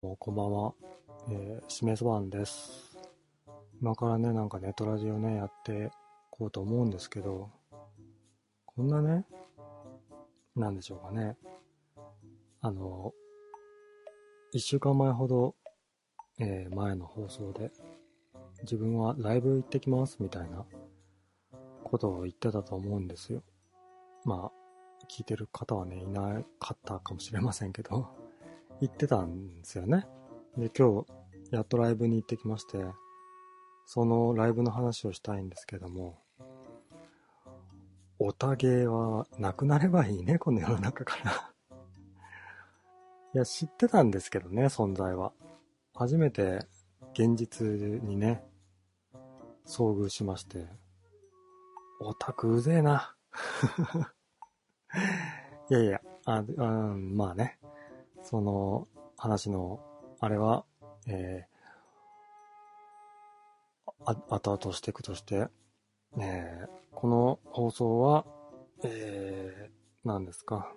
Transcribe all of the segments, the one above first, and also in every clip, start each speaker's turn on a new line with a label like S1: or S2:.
S1: もうこんばんは。えー、しめそばんです。今からね、なんかネトラジオね、やってこうと思うんですけど、こんなね、なんでしょうかね。あの、一週間前ほど、えー前の放送で、自分はライブ行ってきます、みたいなことを言ってたと思うんですよ。まあ、聞いてる方はね、いなかったかもしれませんけど。行ってたんですよね。で、今日、やっとライブに行ってきまして、そのライブの話をしたいんですけども、おたげはなくなればいいね、この世の中から。いや、知ってたんですけどね、存在は。初めて現実にね、遭遇しまして、オタクうぜえな。 いやいや、あ、うん、まあね。その話の、あれは、えー、あ、後々していくとして、えー、この放送は、えー、何ですか。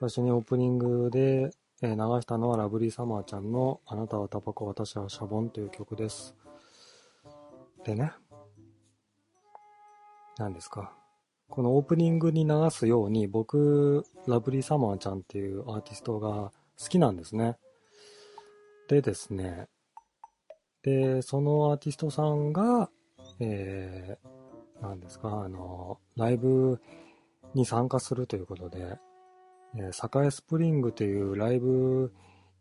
S1: 最初にオープニングで、えー流したのはラブリーサマーちゃんのあなたはタバコ、私はシャボンという曲です。でね。何ですか。このオープニングに流すように僕ラブリーサマーちゃんっていうアーティストが好きなんですねでですねでそのアーティストさんがえー、なんですかあのライブに参加するということで、えー、栄スプリングというライブ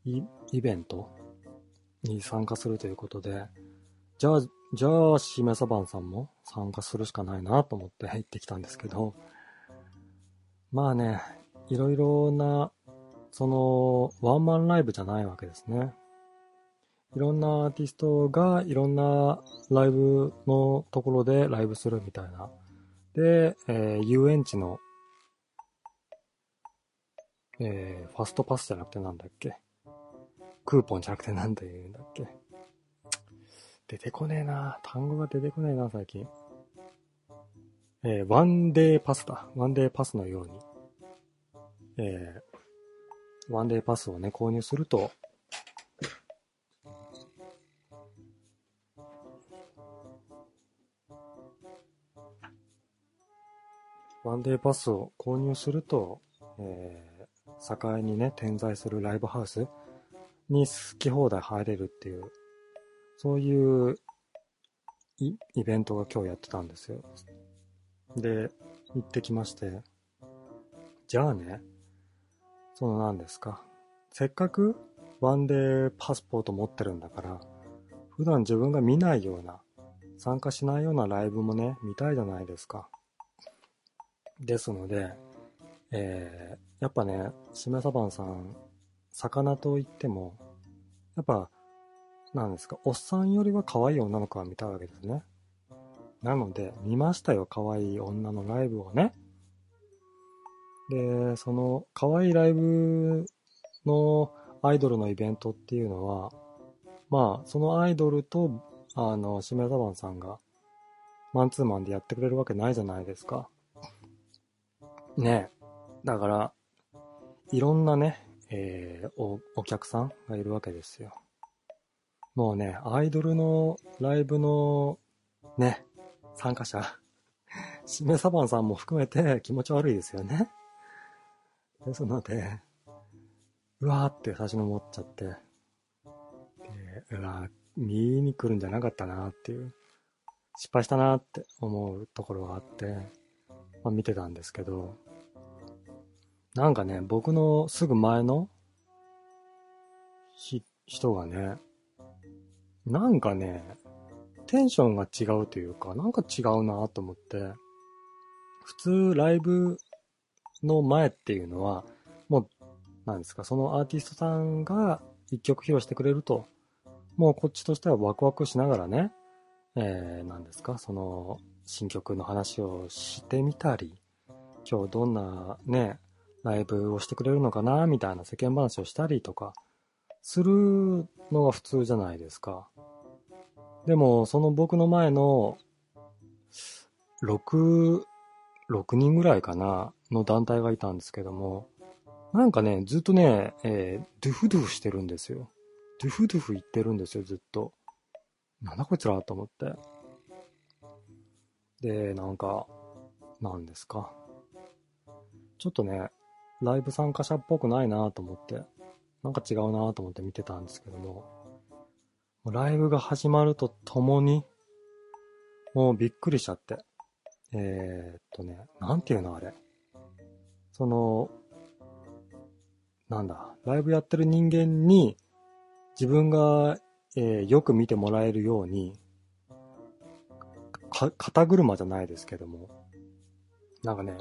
S1: イイベントに参加するということでじゃあじゃあ、しめそばんさんも参加するしかないなと思って入ってきたんですけど、まあね、いろいろな、その、ワンマンライブじゃないわけですね。いろんなアーティストがいろんなライブのところでライブするみたいな。で、えー遊園地の、えーファストパスじゃなくてなんだっけクーポンじゃなくてなんて言うんだっけ出てこねえな単語が出てこねえな最近。えーワンデーパスだ。ワンデーパスのように。えーワンデーパスをね、購入すると、ワンデーパスを購入すると、えー、境にね、点在するライブハウスに好き放題入れるっていうそういうイイベントが今日やってたんですよ。で、行ってきまして、じゃあね、その何ですか、せっかくワンデーパスポート持ってるんだから、普段自分が見ないような、参加しないようなライブもね、見たいじゃないですか。ですので、えー、やっぱね、しめさばんさん、魚といっても、やっぱ、なんですか、おっさんよりは可愛い女の子が見たいわけですね。なので、見ましたよ、可愛い女のライブをね。で、その、可愛いライブのアイドルのイベントっていうのは、まあ、そのアイドルと、あの、シメザバンさんが、マンツーマンでやってくれるわけないじゃないですか。ねえ。だから、いろんなね、えーお、お客さんがいるわけですよ。もうね、アイドルのライブの、ね、参加者、 しめさばんさんも含めて気持ち悪いですよね。ですので、うわーって最初に思っちゃって、でうわー、見に来るんじゃなかったなーっていう、失敗したなーって思うところがあって、まあ、見てたんですけど、なんかね、僕のすぐ前のひ人がね、なんかね、テンションが違うというか、なんか違うなと思って、普通ライブの前っていうのは、もう、なんですか、そのアーティストさんが一曲披露してくれると、もうこっちとしてはワクワクしながらね、えー、なんですか、その、新曲の話をしてみたり、今日どんなね、ライブをしてくれるのかな、みたいな世間話をしたりとか、するのが普通じゃないですか。でも、その僕の前の、6、6人ぐらいかな、の団体がいたんですけども、なんかね、ずっとね、えードゥフドゥフしてるんですよ。ドゥフドゥフ言ってるんですよ、ずっと。なんだこいつらと思って。で、なんか、なんですか。ちょっとね、ライブ参加者っぽくないなと思って、なんか違うなと思って見てたんですけども、もうライブが始まるとともに、もうびっくりしちゃって。えー、っとね、なんていうのあれ。その、なんだ、ライブやってる人間に、自分が、えーよく見てもらえるように、か、肩車じゃないですけども、なんかね、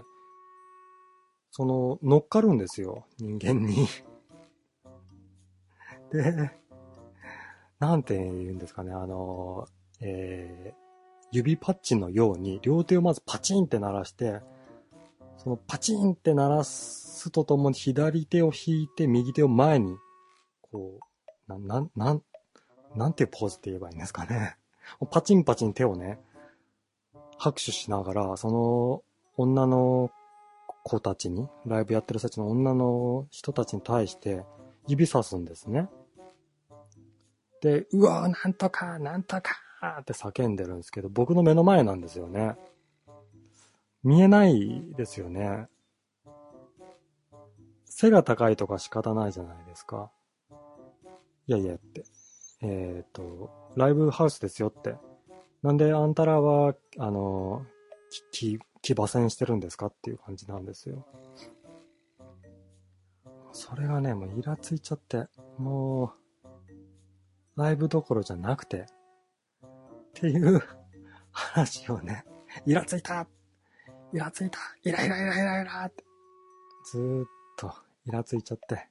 S1: その、乗っかるんですよ、人間に。 で、なんて言うんですかね、あの、えー指パッチンのように、両手をまずパチンって鳴らして、そのパチンって鳴らすとともに左手を引いて右手を前に、こう、な、なん、なん、なんていうポーズって言えばいいんですかね。 パチンパチン手をね、拍手しながら、その女の子たちに、ライブやってる人たちの女の人たちに対して指さすんですね。で、うわーなんとか、なんとかーって叫んでるんですけど、僕の目の前なんですよね。見えないですよね。背が高いとか仕方ないじゃないですか。いやいやって。えっ、と、ライブハウスですよって。なんであんたらは、あの、き、き、騎馬戦してるんですかっていう感じなんですよ。それがね、もうイラついちゃって、もう、ライブどころじゃなくて、っていう話をね、イラついたイラついたイライライライライラって。ずーっとイラついちゃって。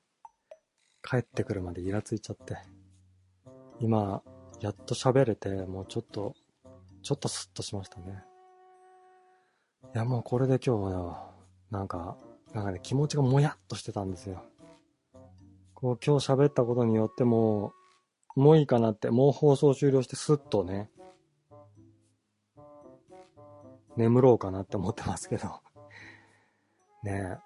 S1: 帰ってくるまでイラついちゃって。今、やっと喋れて、もうちょっと、ちょっとスッとしましたね。いや、もうこれで今日は、なんか、なんかね、気持ちがもやっとしてたんですよ。こう、今日喋ったことによってもう、もういいかなって、もう放送終了してスッとね、眠ろうかなって思ってますけど。 ね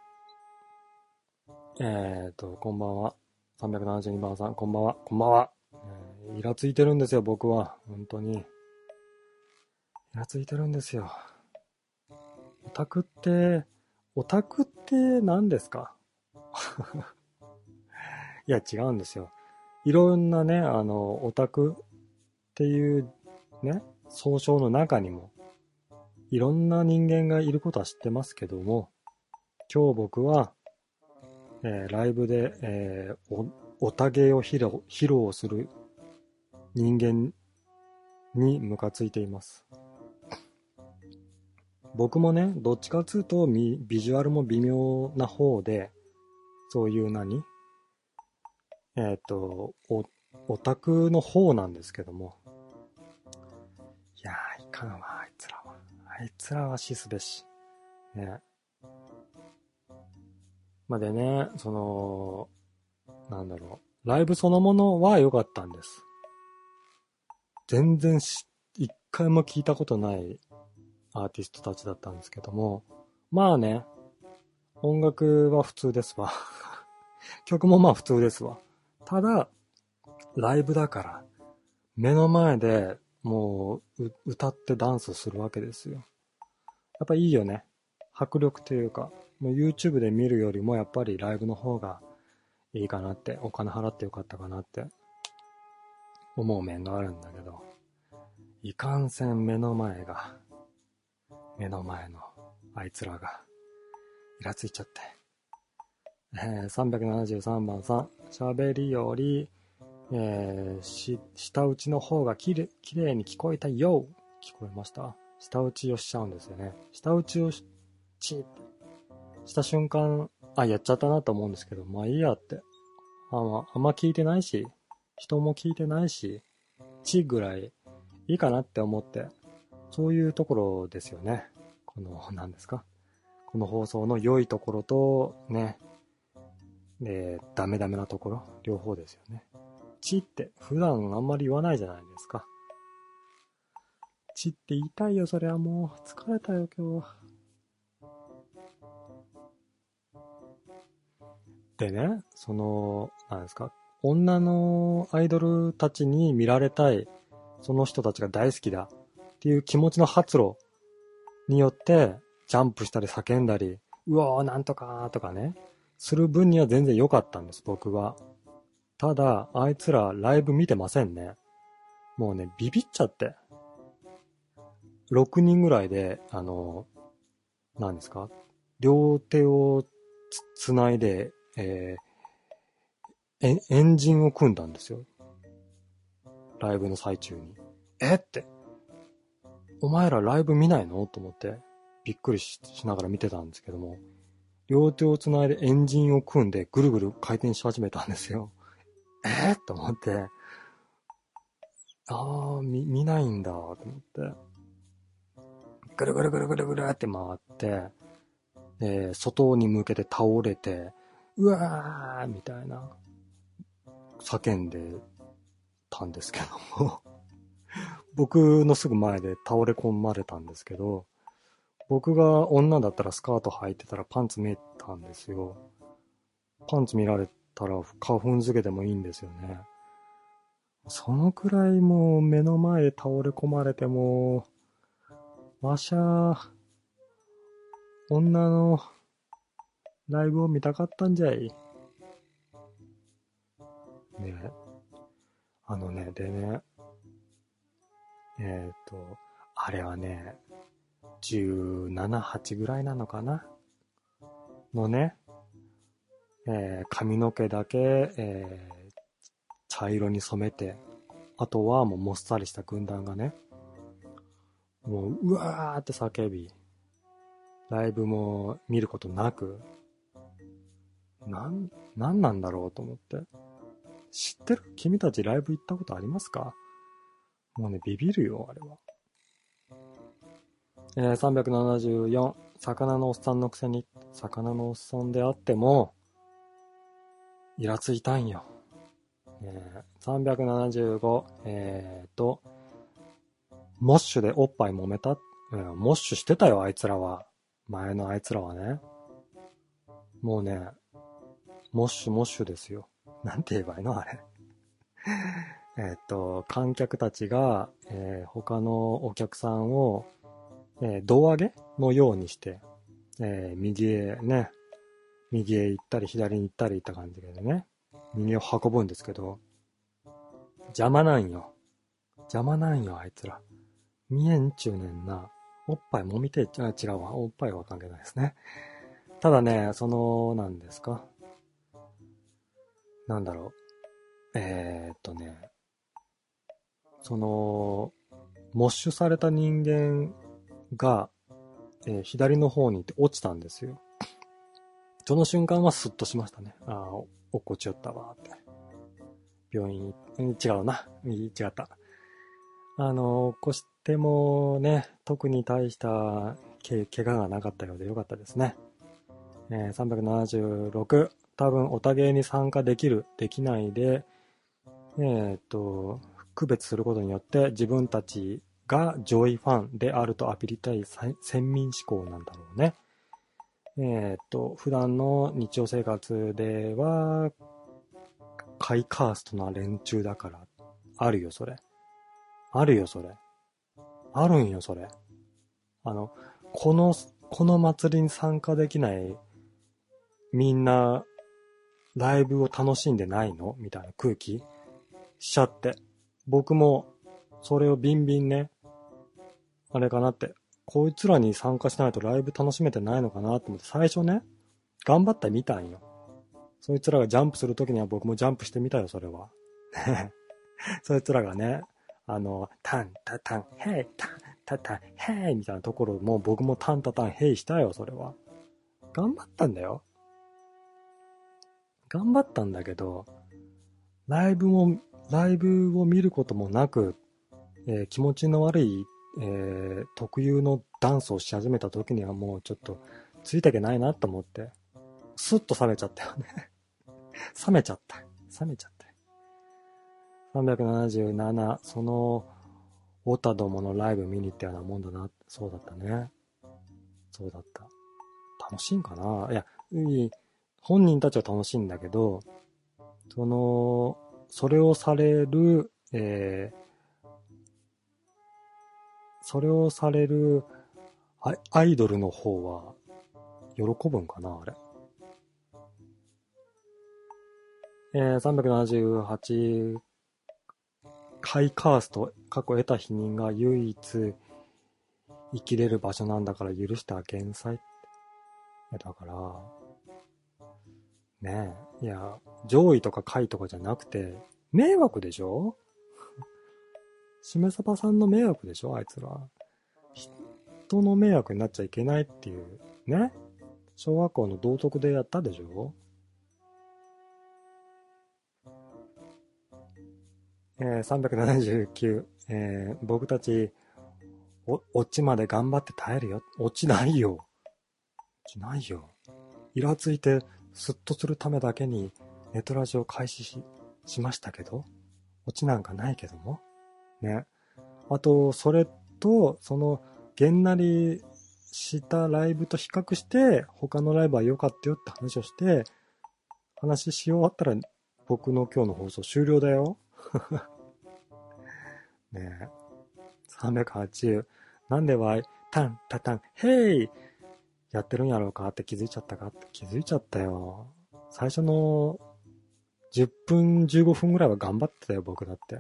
S1: え。えーと、こんばんは。372番さん、こんばんは。こんばんは。えーイラついてるんですよ、僕は。本当に。イラついてるんですよ。オタクって、オタクって何ですか いや、違うんですよ。いろんなね、あの、オタクっていうね、総称の中にも、いろんな人間がいることは知ってますけども、今日僕は、えーライブで、えーお、おたげを披露披露する人間にムカついています。僕もね、どっちかっつうとみビジュアルも微妙な方で、そういう何えーっ、と、お、オタクの方なんですけども。いやー、いかんわ、あいつらは。あいつらは死すべし。ね。まあでね、その、なんだろう。ライブそのものは良かったんです。全然し、一回も聞いたことないアーティストたちだったんですけども。まあね、音楽は普通ですわ。 曲もまあ普通ですわ。ただ、ライブだから、目の前でもうう歌ってダンスするわけですよ。やっぱいいよね。迫力というか、もう YouTube で見るよりもやっぱりライブの方がいいかなって、お金払ってよかったかなって思う面があるんだけど、いかんせん目の前が、目の前のあいつらが、イラついちゃって。えー373番さん、喋りより、えーし、下打ちの方がきれきれいに聞こえたよ聞こえました下打ちをしちゃうんですよね。下打ちをし、ちした瞬間、あ、やっちゃったなと思うんですけど、まあいいやって。あまああんま聞いてないし、人も聞いてないし、ちぐらいいいかなって思って、そういうところですよね。この、何ですかこの放送の良いところと、ね、えーダメダメなところ、両方ですよね。ちって普段あんまり言わないじゃないですか。ちって言いたいよ、それはもう。疲れたよ、今日。でね、その、なんですか、女のアイドルたちに見られたい、その人たちが大好きだっていう気持ちの発露によって、ジャンプしたり叫んだり、うおー、なんとかーとかね、する分には全然良かったんです、僕は。ただ、あいつらライブ見てませんね。もうね、ビビっちゃって。6人ぐらいで、あの、何ですか両手をつつないで、えー、え、エンジンを組んだんですよ。ライブの最中に。えって。お前らライブ見ないのと思って、びっくりししながら見てたんですけども、両手をつないでエンジンを組んでぐるぐる回転し始めたんですよ。 えー、と思って、ああ、見、見ないんだ、と思って。ぐるぐるぐるぐるぐるって回って、で、外に向けて倒れて、うわーみたいな、叫んでたんですけども、僕のすぐ前で倒れ込まれたんですけど、僕が女だったらスカート履いてたらパンツ見えたんですよ。パンツ見られたら花粉づけてもいいんですよね。そのくらいもう目の前で倒れ込まれてもう、わしゃー、女のライブを見たかったんじゃい。ねえあのね、でね、えっ、と、あれはね、17、8ぐらいなのかなのね、えー髪の毛だけ、えー茶色に染めて、あとはもうもっさりした軍団がね、もう、うわーって叫び、ライブも見ることなく、なん、なんなんだろうと思って。知ってる君たちライブ行ったことありますかもうね、ビビるよ、あれは。えー374、魚のおっさんのくせに、魚のおっさんであっても、イラついたんよ。えー375、えーと、モッシュでおっぱい揉めた、うんモッシュしてたよ、あいつらは。前のあいつらはね。もうね、モッシュモッシュですよ。なんて言えばいいのあれ。 えっと、観客たちが、えー他のお客さんを、えー胴上げのようにして、えー右へね、右へ行ったり左に行ったりいった感じでね、右を運ぶんですけど、邪魔なんよ。邪魔なんよ、あいつら。見えんちゅうねんな。おっぱいもみてえ、あ違うわ。おっぱいは関係ないですね。ただね、その、なんですか。なんだろう。えー、っとね、その、モッシュされた人間が、えー左の方に行って落ちたんですよ。その瞬間はスッとしましたね。ああ、お落っこちよったわ、って。病院、うん違うな。うん違った。あの、起こしてもね、特に大したけ怪我がなかったようでよかったですね。えー376、多分おたげに参加できる、できないで、えーっと、区別することによって自分たちが上位ファンであるとアピりたいさ先民志向なんだろうね。えーっと、普段の日常生活では、カイカーストな連中だから、あるよ、それ。あるよ、それ。あるんよ、それ。あの、この、この祭りに参加できない、みんな、ライブを楽しんでないのみたいな空気しちゃって。僕も、それをビンビンね、あれかなって。こいつらに参加しないとライブ楽しめてないのかなって思って、最初ね、頑張ってみたんよ。そいつらがジャンプするときには僕もジャンプしてみたよ、それは。 そいつらがね、あの、タンタタン、ヘイ、タンタタン、ヘイみたいなところも僕もタンタタン、ヘイしたよ、それは。頑張ったんだよ。頑張ったんだけど、ライブも、ライブを見ることもなく、えー気持ちの悪い、えー特有のダンスをし始めた時にはもうちょっと、ついてけないなと思って、スッと冷めちゃったよね。 冷めちゃった。冷めちゃった。377そのオタどものライブ見に行ったようなもんだなそうだったねそうだった楽しいんかないやいい本人たちは楽しいんだけどその、それをされる、えーそれをされるアイアイドルの方は、喜ぶんかな、あれ。えー、378回カースト、過去得た否認が唯一生きれる場所なんだから許してあげんさいって。いやだから、ねえ、いや、上位とか下位とかじゃなくて、迷惑でしょしめさばさんの迷惑でしょあいつら。人の迷惑になっちゃいけないっていう、ね小学校の道徳でやったでしょえー、379、えー僕たち、お、落ちまで頑張って耐えるよ。落ちないよ。落ちないよ。イラついて、スッとするためだけに、ネトラジを開始し、しましたけど、落ちなんかないけども。ね。あと、それと、その、げんなりしたライブと比較して、他のライブは良かったよって話をして、話し終わったら、僕の今日の放送終了だよ。 ねえ。380。なんでわい、タン、タタン、ヘイやってるんやろうかって気づいちゃったかって気づいちゃったよ。最初の10分、15分ぐらいは頑張ってたよ、僕だって。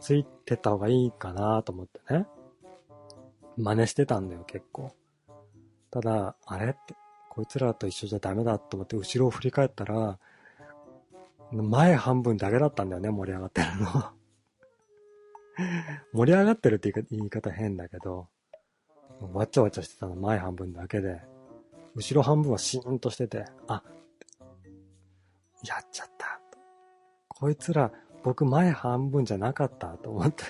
S1: ついてった方がいいかなと思ってね。真似してたんだよ、結構。ただ、あれって、こいつらと一緒じゃダメだと思って、後ろを振り返ったら、前半分だけだったんだよね、盛り上がってるの。 盛り上がってるって言い言い方変だけど、わちゃわちゃしてたの前半分だけで、後ろ半分はシーンとしてて、あ、やっちゃった。こいつら、僕前半分じゃなかったと思って。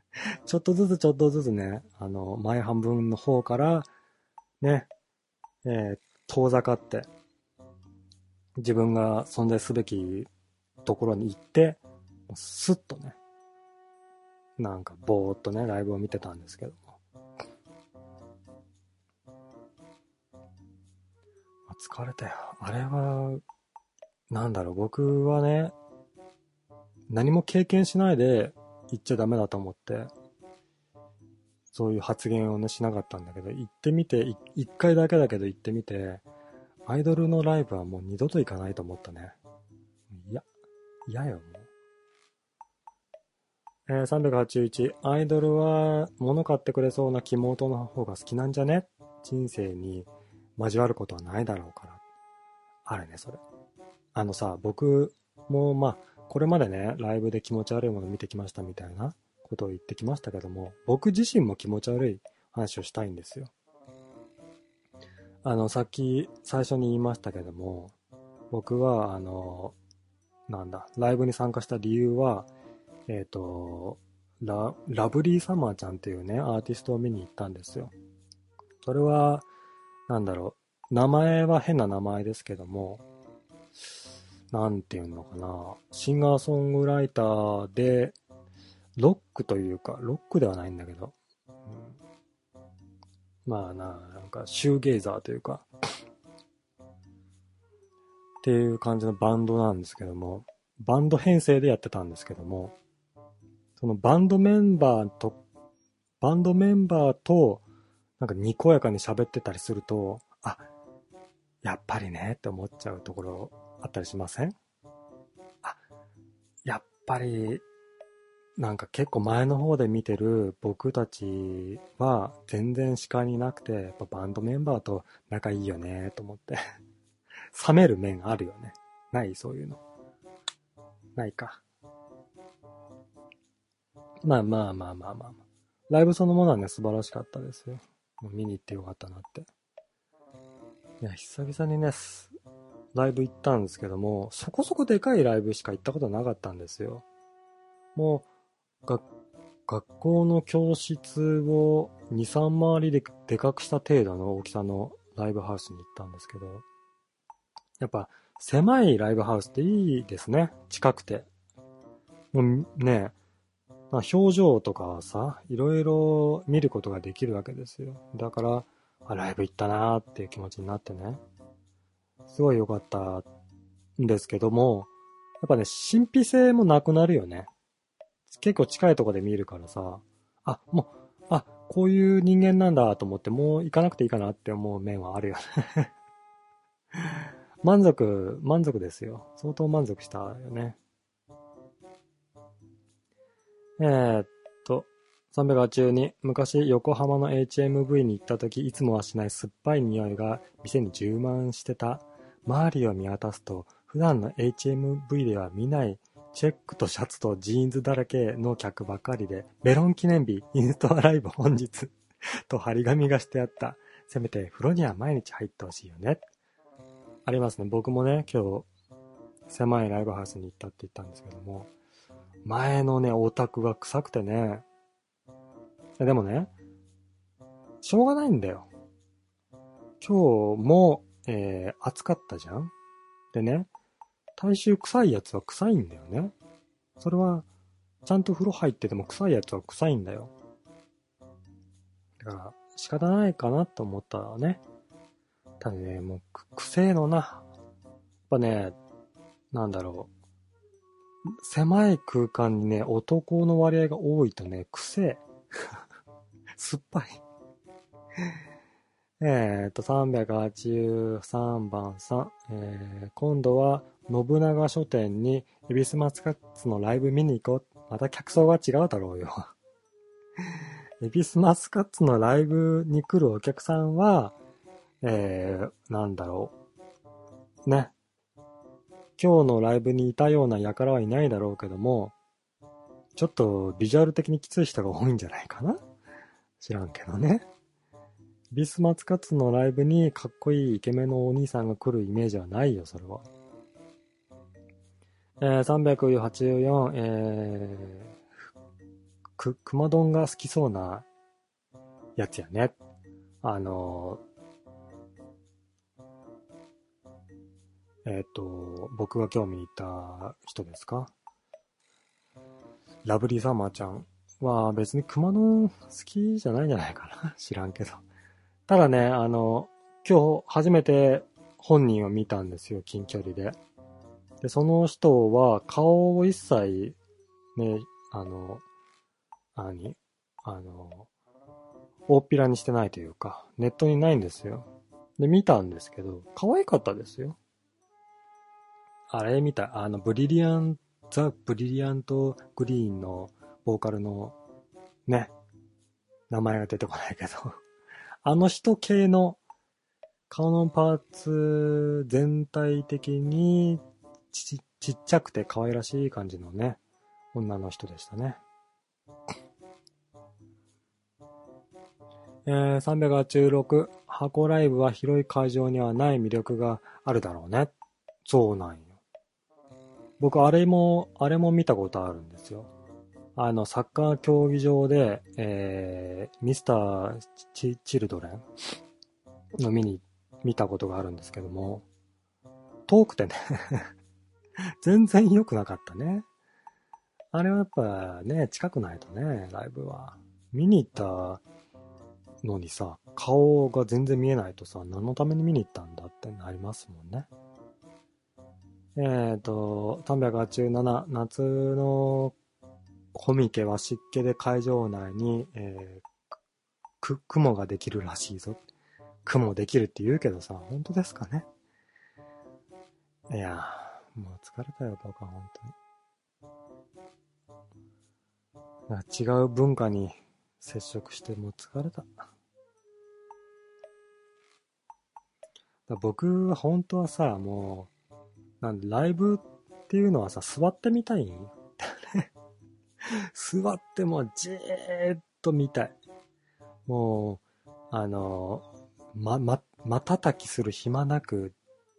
S1: ちょっとずつちょっとずつね、あの、前半分の方から、ね、えー遠ざかって、自分が存在すべきところに行って、もうスッとね、なんかぼーっとね、ライブを見てたんですけども。あ疲れたよ。あれは、なんだろう、僕はね、何も経験しないで行っちゃダメだと思って、そういう発言をね、しなかったんだけど、行ってみて、い一回だけだけど行ってみて、アイドルのライブはもう二度と行かないと思ったね。いや、嫌よ、もう。えー381、アイドルは物買ってくれそうな気妹の方が好きなんじゃね人生に交わることはないだろうから。あれね、それ。あのさ、僕もまあ、これまでね、ライブで気持ち悪いもの見てきましたみたいなことを言ってきましたけども、僕自身も気持ち悪い話をしたいんですよ。あの、さっき最初に言いましたけども、僕は、あの、なんだ、ライブに参加した理由は、えっ、とラ、ラブリーサマーちゃんっていうね、アーティストを見に行ったんですよ。それは、なんだろう、名前は変な名前ですけども、なんていうのかな、シンガーソングライターで、ロックというか、ロックではないんだけど、うんまあな、なんか、シューゲイザーというか、っていう感じのバンドなんですけども、バンド編成でやってたんですけども、そのバンドメンバーと、バンドメンバーと、なんかにこやかに喋ってたりすると、あ、やっぱりねって思っちゃうところあったりしませんあ、やっぱり、なんか結構前の方で見てる僕たちは全然視界になくて、やっぱバンドメンバーと仲いいよねと思って。 冷める面あるよね。ないそういうの。ないか。まあまあまあまあまあ、まあ。ライブそのものはね、素晴らしかったですよ。もう見に行ってよかったなって。いや、久々にね、すライブ行ったんですけども、そこそこでかいライブしか行ったことなかったんですよ。もう、が学校の教室を2、3回りででかくした程度の大きさのライブハウスに行ったんですけど、やっぱ狭いライブハウスっていいですね。近くて。うん、ねえまあ表情とかはさ、いろいろ見ることができるわけですよ。だから、あライブ行ったなーっていう気持ちになってね。すごい良かったんですけども、やっぱね、神秘性もなくなるよね。結構近いとこで見るからさ、あ、もう、あ、こういう人間なんだと思って、もう行かなくていいかなって思う面はあるよね。 満足、満足ですよ。相当満足したよね。えーっと、382、昔横浜の HMV に行った時、いつもはしない酸っぱい匂いが店に充満してた。周りを見渡すと、普段の HMV では見ないチェックとシャツとジーンズだらけの客ばかりで、メロン記念日、インストアライブ本日 と張り紙がしてあった。せめて風呂には毎日入ってほしいよね。ありますね。僕もね、今日、狭いライブハウスに行ったって言ったんですけども、前のね、オタクが臭くてね、いやでもね、しょうがないんだよ。今日も、えー、暑かったじゃんでね、体臭臭いやつは臭いんだよね。それは、ちゃんと風呂入ってても臭いやつは臭いんだよ。だから、仕方ないかなと思ったらね。ただね、もうく、くせえのな。やっぱね、なんだろう。狭い空間にね、男の割合が多いとね、くせえ。 酸っぱい。えー、っと、383番さん、えー、今度は信長書店に恵比寿マスカッツのライブ見に行こう。また客層が違うだろうよ。 恵比寿マスカッツのライブに来るお客さんは、えー、なんだろう。ね。今日のライブにいたような輩はいないだろうけども、ちょっとビジュアル的にきつい人が多いんじゃないかな知らんけどね。ビスマツカツのライブにかっこいいイケメンのお兄さんが来るイメージはないよ、それは。えー、384、えー、く、熊丼が好きそうなやつやね。あのー、えっ、と、僕が興味いた人ですかラブリーサマーちゃんは別に熊丼好きじゃないんじゃないかな 知らんけど。ただね、あの、今日初めて本人を見たんですよ、近距離で。で、その人は顔を一切、ね、あの、何あの、大っぴらにしてないというか、ネットにないんですよ。で、見たんですけど、可愛かったですよ。あれみたい。あの、ブリリアン、ザ・ブリリアント・グリーンのボーカルの、ね、名前が出てこないけど。あの人系の顔のパーツ全体的にちちっちゃくて可愛らしい感じのね、女の人でしたね。えー、386、箱ライブは広い会場にはない魅力があるだろうね。そうなんよ。僕、あれも、あれも見たことあるんですよ。あの、サッカー競技場で、えー、ミスターチチルドレンの見に、見たことがあるんですけども、遠くてね 全然良くなかったね。あれはやっぱね、近くないとね、ライブは。見に行ったのにさ、顔が全然見えないとさ、何のために見に行ったんだってなりますもんね。えっ、ー、と、387、夏のコミケは湿気で会場内に、えーく、雲ができるらしいぞ。雲できるって言うけどさ、本当ですかねいやー、もう疲れたよ、僕は本当に。いや違う文化に接触してもう疲れた。だから僕は本当はさ、もう、なんでライブっていうのはさ、座ってみたいんよ座ってもじーっと見たい。もう、あの、ま、ま、瞬きする暇なく、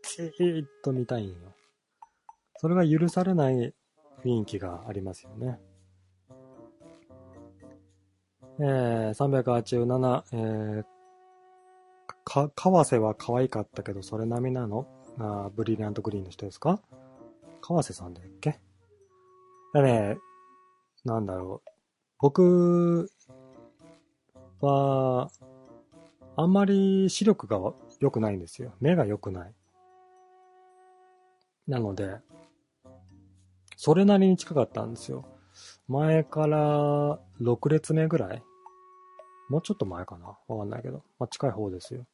S1: じーっと見たいんよ。それが許されない雰囲気がありますよね。えー、387、えー、か、河瀬は可愛かったけど、それ並みなのあーブリリアントグリーンの人ですか河瀬さんだっけだね、なんだろう。僕は、あんまり視力が良くないんですよ。目が良くない。なので、それなりに近かったんですよ。前から6列目ぐらいもうちょっと前かなわかんないけど。まあ、近い方ですよ。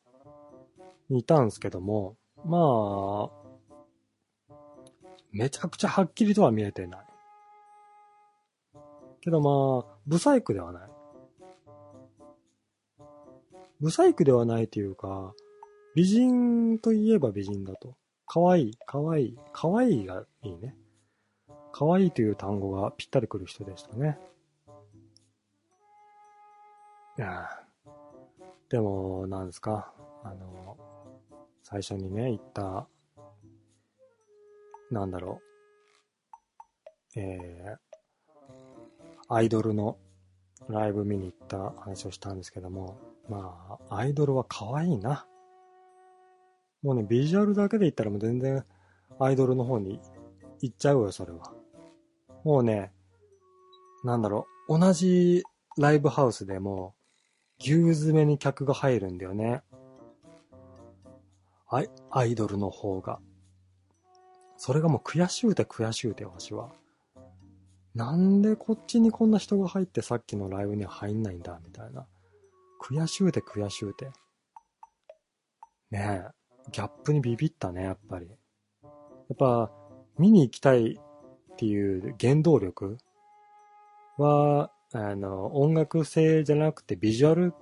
S1: にいたんですけども、まあ、めちゃくちゃはっきりとは見えてない。けどまあ、ブサイクではない。ブサイクではないというか、美人といえば美人だと。可愛い、可愛い、可愛いがいいね。可愛いという単語がぴったりくる人でしたね。いやーでも、なんですか、あの、最初にね、言った、なんだろう、えー、アイドルのライブ見に行った話をしたんですけども、まあ、アイドルは可愛いな。もうね、ビジュアルだけで言ったらもう全然アイドルの方に行っちゃうよ、それは。もうね、なんだろう、同じライブハウスでも、牛詰めに客が入るんだよね。アイアイドルの方が。それがもう悔しゅうて悔しゅうて、わしは。なんでこっちにこんな人が入ってさっきのライブには入んないんだ、みたいな。悔しゅうて悔しゅうて。ねえ、ギャップにビビったね、やっぱり。やっぱ、見に行きたいっていう原動力は、あの、音楽性じゃなくてビジュアル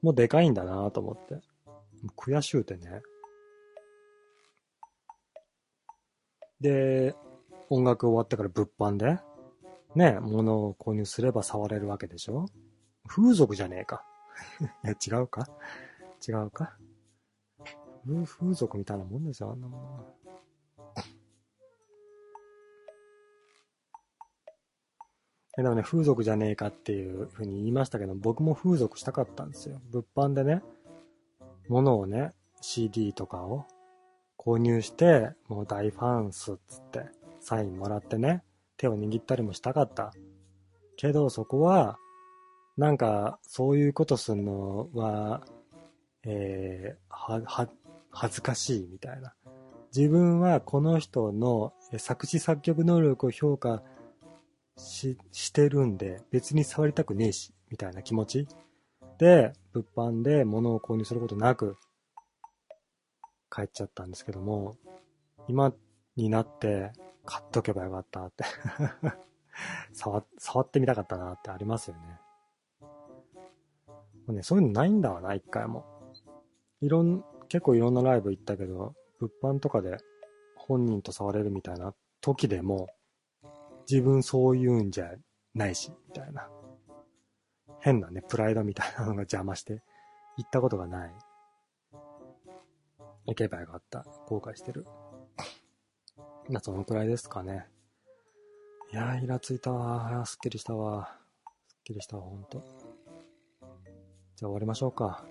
S1: もでかいんだなと思って。もう悔しゅうてね。で、音楽終わってから物販で、ね、物を購入すれば触れるわけでしょ風俗じゃねえか。 いや、違うか違うか風風俗みたいなもんですよ、あんなものは。えでもね、風俗じゃねえかっていうふうに言いましたけど、僕も風俗したかったんですよ。物販でね、物をね、CD とかを購入して、もう大ファンスっつって、サインもらってね、手を握ったりもしたかった。けど、そこは、なんか、そういうことすんのは、えーは、は、恥ずかしいみたいな。自分はこの人のえ作詞作曲能力を評価ししてるんで別に触りたくねえしみたいな気持ちで物販で物を購入することなく帰っちゃったんですけども今になって買っとけばよかったって 触触ってみたかったなってありますよねもうねそういうのないんだわな一回もいろん結構いろんなライブ行ったけど物販とかで本人と触れるみたいな時でも自分そういうんじゃないし、みたいな。変なね、プライドみたいなのが邪魔して、行ったことがない。行けばよかった。後悔してる。まあ、そのくらいですかね。いやー、イラついたわー。すっきりしたわ。すっきりしたわ、ほんと。じゃあ終わりましょうか。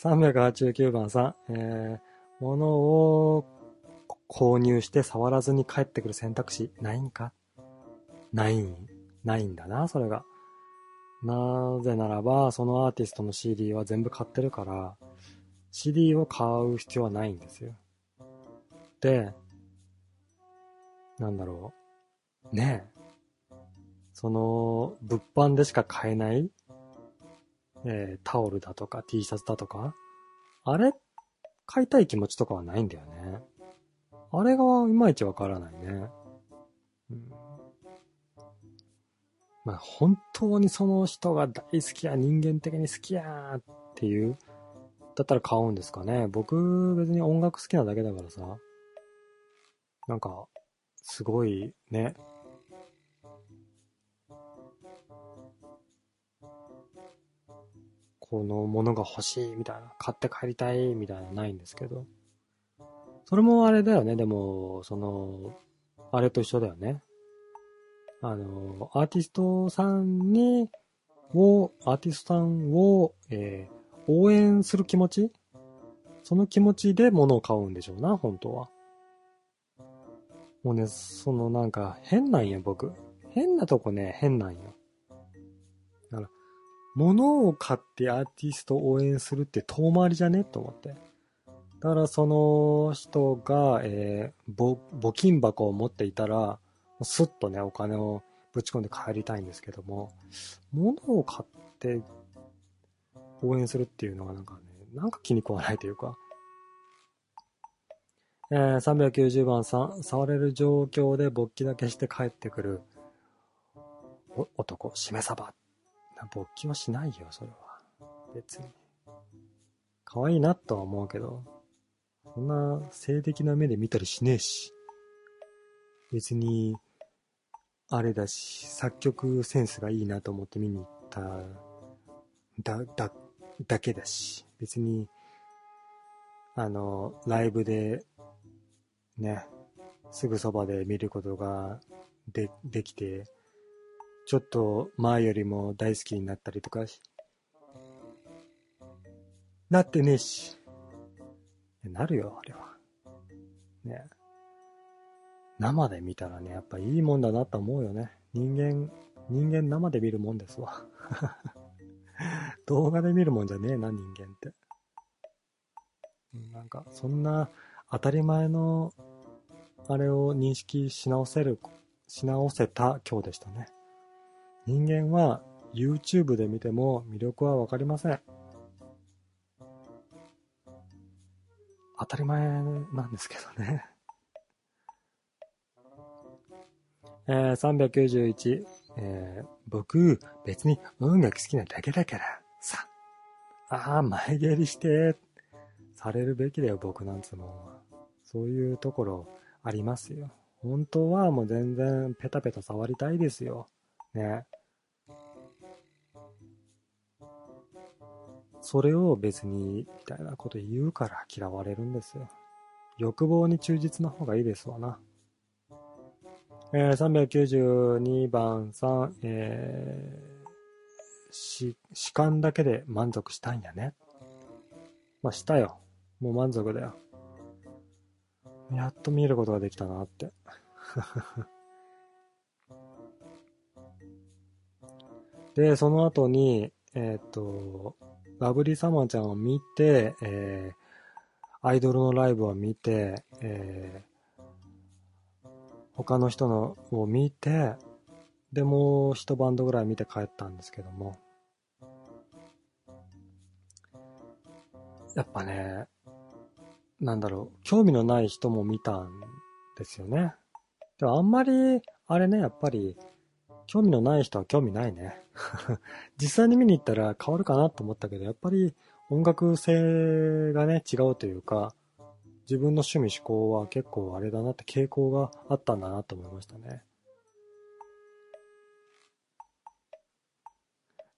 S1: 389番さん、えー、物を購入して触らずに帰ってくる選択肢ないんかないん、ないんだな、それが。なぜならば、そのアーティストの CD は全部買ってるから、CD を買う必要はないんですよ。で、なんだろう。ねえ。その、物販でしか買えない、えータオルだとか T シャツだとか、あれ買いたい気持ちとかはないんだよね。あれがいまいちわからないね。うん。まあ本当にその人が大好きや、人間的に好きやっていう、だったら買うんですかね。僕別に音楽好きなだけだからさ。なんか、すごいね。このものが欲しいみたいな、買って帰りたいみたいなないんですけど。それもあれだよね、でも、その、あれと一緒だよね。あの、アーティストさんに、を、アーティストさんを、えー応援する気持ちその気持ちで物を買うんでしょうな、本当は。もうね、そのなんか、変なんよ、僕。変なとこね、変なんよ。だから、物を買ってアーティストを応援するって遠回りじゃねと思って。だだからその人が、えーぼ募金箱を持っていたら、すっとね、お金をぶち込んで帰りたいんですけども、物を買って応援するっていうのがなんかね、なんか気に食わないというか。えー390番さん、触れる状況で勃起だけして帰ってくるお男、しめさば。な勃起はしないよ、それは。別に。可愛いなとは思うけど、そんな性的な目で見たりしねえし。別に、あれだし、作曲センスがいいなと思って見に行った、だ、だ、だけだし。別に、あの、ライブで、ね、すぐそばで見ることがで、できて、ちょっと前よりも大好きになったりとかし、なってねえし。なるよ、あれは。ね。生で見たらね、やっぱいいもんだなと思うよね。人間、人間生で見るもんですわ。 動画で見るもんじゃねえな、人間って。うんなんか、そんな当たり前の、あれを認識し直せる、し直せた今日でしたね。人間は YouTube で見ても魅力はわかりません。当たり前なんですけどね。 えー、391、えー僕、別に音楽好きなだけだから、さ。ああ、前蹴りして、されるべきだよ、僕なんつうのは。そういうところありますよ。本当はもう全然ペタペタ触りたいですよ。ね。それを別に、みたいなこと言うから嫌われるんですよ。欲望に忠実な方がいいですわな。えー392番さん、えーし、主観だけで満足したんやね。まあ、したよ。もう満足だよ。やっと見ることができたなって。 で、その後に、えーっと、ラブリーサマーちゃんを見て、えーアイドルのライブを見て、えー他の人のを見て、で、もう一バンドぐらい見て帰ったんですけども。やっぱね、なんだろう、興味のない人も見たんですよね。でもあんまり、あれね、やっぱり、興味のない人は興味ないね。 実際に見に行ったら変わるかなと思ったけど、やっぱり音楽性がね、違うというか、自分の趣味嗜好は結構あれだなって傾向があったんだなと思いましたね。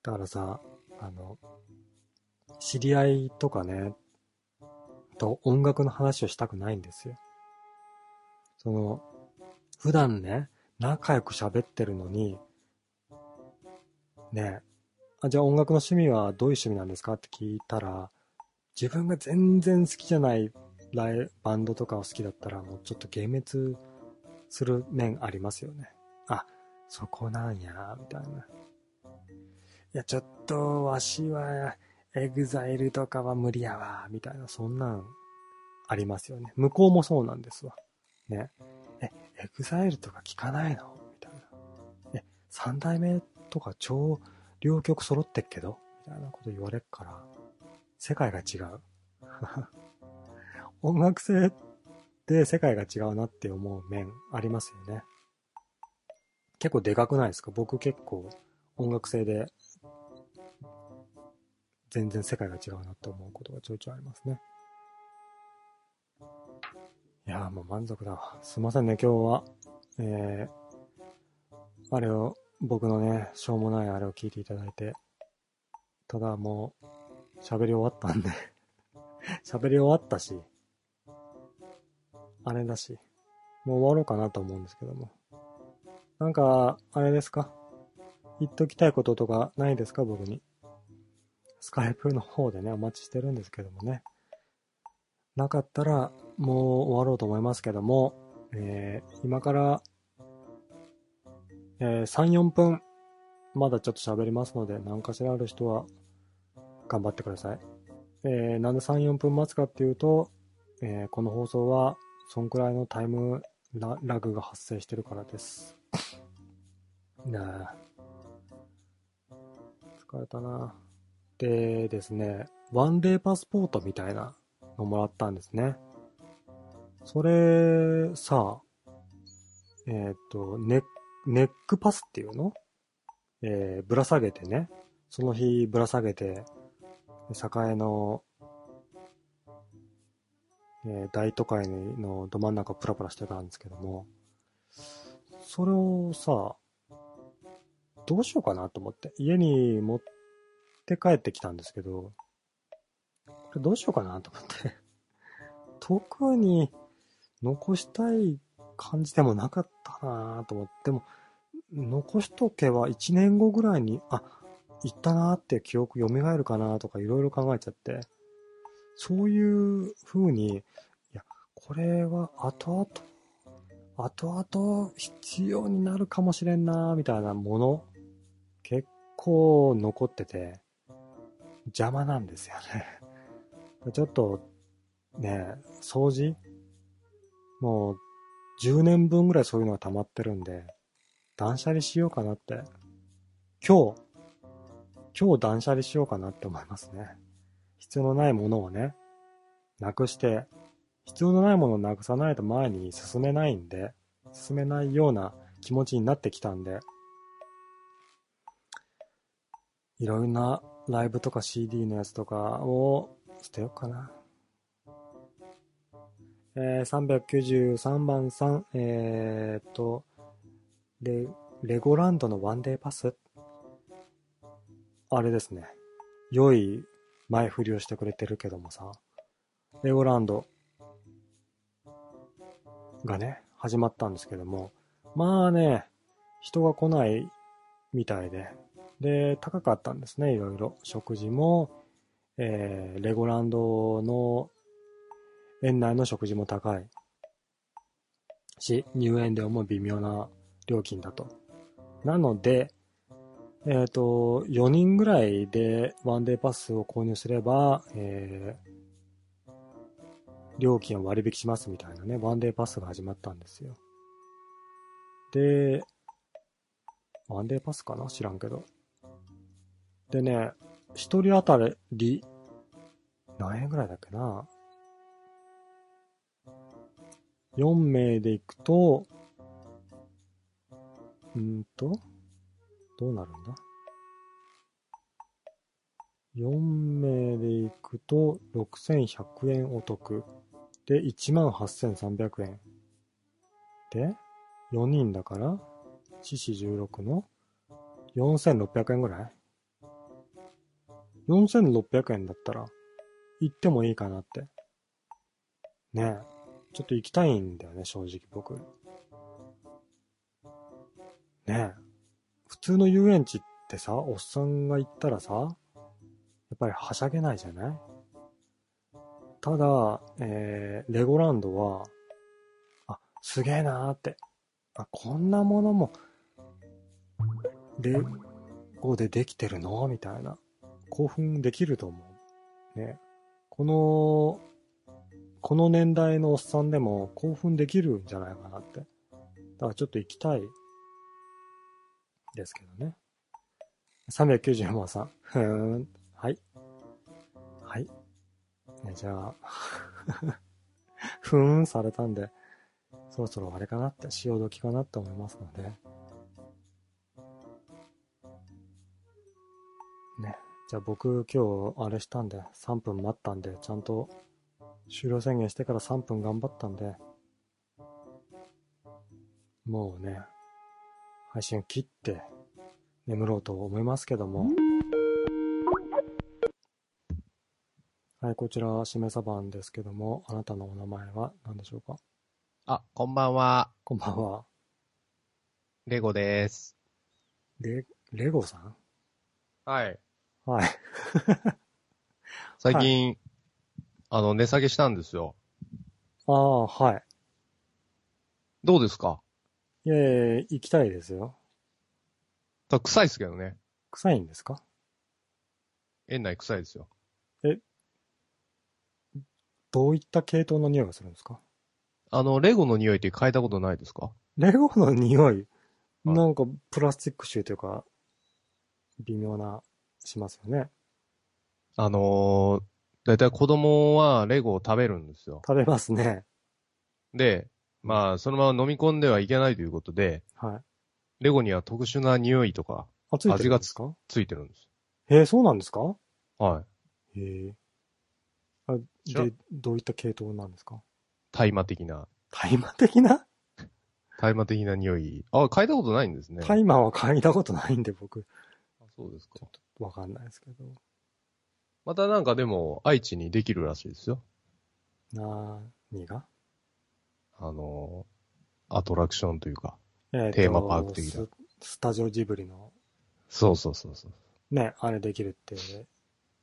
S1: だからさ、あの、知り合いとかね、と音楽の話をしたくないんですよ。その、普段ね、仲良く喋ってるのに、ねあ、じゃあ音楽の趣味はどういう趣味なんですかって聞いたら、自分が全然好きじゃないライバンドとかを好きだったら、もうちょっと幻滅する面ありますよね。あ、そこなんや、みたいな。いや、ちょっと、わしは、エグザイルとかは無理やわ、みたいな、そんなん、ありますよね。向こうもそうなんですわ。ね。え、エグザイルとか聞かないのみたいな。え、三代目とか超、両曲揃ってっけどみたいなこと言われっから、世界が違う。 音楽性って世界が違うなって思う面ありますよね。結構でかくないですか僕結構音楽性で全然世界が違うなって思うことがちょいちょいありますね。いやーもう満足だわ。すいませんね、今日は。えー、あれを、僕のね、しょうもないあれを聞いていただいて、ただもう、喋り終わったんで、 喋り終わったし、あれだし、もう終わろうかなと思うんですけども。なんか、あれですか言っときたいこととかないですか僕に。スカイプの方でね、お待ちしてるんですけどもね。なかったら、もう終わろうと思いますけども、えー今から、えー3、4分、まだちょっと喋りますので、何かしらある人は、頑張ってください。えーなんで3、4分待つかっていうと、えーこの放送は、そんくらいのタイムララグが発生してるからです。 なあ。疲れたな。でですね、ワンデーパスポートみたいなのもらったんですね。それ、さ、えーっ、と、ネッ、ネックパスっていうのえーぶら下げてね、その日ぶら下げて、栄の、えー大都会のど真ん中をプラプラしてたんですけども、それをさ、どうしようかなと思って、家に持って帰ってきたんですけど、これどうしようかなと思って、 特に残したい感じでもなかったなと思って、でも、残しとけば1年後ぐらいに、あ、行ったなーって記憶蘇るかなとかいろいろ考えちゃって、そういう風に、いや、これは後々、後々必要になるかもしれんなーみたいなもの、結構残ってて、邪魔なんですよね。 ちょっと、ね、掃除もう、10年分ぐらいそういうのが溜まってるんで、断捨離しようかなって。今日、今日断捨離しようかなって思いますね。必要のないものをね、なくして、必要のないものをなくさないと前に進めないんで、進めないような気持ちになってきたんで、いろんなライブとか CD のやつとかを捨てようかな。えー393番3、えーっと、レ、レゴランドのワンデーパスあれですね。良い前振りをしてくれてるけどもさ、レゴランドがね、始まったんですけども、まあね、人が来ないみたいで、で、高かったんですね、いろいろ。食事も、えー、レゴランドの園内の食事も高いし、入園料も微妙な料金だと。なので、えっ、と、4人ぐらいでワンデーパスを購入すれば、えー料金を割引しますみたいなね、ワンデーパスが始まったんですよ。で、ワンデーパスかな知らんけど。でね、一人当たり、何円ぐらいだっけな ?4 名で行くと、うーんと、どうなるんだ ?4 名で行くと6100円お得。で、18300円。で、4人だから、416の4600円ぐらい ?4600 円だったら、行ってもいいかなって。ねえ。ちょっと行きたいんだよね、正直僕。ねえ。普通の遊園地ってさ、おっさんが行ったらさ、やっぱりはしゃげないじゃないただ、えー、レゴランドは、あ、すげえなーって。あ、こんなものも、レゴでできてるのみたいな。興奮できると思う。ね。この、この年代のおっさんでも興奮できるんじゃないかなって。だからちょっと行きたいですけどね。390万さん。ふーん。はい。はい。えじゃあ、 ふーんされたんで、そろそろあれかなって、潮時かなって思いますので。ね。じゃあ僕今日あれしたんで、3分待ったんで、ちゃんと終了宣言してから3分頑張ったんで、もうね、配信切って眠ろうと思いますけども。はい、こちら、しめさばんですけども、あなたのお名前は何でしょうか
S2: あ、こんばんは。
S1: こんばんは。
S2: レゴです。
S1: レ、レゴさん
S2: はい。
S1: はい。
S2: 最近、あの、値下げしたんですよ。
S1: ああ、はい。
S2: どうですか
S1: いえいえ、行きたいですよ。
S2: ただ臭いですけどね。
S1: 臭いんですか
S2: 園内臭いですよ。
S1: どういった系統の匂いがするんですか
S2: あの、レゴの匂いって変えたことないですか
S1: レゴの匂い、
S2: はい
S1: なんかプラスチック臭というか、微妙な、しますよね。
S2: あのー、だいたい子供はレゴを食べるんですよ。
S1: 食べますね。
S2: で、まあ、そのまま飲み込んではいけないということで、
S1: はい。
S2: レゴには特殊な匂いとか
S1: あ、ついてるんですか
S2: ついてるんです。
S1: えー、そうなんですか
S2: はい。
S1: へえ。あ
S2: 知ら
S1: で、どういった系統なんですか
S2: 大麻的な、
S1: 大麻的な
S2: 大麻的な匂い。あ、変えたことないんですね。
S1: 大麻は嗅いだことないんで僕、
S2: あそうですか。
S1: わかんないですけど。
S2: またなんかでも、愛知にできるらしいですよ。
S1: なにが
S2: あのー、アトラクションというか。
S1: えーと
S2: テーマパーク的な
S1: ス。スタジオジブリの
S2: そうそうそうそう。
S1: ね、あれできるって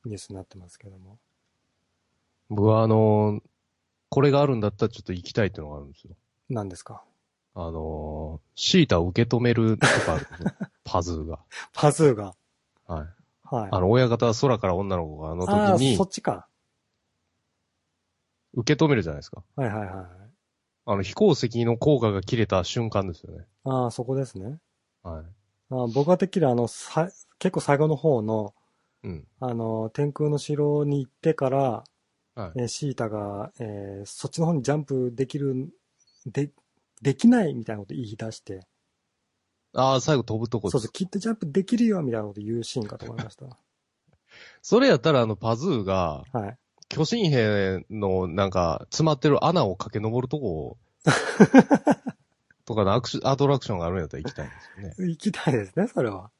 S1: ニュースになってますけども。
S2: 僕はあのー、これがあるんだったらちょっと行きたいっていうのがあるんですよ。
S1: 何ですか
S2: あのー、シータを受け止めるとかあるんです よパズーが。
S1: パズーが。
S2: はい。
S1: はい。
S2: あの、親方は空から女の子があの
S1: あ
S2: 時
S1: ー
S2: に
S1: そっちか。
S2: 受け止めるじゃないですか。
S1: はいはいはいはい。
S2: あの、飛行石の効果が切れた瞬間ですよね。
S1: ああ、そこですね。
S2: は
S1: あー僕はてっきりあの、さ結構最後の方の、
S2: い。うん。
S1: あの、天空の城に行ってから、
S2: はい。
S1: えーシータが、えーそっちの方にジャンプできる、で、できないみたいなこと言い出して、
S2: ああ、最後飛ぶとこ
S1: そ
S2: で
S1: うそ
S2: す
S1: う、。きっとジャンプできるよみたいなこと言うシーンかと思い ました。
S2: それやったら、あの、パズーが、
S1: はい。
S2: 巨神兵の、なんか、詰まってる穴を駆け上る とこを、とかのアクシアトラクションがあるんやったら行きたいんですよね。
S1: 行きたいですね、それは。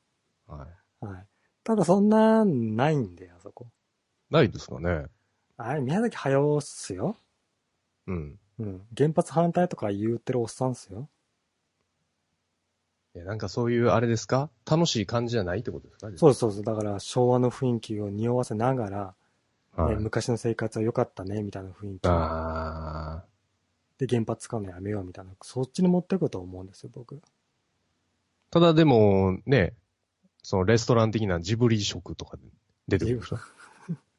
S2: はい。
S1: はい。ただそんな、ないんで、あそこ。
S2: ないですかね。
S1: はい、宮崎駿っすよ。
S2: うん。
S1: うん。原発反対とか言ってるおっさんっすよ。
S2: いやなんかそういう、あれですか楽しい感じじゃないってことですか
S1: そうそうそう。だから昭和の雰囲気を匂わせながら、
S2: は
S1: ね
S2: い
S1: 昔の生活は良かったね、みたいな雰囲気。
S2: ああ。
S1: で、原発使うのやめようみたいな、そっちに持ってくると思うんですよ、僕。
S2: ただでも、ね、そのレストラン的なジブリ食とか出てくるでしょ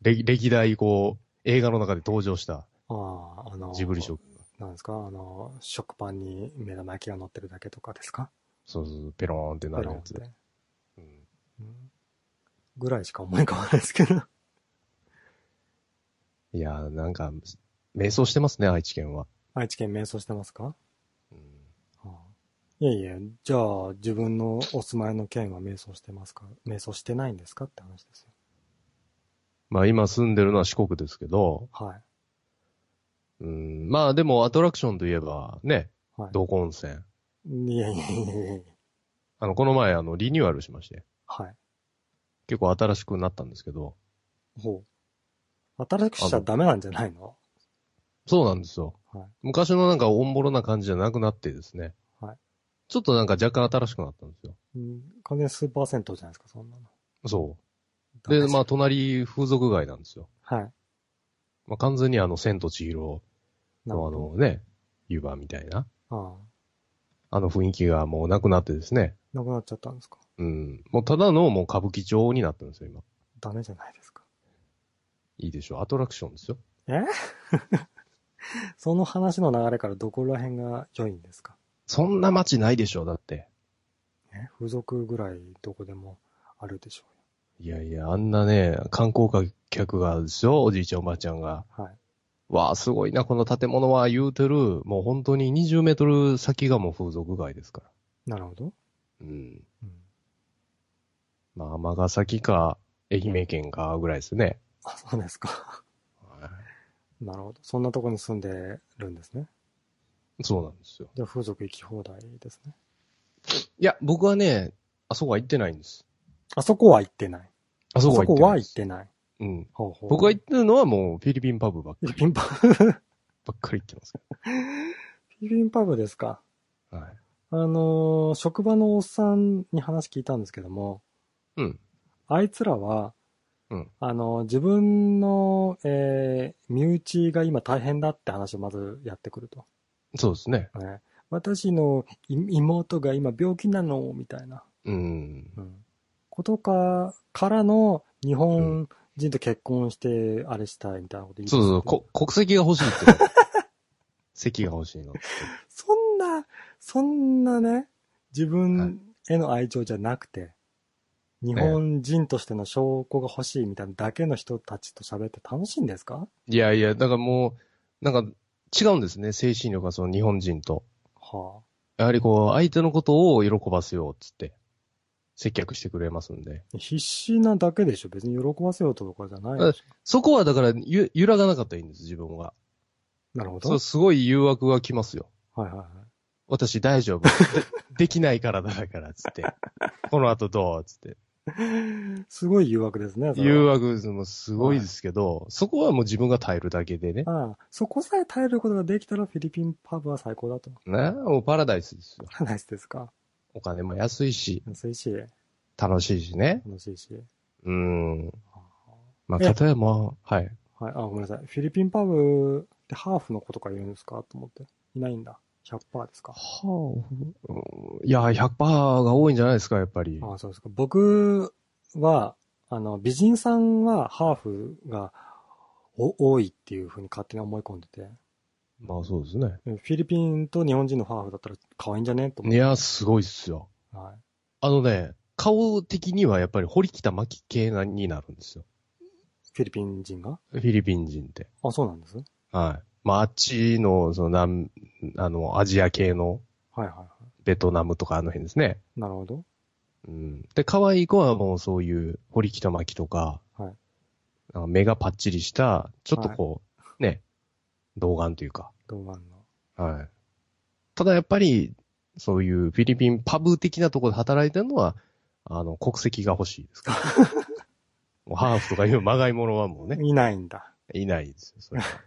S2: 歴歴代、こう、映画の中で登場した
S1: ああ、あの、
S2: ジブリ食。
S1: なんですかあの、食パンに目玉焼きが乗ってるだけとかですか
S2: そうそう、ペローンってなるやつ
S1: ペ。ロンって
S2: うん
S1: うんぐらいしか思い浮かばないですけど。
S2: いやー、なんか、迷走してますね、愛知県は。
S1: 愛知県迷走してますか、
S2: うん
S1: ああいやいや、じゃあ自分のお住まいの県は迷走してますか迷走してないんですかって話ですよ。
S2: まあ今住んでるのは四国ですけど、
S1: はい。
S2: うん、まあでもアトラクションといえばね、
S1: はい
S2: 道後温泉。
S1: いやいやいやいやいや
S2: あの、この前あの、リニューアルしまして、
S1: はい。
S2: 結構新しくなったんですけど、
S1: ほう。新しくしちゃダメなんじゃないの
S2: そうなんですよ。
S1: はい
S2: 昔のなんかオンボロな感じじゃなくなってですね。
S1: はい
S2: ちょっとなんか若干新しくなったんですよ。
S1: うん完全にスーパー銭湯じゃないですか、そんなの。
S2: そう。
S1: ダメ
S2: で、
S1: す
S2: まあ、隣風俗街なんですよ。
S1: はい。
S2: まあ、完全にあの、千と千尋
S1: なる
S2: の
S1: ほ
S2: あ
S1: ど。
S2: のね、湯葉みたいな、
S1: ああ
S2: あの雰囲気がもうなくなってですね。
S1: なくなっちゃったんですか
S2: うん。もうただのもう歌舞伎町になってるんですよ、今。
S1: ダメじゃないですか。
S2: いいでしょう。アトラクションですよ。
S1: その話の流れからどこら辺が良いんですか
S2: そんな街ないでしょう、だって。
S1: ね風俗ぐらいどこでもあるでしょ
S2: いやいや、あんなね、観光客がですよ、おじいちゃんおばあちゃんが。
S1: うよ。はい。
S2: わあ、すごいな、この建物は言うてる。もう本当に20メートル先がもう風俗街ですから。
S1: なるほど。
S2: うん。
S1: うん、
S2: まあ、尼崎か、愛媛県か、ぐらいですね。
S1: あ、そうですか。 なるほど。そんなとこに住んでるんですね。
S2: そうなんですよ。
S1: じゃあ風俗行き放題ですね。
S2: いや、僕はね、あそこは行ってないんです。
S1: あそこは行ってない。
S2: あ
S1: あ
S2: そこは行ってないん
S1: 行
S2: で
S1: っ
S2: す。
S1: てない。
S2: うん。
S1: ほうほう
S2: 僕が行ってるのはもうフィリピンパブばっか
S1: フィ
S2: り
S1: リ、ピンパ ブ。フ
S2: ばっかり行ってますけ
S1: ィリピンパブですか。
S2: ど。はい。
S1: あのー職場のおっさんに話聞いたんですけども、
S2: うん。
S1: あいつらは、
S2: うん
S1: あの、自分の、えー身内が今大変だって話をまずやってくると。
S2: そうですね。
S1: ね私のい妹が今病気なの、みたいな、
S2: うん。
S1: うんことか、からの日
S2: う
S1: 本人と結婚して、あれしたいみたいなこと言い
S2: そうそうそう
S1: こ
S2: こ、国籍が欲しい って。席が欲しいの。
S1: そんな、そんなね、自分への愛情じゃなくて、日本人としての証拠が欲しいみたいなだけの人たちと喋って楽しいんですか
S2: いやいや、だからもう、なんか違うんですね、精神力がその日本人と。
S1: は
S2: やはりこう、相手のことを喜ばせようっつって、接客してくれますんで。
S1: あ、必死なだけでしょ別に喜ばせようとかじゃないでし
S2: そこはだから、ゆ揺らがなかったらいいんです、自分は。
S1: ょなるほど。
S2: そ
S1: は
S2: う、すごい誘惑が来ますよ。
S1: いはいはい。
S2: 私大丈夫。 でできないからだから、つって。この後どうつって。
S1: すごい誘惑ですね。それは
S2: 誘惑もすごいですけど、そこはもう自分が耐えるだけでね。
S1: ああ、そこさえ耐えることができたらフィリピンパブは最高だと。
S2: なもうパラダイスですよ。
S1: ナイスですか。
S2: お金も安いし、
S1: 安いし、
S2: 楽しいしね。
S1: 楽しいし。
S2: うん。まあ、
S1: え
S2: 例えば、はい。
S1: はい、あ、ごめんなさい。フィリピンパブってハーフの子とかいるんですかと思って。いないんだ。100%ですか。
S2: はあ、いや、100%が多いんじゃないですか、やっぱり。
S1: あそうですか。僕は、あの、美人さんはハーフがお多いっていうふうに勝手に思い込んでて、
S2: まあ、そうですね。
S1: フィリピンと日本人のハーフだったら可愛いんじゃねと思っ
S2: い
S1: て。
S2: や、すごいっすよ。
S1: は
S2: あのね、顔的にはやっぱり堀北真希系なになるんですよ。
S1: い。フィリピン人が
S2: フィリピン人って。
S1: あ、そうなんです。はい
S2: はい。まあ、あっちの、その、南、あの、アジア系の
S1: はいは
S2: ベトナムとかあの辺ですね。
S1: い。なるほど。
S2: うん。で、可愛い子はもうそういう、堀北真希とか、
S1: はい
S2: なんか目がパッチリした、ちょっとこう、ね、童顔というか。
S1: 動画の。
S2: はい。ただやっぱり、そういうフィリピンパブ的なところで働いてるのは、あの、国籍が欲しいです から。もうハーフとかいうまがいものはもうね、
S1: いないんだ。
S2: いないですよ。それは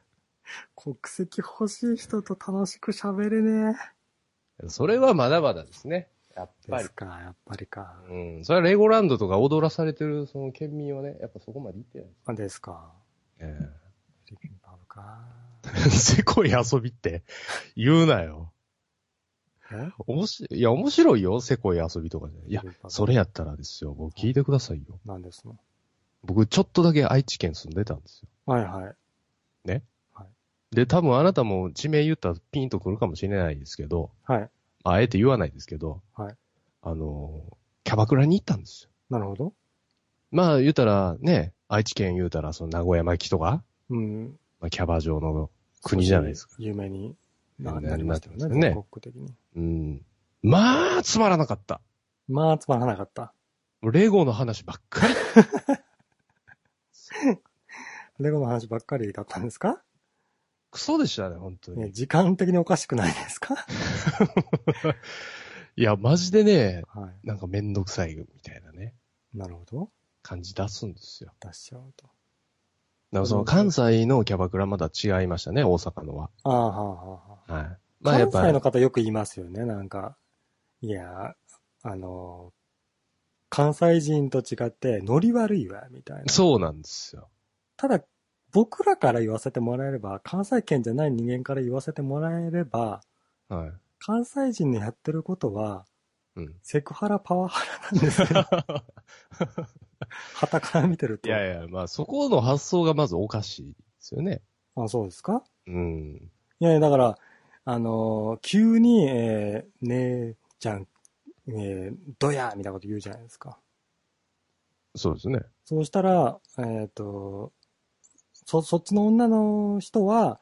S1: 国籍欲しい人と楽しく喋れね
S2: それはまだまだですね。やっ
S1: え。
S2: ぱ
S1: で
S2: り
S1: す。か、やっぱりか。
S2: うん。それはレゴランドとか踊らされてるその県民はね、やっぱそこまで行ってない。
S1: あですか。
S2: え
S1: フィリピンパブか。
S2: え せこい遊びって言うなよ。
S1: え
S2: おもし、いや、面白いよ、せこい遊びとかじゃない。いや
S1: フィリピンパ、ブ
S2: それやったらですよ、僕聞いてくださいよ。
S1: なんですの。
S2: 僕、ちょっとだけ愛知県住んでたんですよ。
S1: はいはい。
S2: で、多分あなたも地名言ったらピンとくるかもしれないですけど、
S1: はい。
S2: ああえて言わないですけど、
S1: はい
S2: あのー、キャバクラに行ったんですよ。
S1: なるほど。
S2: まあ言うたらね、愛知県言うたらその名古屋巻きとか、
S1: うん。
S2: まあ、キャバ嬢の国じゃないですか。
S1: か。有名にな
S2: な
S1: なりましたよね。
S2: なりました
S1: 全国
S2: よね
S1: 的に。
S2: うん。まあ、つまらなかった。
S1: まあ、つまらなかった。
S2: もうレゴの話ばっかり。
S1: レゴの話ばっかりだったんですか、
S2: クソでしたね、本当
S1: ね、
S2: に。
S1: 時間的におかしくないですか
S2: いや、マジでね、
S1: は
S2: なんかめんどくさいみたいなね、
S1: い。なるほど。
S2: 感じ出すんですよ。
S1: 出しちゃうと。
S2: だからその関西のキャバクラまだ違いましたね、大阪のは。
S1: ああ、はあ、はあ、はあ。
S2: はい。まあや
S1: 関
S2: っぱ
S1: 西
S2: り
S1: の。方よく言いますよね、なんか。いや、あの、関西人と違ってノリ悪いわ、みたいな。
S2: そうなんですよ。
S1: ただ、僕らから言わせてもらえれば、関西圏じゃない人間から言わせてもらえれば、
S2: はい。
S1: 関西人のやってることは、
S2: うん。
S1: セクハラパワハラなんです よ。旗から見てる
S2: い
S1: と。
S2: やいや、まあそこの発想がまずおかしいですよね。
S1: あ、そうですか
S2: うん。
S1: いやいや、だから、あのー急に、えー、姉ちゃん、えー、どやみたいなこと言うじゃないですか。
S2: そうですね。
S1: そうしたら、えっ、と、そ、そっちの女の人は、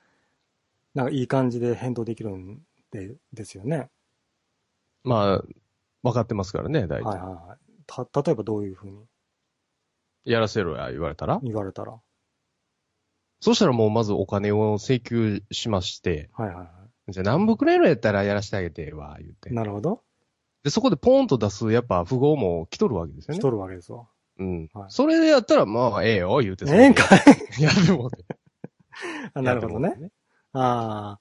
S1: なんかいい感じで返答できるんで、ですよね。
S2: まあ、分かってますからね、大
S1: はいは
S2: 体。
S1: いはい。た、例えばどういうふうに
S2: やらせろや、言われたら。
S1: 言われたら。は
S2: そしたらもうまずお金を請求しまして、
S1: いはいは
S2: じゃあ何部くらいのやったらやらしてあげてわ、言って
S1: い。。なるほど。
S2: で、そこでポンと出す、やっぱ符号も来とるわけですよ
S1: し
S2: ね
S1: と。るわけですわ。
S2: うん
S1: はい。
S2: それでやったら、まあ、ええよ、言うて。
S1: ええんかい
S2: いやってもらって。
S1: あ なるほどね。。ああ。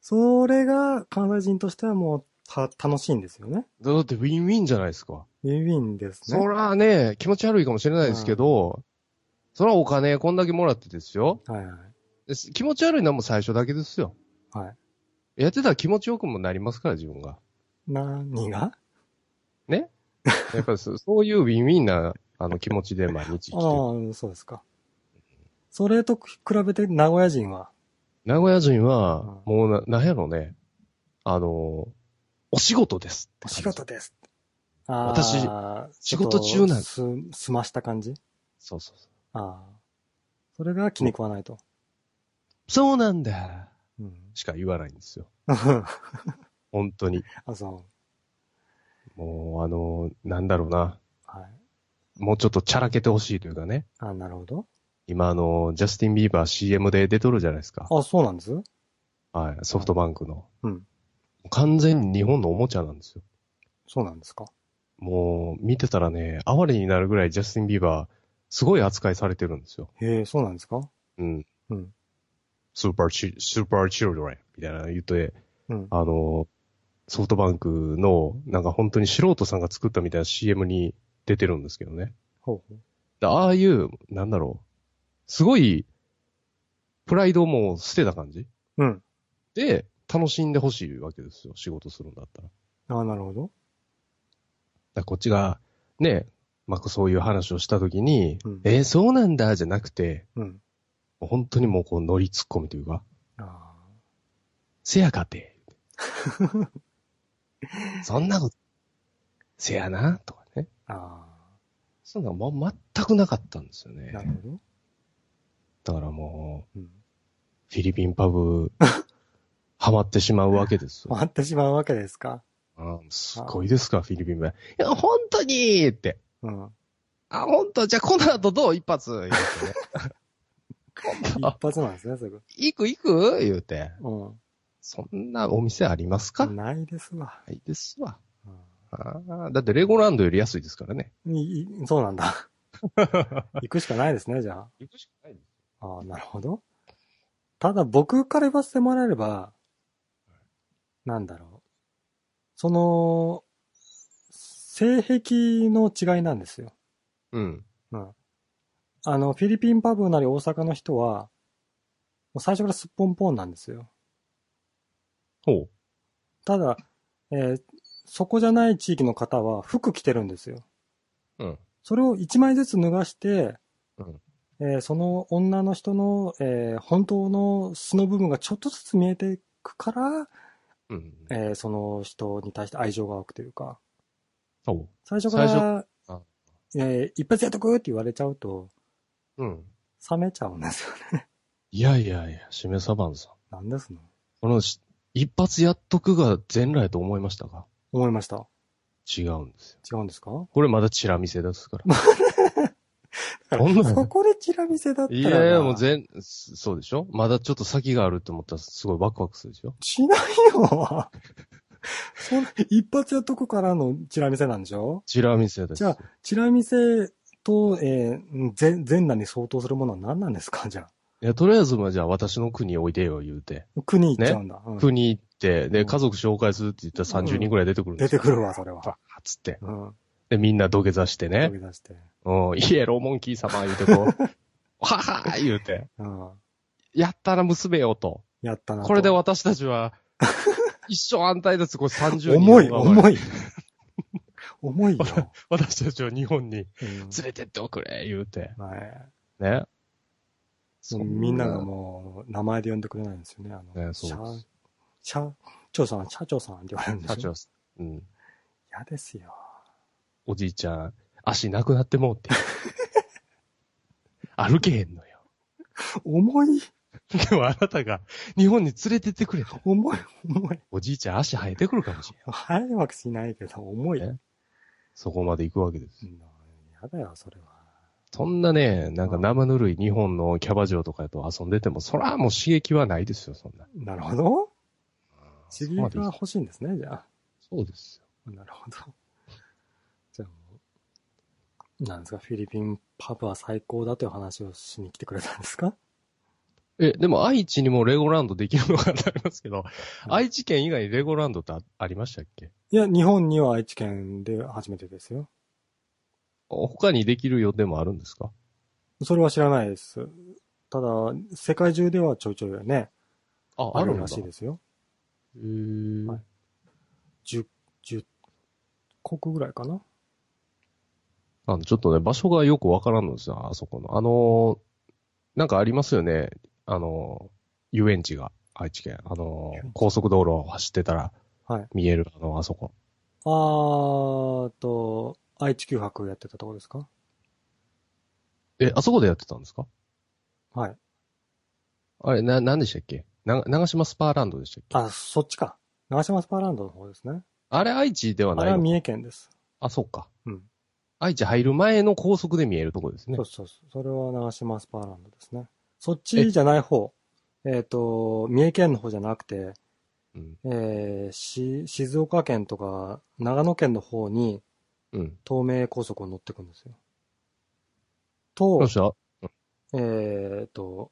S1: それが関西人としてはもうた楽しいんですよね。
S2: だってウィンウィンじゃないですか。
S1: ウィンウィンですね
S2: そ。らね、気持ち悪いかもしれないですけど、そらお金こんだけもらってですよ。
S1: はいはい。
S2: です気持ち悪いのはもう最初だけですよ。
S1: はい。
S2: やってたら気持ちよくもなりますから、自分が。
S1: 何が
S2: やっぱりそそういうウィンウィンなあの気持ちで毎日
S1: あ
S2: 生
S1: あ
S2: きてる。、
S1: そうですか。それと比べて名古屋人は、
S2: 名古屋人は、もうな、なんやろね。あのー、お仕事ですっ
S1: お
S2: て感
S1: 仕
S2: じ。
S1: 事です。あー
S2: 仕事中なん
S1: ちょっとす、済ました感じ
S2: そうそうそう。
S1: ああ。それが気に食わないと。
S2: そうなんだ。
S1: うん。
S2: しか言わないんですよ。
S1: あ、
S2: 本当に。
S1: そう。
S2: もう、あのー、なんだろうな。
S1: はい。
S2: もうちょっとちゃらけてほしいというかね。
S1: あなるほど。
S2: 今、あのー、ジャスティン・ビーバー CM で出とるじゃないですか。
S1: あ、そうなんです
S2: はい。ソフトバンクの。
S1: うん。
S2: 完全に日本のおもちゃなんですよ。
S1: そうなんですか。
S2: もう、見てたらね、哀れになるぐらいジャスティン・ビーバー、すごい扱いされてるんですよ。
S1: へえ、そうなんですか
S2: うん。
S1: うん。
S2: スーパーチ、スーパーチルドレンみたいなの言って、
S1: うん。
S2: あの、ソフトバンクの、なんか本当に素人さんが作ったみたいな CM に出てるんですけどね。
S1: ほうほう。
S2: だああいう、なんだろう。すごい、プライドをもう捨てた感じ
S1: うん。
S2: で、楽しんでほしいわけですよ。仕事するんだったら。だか
S1: あなるほど。
S2: らこっちが、ね、まあ、そういう話をしたときに、
S1: うん
S2: えーそうなんだ、じゃなくて、
S1: うん。
S2: もう本当にもうこう、乗り突っ込みというか、
S1: あ
S2: せや かて。そんなこと、せやな、とかね。
S1: あ。あ
S2: そんなのま、全くなかったんですよ
S1: あ。
S2: ね
S1: な。るほど。
S2: だからも
S1: うん。
S2: う、フィリピンパブ、ハマってしまうわけですよ。
S1: 回ってしまうわけですか。
S2: あすごいですか、フィリピンパブ。いや、本当にって。
S1: うん。
S2: あ、本当じゃあこの後どう一発 言うてね
S1: 一
S2: あ
S1: 発なんですね、すぐ。
S2: 行く行く言うて。
S1: う
S2: そんなお店ありますか
S1: ん。ないですわ。
S2: ないですわ。
S1: う
S2: あーだってレゴランドより安いですからね。
S1: んいいそうなん だ。行くしかないですね、じゃ
S2: 行くしかないです。
S1: あ。ああ、なるほど。ただ僕から言わせてもらえれば、なんだろう。その、性癖の違いなんですよ。
S2: うん。
S1: うん。あの、フィリピンパブなり大阪の人は、もう最初からすっぽんぽんなんですよ。
S2: ほう。
S1: ただ、えーそこじゃない地域の方は服着てるんですよ。
S2: うん。
S1: それを1枚ずつ脱がして、
S2: うん
S1: えーその女の人の、えー本当の素の部分がちょっとずつ見えていくから、
S2: うん。
S1: えーその人に対して愛情が湧くというか、
S2: ほ
S1: 最初から
S2: 初あ、
S1: えー一発やっとくって言われちゃうと、
S2: う。うん。
S1: 冷めちゃうんですよね。
S2: いやいやいや、しめさばんさん。
S1: なんですの
S2: このし、一発やっとくが全来と思いましたか
S1: 思いました。
S2: 違うんですよ。
S1: 違うんですか
S2: これまだチラ見せですから。そんな
S1: そ
S2: の
S1: こでチラ見せだったら
S2: い
S1: な。
S2: やいや、もう全、そそうでしょまだちょっと先があるって思ったらすごいワクワクするでしょ
S1: しないよ。そんな一発やっとくからのチラ見せなんでしょ
S2: チラ見せですよ。
S1: じチラ見せと、えー、全、全裸に相当するものは何なんですかじゃ
S2: いや、とりあえずまあじゃあ私の国おいでよ言うて。
S1: あ。国行っちゃうんだ。うん
S2: 国行って、
S1: う
S2: で、
S1: ん
S2: 家族紹介するって言ったら30人くらい出てくるんで
S1: 出
S2: すよ。
S1: てくるわ、それは。
S2: わーっつって。
S1: うん。
S2: で、みんな土下座して
S1: 飛
S2: ね
S1: び。出して。
S2: うん、イエローモンキー様言うてこう。 ははー言うて。
S1: うん。
S2: やったら娘よと。
S1: やったなと。
S2: これで私たちは、一生安泰です。これ30人。
S1: 重い、重い。重いよ。
S2: 私たちを日本に
S1: うん
S2: 連れてっておくれ、言うて。
S1: はい
S2: ね。
S1: もうみんながもう、名前で呼んでくれないんですよね。あの、
S2: ねそうです
S1: 社、社、長さん、社長さんって言われるんで
S2: 社
S1: すよ
S2: 長。さん、うん。
S1: 嫌ですよ。
S2: おじいちゃん、足なくなってもう て。歩けへんのよ。
S1: 重い、
S2: でもあなたが日本に連れてってくれた。
S1: 重い、重い。
S2: おじいちゃん足生えてくるかもしれん。
S1: 早いわけしないけど、重い。
S2: えそこまで行くわけです。
S1: うんやだよ、それは。
S2: そんなね、なんか生ぬるい日本のキャバ嬢とかと遊んでても、そらもう刺激はないですよ、そんな。
S1: なるほど。
S2: そ
S1: 刺激
S2: こま
S1: が
S2: で行く
S1: 欲しいんですね、じゃあ。
S2: そうですよ。
S1: なるほど。じゃあもう、なんですか、フィリピンパブは最高だという話をしに来てくれたんですか
S2: え、でも愛知にもレゴランドできるのかってありますけど、
S1: うん
S2: 愛知県以外にレゴランドってあありましたっけ
S1: いや、日本には愛知県で初めてですよ。
S2: 他にできる予定もあるんですか
S1: それは知らないです。ただ、世界中ではちょいちょいね、
S2: あ、
S1: あ
S2: ある
S1: る
S2: んだ
S1: ら。しいですよ。
S2: へー
S1: はい10、10国ぐらいかな
S2: あの、ちょっとね、場所がよくわからんのですよ、あそこの。あのなんかありますよね。あの、遊園地が、愛知県。あの、高速道路を走ってたら、
S1: はい
S2: 見える、あの、あそこ。
S1: あーっと、愛知九博やってたとこですか
S2: え、あそこでやってたんですか
S1: はい。
S2: あれ、な、なんでしたっけな、長島スパーランドでしたっけあ
S1: あ、そっちか。長島スパーランドの方ですね。
S2: れ、愛知では
S1: あ
S2: な
S1: れ
S2: い
S1: は
S2: の
S1: 三重県です。
S2: あ、そうか。
S1: うん。
S2: 愛知入る前の高速で見えるとこですね
S1: そう。そうそう。それは長島スパーランドですね。そっちじゃない方。えっ、と、三重県の方じゃなくて、
S2: うん。
S1: えーし、静岡県とか長野県の方に
S2: うん。
S1: 東名高速を乗ってくんですよ。
S2: ど
S1: と
S2: う、した
S1: えっ、と、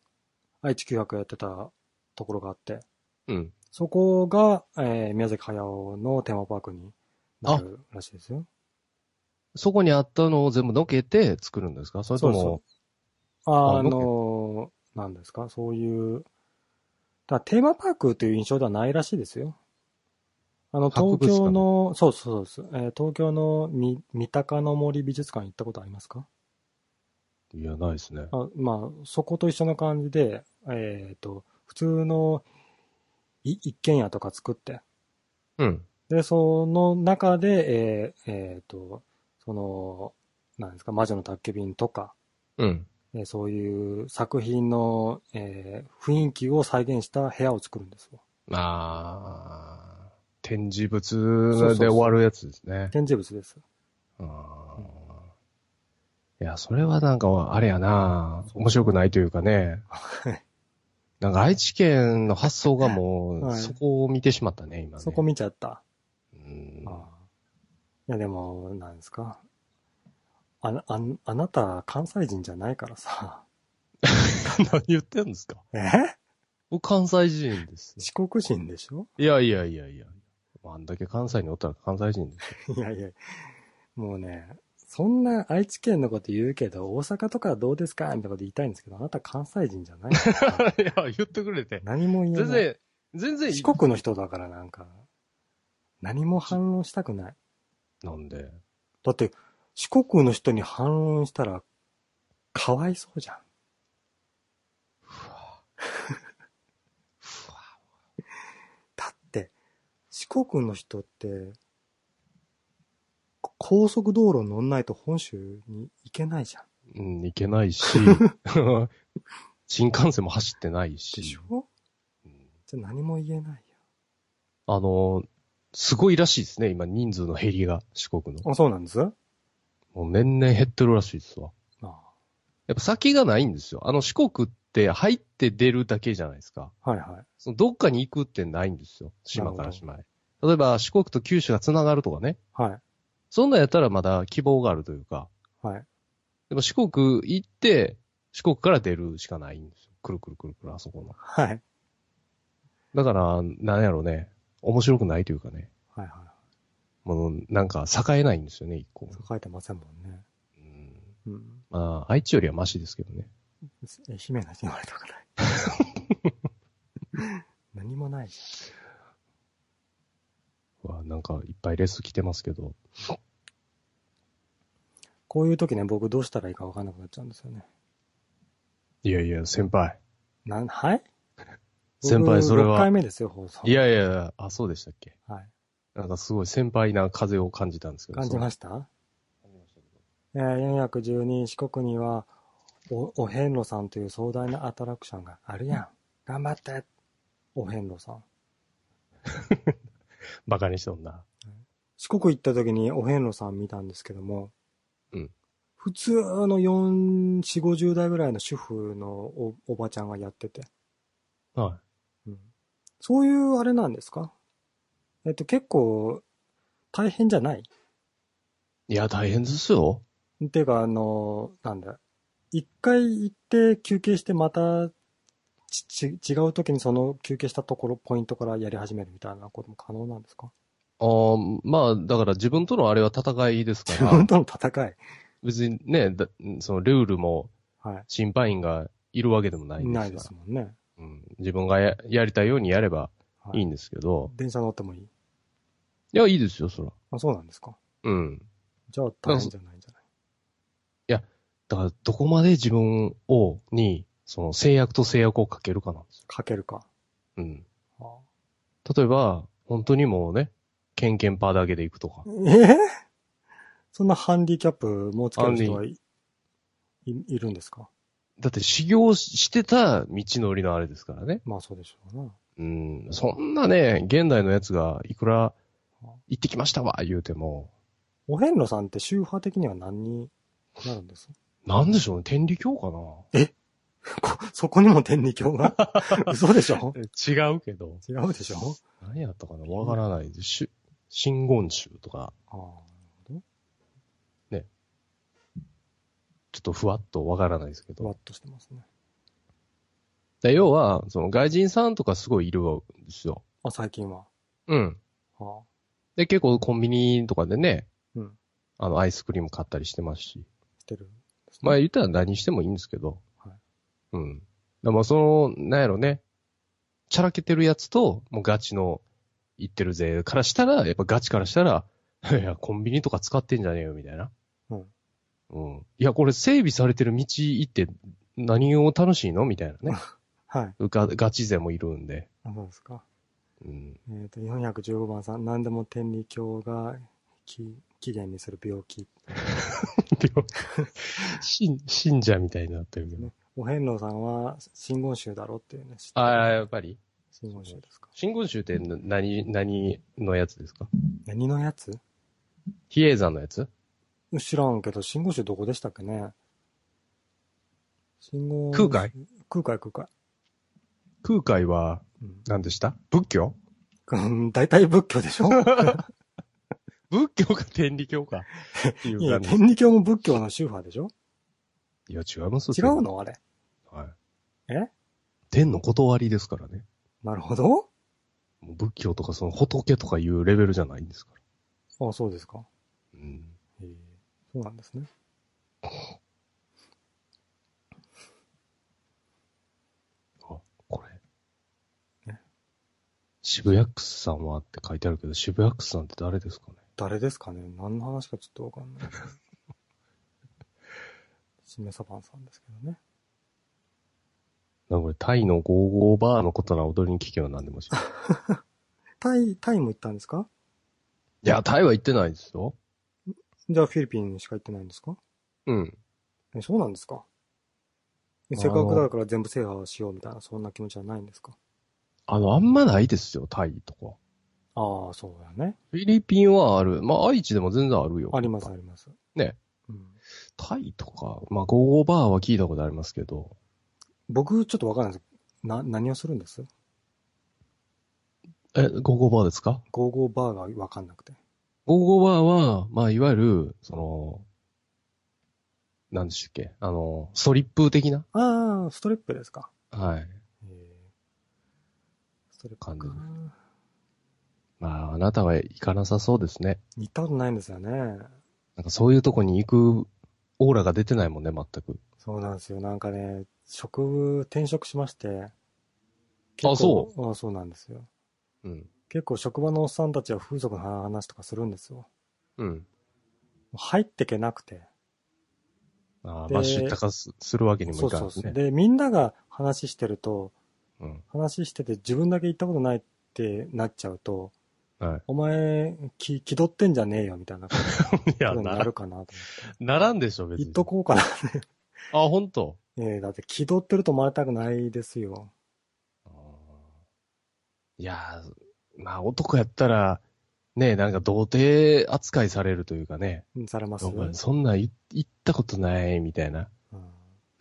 S1: 愛知九博やってたところがあって、
S2: うん。
S1: そこが、えー宮崎駿のテーマパークになるらしいですよ。
S2: そこにあったのを全部のけて作るんですかそれとも、
S1: そう
S2: あ
S1: あの、なんですか、そういう、だからテーマパークという印象ではないらしいですよ。あの、
S2: 博
S1: 東
S2: 物館
S1: 京の、そうそうそうです、えー東京のみ三鷹の森美術館行ったことありますか
S2: いや、ないですね。
S1: あまあ、そこと一緒の感じで、えっ、と、普通のい一軒家とか作って、
S2: うん。
S1: で、その中で、えっ、えーと、その、なんですか、魔女の宅急便とか、
S2: うん。
S1: えーそういう作品の、えー雰囲気を再現した部屋を作るんですよ。
S2: あー展示
S1: そう
S2: 物
S1: そ
S2: で
S1: う
S2: 終わるやつですね。
S1: 展示物です。
S2: あーいや、それはなんか、あれやな面白くないというか ね。なんか愛知県の発想がもう、
S1: はい
S2: そこを見てしまったね、今ね。
S1: そこ見ちゃった。
S2: うん
S1: ああいや、でも、なんですか。あな、あんあなた、関西人じゃないからさ。
S2: 何言ってんですか
S1: え
S2: 僕関西人 ですよ。
S1: 四国人でしょ
S2: いやいやいやいや。あんだけ関西におったら関西人ですよ。
S1: いやいや、もうね、そんな愛知県のこと言うけど、大阪とかどうですかみたいなこと言いたいんですけど、あなた関西人じゃ ないから。
S2: いや、言ってくれて。
S1: 何も言え
S2: 全
S1: ない。
S2: 然、全然、
S1: 四国の人だからなんか、何も反論したくない。
S2: なんで。
S1: だって、四国の人に反論したら、かわいそうじゃん。 だって、四国の人って、こ高速道路乗んないと本州に行けないじゃん。
S2: うん、行けな いし、新幹線も走ってない
S1: でし
S2: し、
S1: ょじゃあ何も言えない
S2: あの、すごいらしいですね、今人数の減りが、四国の。
S1: よ。あ、そうなんですあ
S2: もう年々減ってるらしいですわ。
S1: あ
S2: やっぱ先がないんですよ。あの四国って入って出るだけじゃないですか。
S1: はいはい。
S2: そのどっかに行くってないんですよ。島から島へ。例えば四国と九州が繋がるとかね。
S1: はい。
S2: そんなんやったらまだ希望があるというか。
S1: はい。
S2: でも四国行って、四国から出るしかないんですよ。くるくるくるくる、あそこの。
S1: はい。はい
S2: だから、なんやろうね。面白くないというかね。
S1: はい。
S2: もう、なんか、栄えないんですよね、一個も。
S1: そう書いてませんもんね。
S2: うん
S1: うん。
S2: まあ、愛知よりはマシですけどね。
S1: 愛媛の人に言われたくない。何もない じ
S2: わあなんか、いっぱいレッスン来てますけど。
S1: ゃん。こういう時ね、僕どうしたらいいか分かんなくなっちゃうんですよね。
S2: いやいや、先輩。
S1: なん、はい
S2: 先輩、それ
S1: 6
S2: は
S1: 回。目ですよ、放送。
S2: いやいや、あ、そうでしたっけ。
S1: は
S2: なんか、すごい先輩な風を感じたんですけ
S1: い。
S2: ど。
S1: 感じま
S2: し
S1: したえー、412四国には、お、お遍路さんという壮大なアトラクションがあるやん。頑張ってお遍路さん。
S2: た。バカにしとんな。
S1: 四国行った時にお遍路さん見たんですけども、
S2: うん
S1: 普通の4、4、50代ぐらいの主婦のおおばちゃんがやってて、
S2: は
S1: うんそういうあれなんですかえっと結構大変じゃない
S2: い。いや、大変ですよ。
S1: っていうかあの、なんだ、一回行って休憩してまたちち違う時にその休憩したところ、ポイントからやり始めるみたいなことも可能なんですか
S2: あーまあ、だから自分とのあれは戦いです か
S1: 自
S2: ら
S1: 分、との戦い。
S2: 別にね、だそのルールも
S1: は。
S2: 審判員がいるわけでもないいんですから
S1: ないですもんね。
S2: うん、自分がややりたいようにやれば
S1: はい
S2: いいんですけど、
S1: 電車乗ってもいい。
S2: い、や、いいですよ、そら。
S1: あ、そうなんですか
S2: うん。
S1: じゃあ大変じゃないんじゃない
S2: だから、どこまで自分を、にその制約と制約をかけるかなんですよ。
S1: かけるか。
S2: うん。
S1: あ
S2: 例えば、本当にもうね、ケンケンパーだけで行くとか。
S1: えー そんなハンディキャップもつける人はい、いいるんですか
S2: だって修行してた道のりのあれですからね。
S1: まあそうでしょうね。
S2: うん。そんなね、現代のやつがいくら行ってきましたわ、言うても、
S1: お遍路さんって宗派的には何になるんです
S2: なんでしょうね、天理教かな
S1: こそこにも天理教 が嘘でしょ
S2: 違うけど。
S1: 違うでしょ
S2: 何やったかなわからない。し真言宗とか、
S1: あ
S2: ちょっとふわっとわからないですけ
S1: あ、ふわ
S2: ど。
S1: っとしてますね。
S2: で要は、その外人さんとかすごいいるんですよ。
S1: あ、最近は。
S2: うん。
S1: あ
S2: で、結構コンビニとかでね、
S1: うん
S2: あの、アイスクリーム買ったりしてますし。
S1: してる。
S2: まあ言ったら何してもいいんですけど。
S1: はい
S2: うん。だからまあその、なんやろね。ちゃらけてるやつと、もうガチの、言ってるぜからしたら、やっぱガチからしたら、 いや、コンビニとか使ってんじゃねえよ、みたいな。
S1: うん。
S2: うん。いや、これ整備されてる道行って何を楽しいのみたい なね。
S1: はい。
S2: ガガチ勢もいるんで。
S1: あそうですか。
S2: うん。
S1: えっ、と、415番さん、何でも天理教がき起源にする病気。
S2: でも信信者みたいになってるけど。
S1: お遍路さんは真言宗だろっていうね。知ってる
S2: ああ、やっぱり
S1: 真言宗ですか。
S2: 新言宗ってな何、何のやつですか
S1: 何のやつ
S2: 比叡山のやつ
S1: 知らんけど、真言宗どこでしたっけね真言
S2: 空海
S1: 空海空海。
S2: 空海は
S1: うん
S2: 何でした仏教
S1: うん、 大体仏教で しょ
S2: 仏教か天理教か。っていう
S1: いや、
S2: 感じ
S1: 天理教も仏教の宗派でしょ
S2: いや、違いますよ
S1: 違うのあれ。
S2: はい。
S1: え
S2: 天の断りですからね。
S1: なるほど。
S2: もう仏教とかその仏とかいうレベルじゃないんですから。
S1: あそうですか。
S2: うん。
S1: へえそうなんですね。
S2: これ
S1: え。
S2: 渋谷区さんはって書いてあるけど、渋谷区さんって誰ですかね
S1: 誰ですかね何の話かちょっとわかんない。 しめさばんさんですけどね。
S2: なんかこれ、タイのゴーゴーバーのことなら踊りに聞けば何でもします。
S1: タイ、タイも行ったんですか
S2: いや、タイは行ってないですよ。
S1: じゃあフィリピンしか行ってないんですか
S2: うん。
S1: えそうなんですかえ
S2: あの
S1: せっかくだから全部制覇しようみたいな、そんな気持ちはないんですか
S2: あの、あんまないですよ、タイとか。
S1: ああ、そうだよね。
S2: フィリピンはある。まあ、愛知でも全然あるよ。
S1: あります、あります。
S2: ね。
S1: うん。
S2: タイとか、まあ、ゴーゴーバーは聞いたことありますけど、
S1: 僕、ちょっとわかんないです。な、何をするんです
S2: え、ゴーゴーバーですか
S1: ゴーゴーバーがわかんなくて。
S2: ゴーゴーバーは、まあ、いわゆる、その、なんでしたっけあの、ストリップ的な
S1: ああ、ストリップですか。
S2: はい。
S1: えー、ストリップ
S2: 感じ
S1: か
S2: で。まあ、あなたは行かなさそうですね。
S1: 行ったことないんですよね。
S2: なんかそういうとこに行くオーラが出てないもんね、全く。
S1: そうなんですよ。なんかね、職、転職しまして。
S2: そう
S1: あそうなんですよ。
S2: うん。
S1: 結構職場のおっさんたちは風俗の話とかするんですよ。
S2: うん。
S1: 入ってけなくて。
S2: ああ、
S1: で
S2: バッシュ高すするわけに
S1: そ
S2: も
S1: う
S2: いか
S1: そ
S2: な
S1: う
S2: いです
S1: そう。
S2: ね。
S1: で、みんなが話してると、
S2: うん。
S1: 話してて自分だけ行ったことないってなっちゃうと、
S2: はい。
S1: お前、き、気取ってんじゃねえよ、みたいなこ
S2: いや、
S1: とにな
S2: な
S1: る
S2: ら、
S1: かなと思って。
S2: ならんでしょ、別に。
S1: 言っとこうかな。
S2: あ、ほんと。
S1: ええだって気取ってると思われたくないですよ。
S2: あーいやー、まあ男やったら、ねなんか童貞扱いされるというかね、
S1: うんされます
S2: お
S1: よ。う
S2: 前
S1: ん
S2: そんなん言言ったことない、みたいな。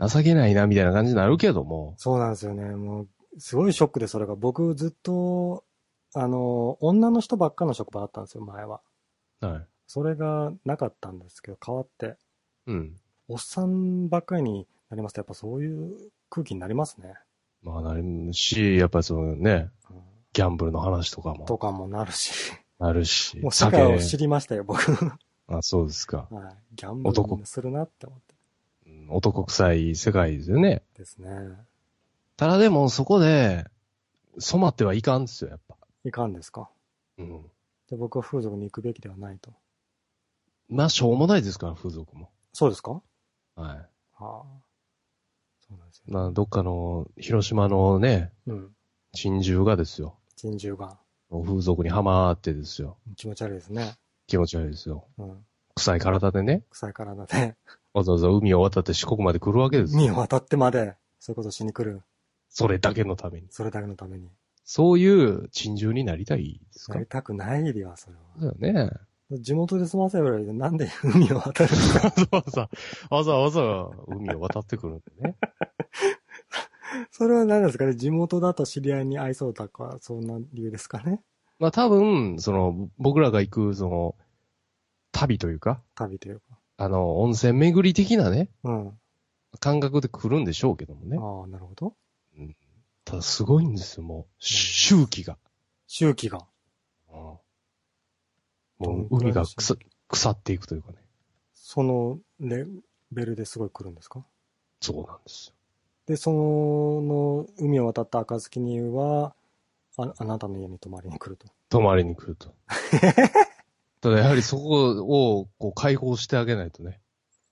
S2: 情けないな、みたいな感じになるけども。
S1: そうなんですよね。もう、すごいショックで、それが。僕ずっと、あの、女の人ばっかの職場だったんですよ、前は。
S2: はい。
S1: それがなかったんですけど、変わって。
S2: うん。
S1: おっさんばっかりになりますと、やっぱそういう空気になりますね。
S2: まあなるし、やっぱりそのね、
S1: うん
S2: ギャンブルの話とかも
S1: とかもなるし。
S2: なるし。
S1: もう世界を知りましたよ、僕。は
S2: あ、そうですか。
S1: い。ギャンブルするなって思って
S2: うん男臭い世界ですよね。
S1: ですね。
S2: ただでもそこで、染まってはいかんですよ、やっぱ。
S1: いかんですか。
S2: うん。
S1: で僕は風俗に行くべきではないと。
S2: まあしょうもないですから、風俗も。
S1: そうですか
S2: はい。
S1: ああ。そうなんですよ。
S2: などっかの、広島のね、
S1: うん。
S2: 珍獣がですよ。
S1: 珍獣が。
S2: 風俗にハマってですよ。
S1: 気持ち悪いですね。
S2: 気持ち悪いですよ。
S1: うん。
S2: 臭い体でね、
S1: 臭い体で、
S2: わざわざ海を渡って四国まで来るわけですよ。
S1: 海を渡ってまで、そういうことしに来る。
S2: それだけのために。
S1: それだけのために。
S2: そういう珍獣になりたいです
S1: や
S2: か
S1: りたくないでは、それは。
S2: そうだよね。
S1: 地元で済ませばいいのになんで海を渡るんだ
S2: わざわざ、わざわざ海を渡ってくるんでね。
S1: それは何ですかね地元だと知り合いに愛想だから、そんな理由ですかね
S2: まあ多分、その、僕らが行く、その、旅というか、
S1: 旅というか。
S2: あの、温泉巡り的なね、
S1: うん。
S2: 感覚で来るんでしょうけどもね。
S1: ああ、なるほど。
S2: ただすごいんですよ、もう。周期が。
S1: 周期が。
S2: うんもう海が腐腐っていくというかね。
S1: そのレベルですごい来るんですか
S2: そうなんですよ。
S1: で、その、海を渡った暁には、ああなたの家に泊まりに来ると。
S2: 泊まりに来 ると。ただやはりそこをこう解放してあげないとね、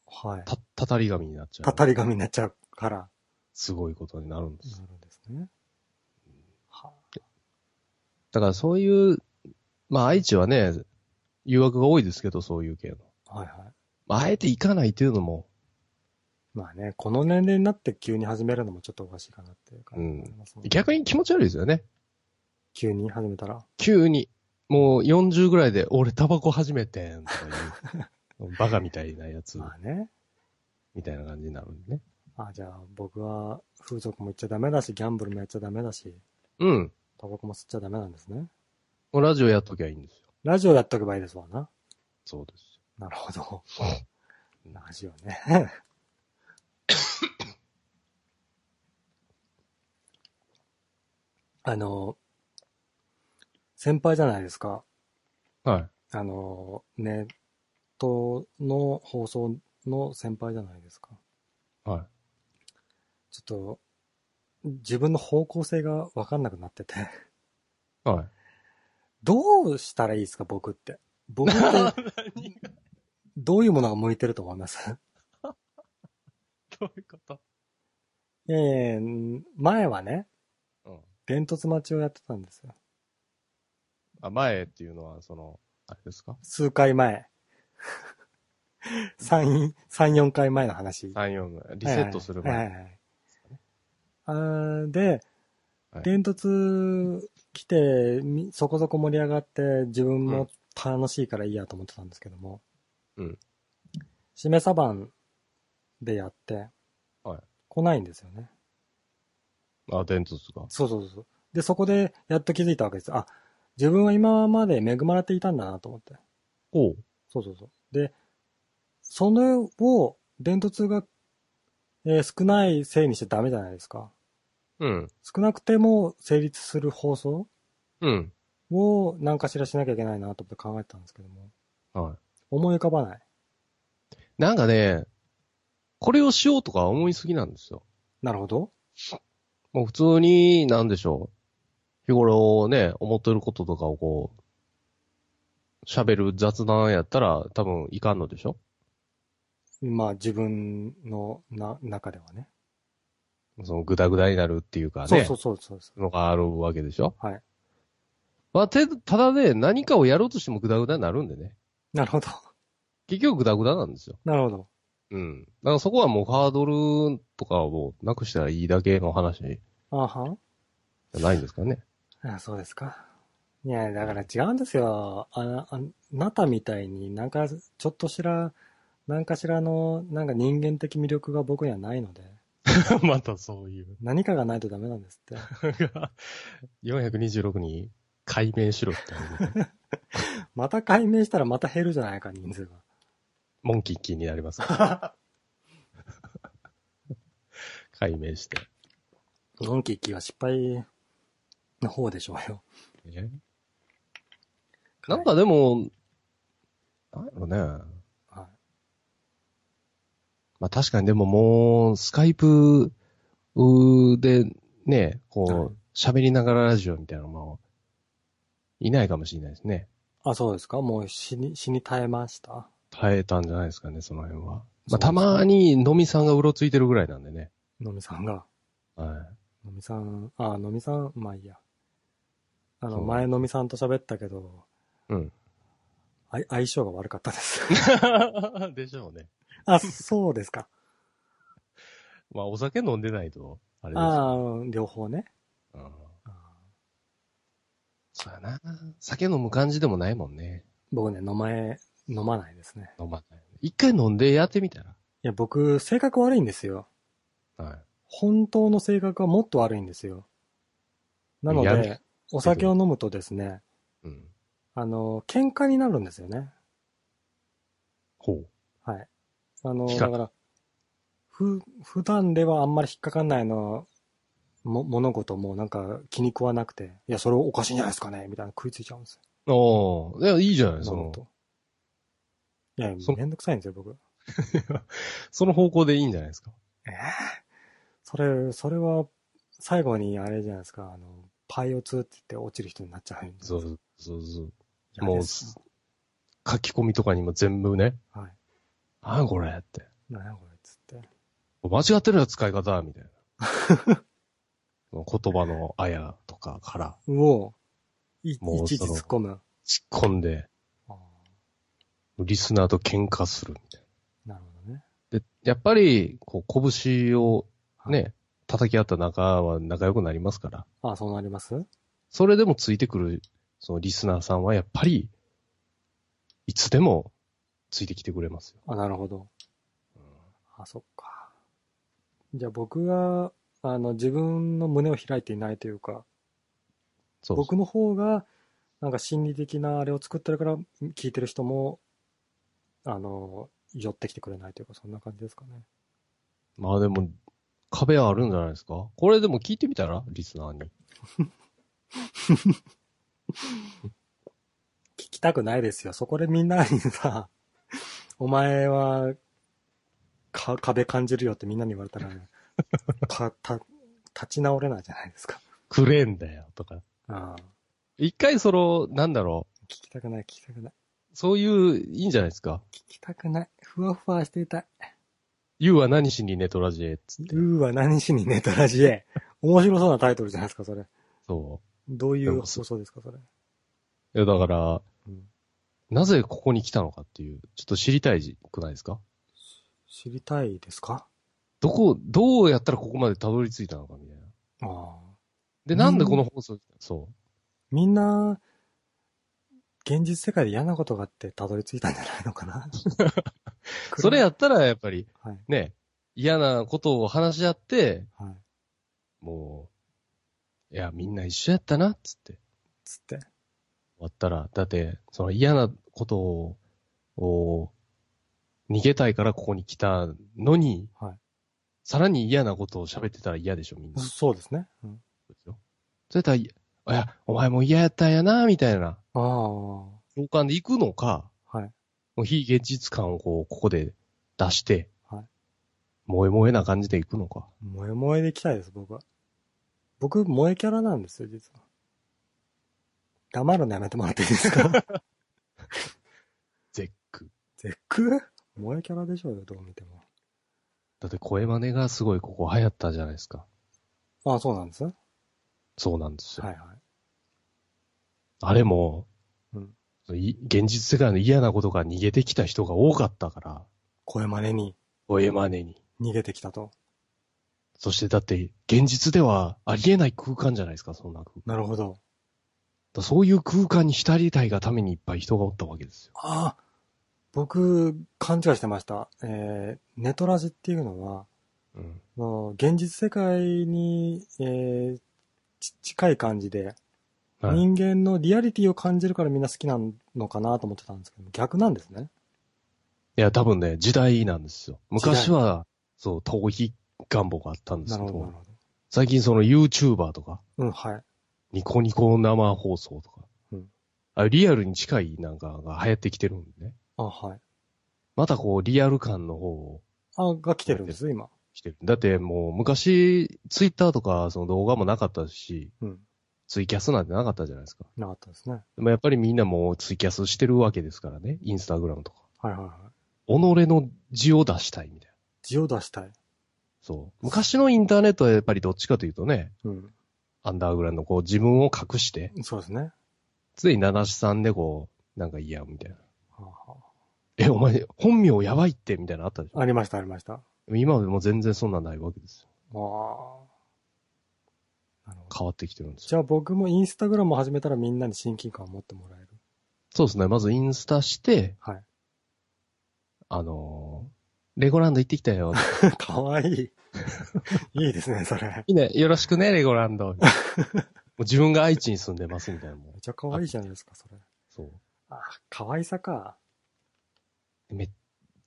S1: はい。
S2: た、たたり神になっちゃう。
S1: たたり神になっちゃうから、
S2: すごいことになるんです。
S1: なるんですね。は
S2: だからそういう、まあ愛知はね、誘惑が多いですけど、そういう系の。
S1: はいはい。
S2: まあ、あえて行かないっていうのも、
S1: まあね、この年齢になって急に始めるのもちょっとおかしいかなっていう感じがありますもんね
S2: 逆に気持ち悪いですよね。
S1: 急に始めたら。
S2: 急に。もう40ぐらいで、俺タバコ始めてんとか いう、バカみたいなやつ、
S1: まあね。
S2: みたいな感じになるんでね。
S1: あじゃあ僕は風俗も行っちゃダメだし、ギャンブルもやっちゃダメだし、
S2: うん。
S1: タバコも吸っちゃダメなんですね。
S2: もうラジオやっときゃいいんですよ。
S1: ラジオやっとけばいいですわな。
S2: そうです
S1: なるほど。ラジオね。 あの、先輩じゃないですか。
S2: よ。はい。
S1: あの、ネットの放送の先輩じゃないですか。
S2: は
S1: ちょっと、自分の方向性がわかんなくなって て。
S2: い。はい。
S1: どうしたらいいですか、僕って。僕って、どういうものが向いてると思います
S2: どういうこと
S1: いやいやいや前はね、
S2: うん。
S1: 伝突待ちをやってたんですよ。
S2: あ、前っていうのは、その、あれですか
S1: 数回前。3、三4回前の話。
S2: ?3、4、リセットする前。
S1: はいはいはいあーで
S2: は、い
S1: 伝突来て、みそこそこ盛り上がって、自分も楽しいからいいやと思ってたんですけども。
S2: うん。
S1: しめさばんでやって、
S2: はい
S1: 来ないんですよね。
S2: あ、伝統ですか
S1: そうそうそう。で、そこでやっと気づいたわけです。あ、自分は今まで恵まれていたんだなと思って。
S2: おう。
S1: そうそうそう。で、それを、伝突が、えー少ないせいにしちゃダメじゃないですか。
S2: うん。
S1: 少なくても成立する放送
S2: うん。
S1: を何かしらしなきゃいけないなと思って考えてたんですけども、
S2: は
S1: 思い浮かばない。
S2: い。なんかね、これをしようとか思いすぎなんですよ。
S1: なるほど。
S2: もう普通に、なんでしょう。日頃ね、思ってることとかをこう、喋る雑談やったら多分いかんのでしょ
S1: まあ自分のな中ではね。
S2: そのグダグダになるっていうかね。
S1: そうそうそうそうそ
S2: のがあるわけでしょ
S1: はい。
S2: まあ、て、ただね、何かをやろうとしてもグダグダになるんでね。
S1: う。なるほど。
S2: 結局グダグダなんですよ。
S1: なるほど。
S2: うん。だからそこはもうハードルとかをもうなくしたらいいだけの話じ
S1: あは
S2: ゃないんですかね。
S1: あそうですか。いや、だから違うんですよ。あな、あなたみたいになんかちょっとしら、なんかしらの、なんか人間的魅力が僕にはないので、
S2: またそういう。
S1: 何かがないとダメなんですって。
S2: 426に解明しろって話。
S1: また解明したらまた減るじゃないか、人数が。
S2: モンキッキーになります。解明して。
S1: ドンキッキーは失敗の方でしょうよ。
S2: なんかでも、なんやろね。
S1: は
S2: まあ確かにでももう、スカイプでね、
S1: は
S2: こう、喋りながらラジオみたいなのも、いないかもしれないですね。
S1: い。あ、そうですかもう死に、死に耐えました
S2: 耐えたんじゃないですかね、その辺は。
S1: そう
S2: まあ
S1: ですね
S2: たまに、のみさんがうろついてるぐらいなんでね。
S1: のみさんが、
S2: は
S1: のみさん、あ、のみさん、まあいいや。あの、
S2: そう
S1: 前のみさんと喋ったけど、
S2: い。うん。
S1: あい相性が悪かった です。
S2: でしょうね。
S1: あ、そうですか。
S2: まあ、お酒飲んでないと、あれです
S1: ああ
S2: よ、
S1: ー、両方ね。
S2: うん。
S1: あー
S2: そうやな。酒飲む感じでもないもんね。
S1: 僕ね、飲まえ、飲まないですね。
S2: 飲まない。一回飲んでやってみたら。
S1: いや、僕、性格悪いんですよ。
S2: はい。
S1: 本当の性格はもっと悪いんですよ。なの
S2: やる
S1: で、お酒を飲むとですね、
S2: うん。
S1: あの、喧嘩になるんですよね。
S2: ほう。
S1: はい。あの、
S2: 比
S1: だ
S2: 較
S1: から、ふ、普段ではあんまり引っかかんないの、も、物事もなんか気に食わなくて、いや、それおかしいんじゃないですかねみたいな食いついちゃうんです
S2: おーいや、いいじゃない、
S1: よ。
S2: そ
S1: 飲
S2: の
S1: む、と。いや、
S2: その
S1: めんどくさいんですよ、僕。
S2: その方向でいいんじゃないですか。
S1: えーそれ、それは、最後にあれじゃないですか、あの、パイオツって言って落ちる人になっちゃうんです
S2: そうそうそうそう。
S1: 嫌
S2: もう
S1: です
S2: 書き込みとかにも全部ね、
S1: はい。
S2: なんやこれって。
S1: なんやこれ、つって。
S2: 間違ってるよ、使い方みた いな。言葉のあやとかから
S1: うおい、い
S2: もう
S1: ちいち
S2: その
S1: 突っ込む。
S2: 突っ込んで、
S1: あ
S2: リスナーと喧嘩するみたい
S1: ーなるほどね。
S2: な。で、やっぱり、こう、拳を
S1: はい
S2: ね、叩き合った仲は仲良くなりますから、
S1: あ、そうなります
S2: それでもついてくる、そのリスナーさんはやっぱり、いつでもついてきてくれますよ。
S1: あ、なるほど。あ、そっか。じゃあ僕が、あの、自分の胸を開いていないというか、
S2: そう
S1: 僕の方が、なんか心理的なあれを作ってるから、聞いてる人も、あの、寄ってきてくれないというか、そんな感じですかね。
S2: まあでも、壁はあるんじゃないですかこれでも聞いてみたらリスナーに。
S1: 聞きたくないですよ。そこでみんなにさ、 お前は、か、壁感じるよってみんなに言われたら ね、か、た、立ち直れないじゃないですか。
S2: くれんだよ、とか。
S1: ああ、
S2: 一回その、なんだろ
S1: 聞きたくない、聞きたくない、
S2: う。そういう、いいんじゃないですか
S1: 聞きたくない。ふわふわしていたい。
S2: You は何しにネトラジエっつって。
S1: うーわ、何しにネタラジ エ。面白そうなタイトルじゃないですか、それ。
S2: そ
S1: どうい
S2: で
S1: う
S2: もそ
S1: 放送ですか、それ。
S2: う。いや、だから、
S1: うん
S2: なぜここに来たのかっていう、ちょっと知りたいくないですか
S1: 知りたいですか
S2: どこ、どうやったらここまでたどり着いたのかみたいな。
S1: ああ。
S2: で、なんでこの放送、そ
S1: みんな、現実世界で嫌なことがあってたどり着いたんじゃないのか な。
S2: う。それやったらやっぱり、
S1: はい。
S2: ね、嫌なことを話し合って、
S1: はい。
S2: もう、いや、みんな一緒やったな、つって。
S1: つって。
S2: 終わったら、だって、その嫌なことを、を逃げたいからここに来たのに、
S1: はい
S2: さらに嫌なことを喋ってたら嫌でしょ、みんな。そ
S1: そうですね。うん、
S2: うですよそれだったら、いや、お前も嫌やったんやな、みたいな、
S1: ああ、
S2: 共感で行くのか、
S1: はい。
S2: もう非現実感をこう、ここで出して、
S1: はい
S2: 萌え萌えな感じで行くのか。
S1: 萌え萌えでいきたいです、僕は。僕、萌えキャラなんですよ、実は。黙るのやめてもらっていいですか
S2: 絶句。
S1: 絶句萌えキャラでしょうよ、どう見ても。
S2: だって声真似がすごいここ流行ったじゃないですか。
S1: ああ、そうなんですね。
S2: そうなんですよ。
S1: はいはい。
S2: あれも、
S1: うん
S2: い現実世界の嫌なことから逃げてきた人が多かったから、
S1: 声真似に
S2: 声真似に。
S1: 逃げてきたと。
S2: そしてだって、現実ではありえない空間じゃないですか、そんな空間。
S1: なるほど。
S2: だそういう空間に浸りたいがためにいっぱい人がおったわけですよ。
S1: ああ、僕、勘違いしてました。えー、ネトラジっていうのは、
S2: うん。
S1: あの現実世界に、えーち近い感じで、
S2: はい、
S1: 人間のリアリティを感じるからみんな好きなのかなと思ってたんですけど、逆なんですね。
S2: いや、多分ね、時代なんですよ。昔は、そう、逃避願望があったんで
S1: な
S2: す
S1: る
S2: け
S1: ほど、な
S2: ど
S1: る、ほ
S2: 最近その YouTuber とか、
S1: ど。うん、はい。
S2: ニコニコ生放送とか、
S1: うん
S2: ああいうリアルに近いなんかが流行ってきてるんでね。
S1: あ、はい。
S2: またこう、リアル感の方を
S1: あ、が来てるんです、今。
S2: してる。だってもう昔、ツイッターとかその動画もなかったし、
S1: うん。
S2: ツイキャスなんてなかったじゃないですか。
S1: なかったですね。
S2: でもやっぱりみんなもうツイキャスしてるわけですからね。インスタグラムとか。
S1: はいはいはい。
S2: 己の字を出したいみたいな。
S1: 字を出したい。
S2: そう。昔のインターネットはやっぱりどっちかというとね、
S1: うん。
S2: アンダーグラウンド、こう自分を隠して、
S1: そうですね。
S2: 常に七七三でこう、なんかいいや、みたいな。
S1: はあは
S2: え、お前、本名やばいって、みたいなのあったでし
S1: あありました、ありました。あ
S2: ょ。今はもう全然そんなんないわけですよ。
S1: あ。なるほど。
S2: 変わってきてるんです
S1: じ
S2: よ。
S1: ゃあ僕もインスタグラムを始めたらみんなに親近感を持ってもらえる。
S2: そうですね。まずインスタして、
S1: はい。
S2: あのーレゴランド行ってき たよ。
S1: かわいい。 いいですね、それ。
S2: いいね、よろしくね、レゴラ ンド。もう自分が愛知に住んでますみたいなもん
S1: めっ。ちゃかわいいじゃないですか、それ。
S2: そう。
S1: あ、かわいさか。
S2: めち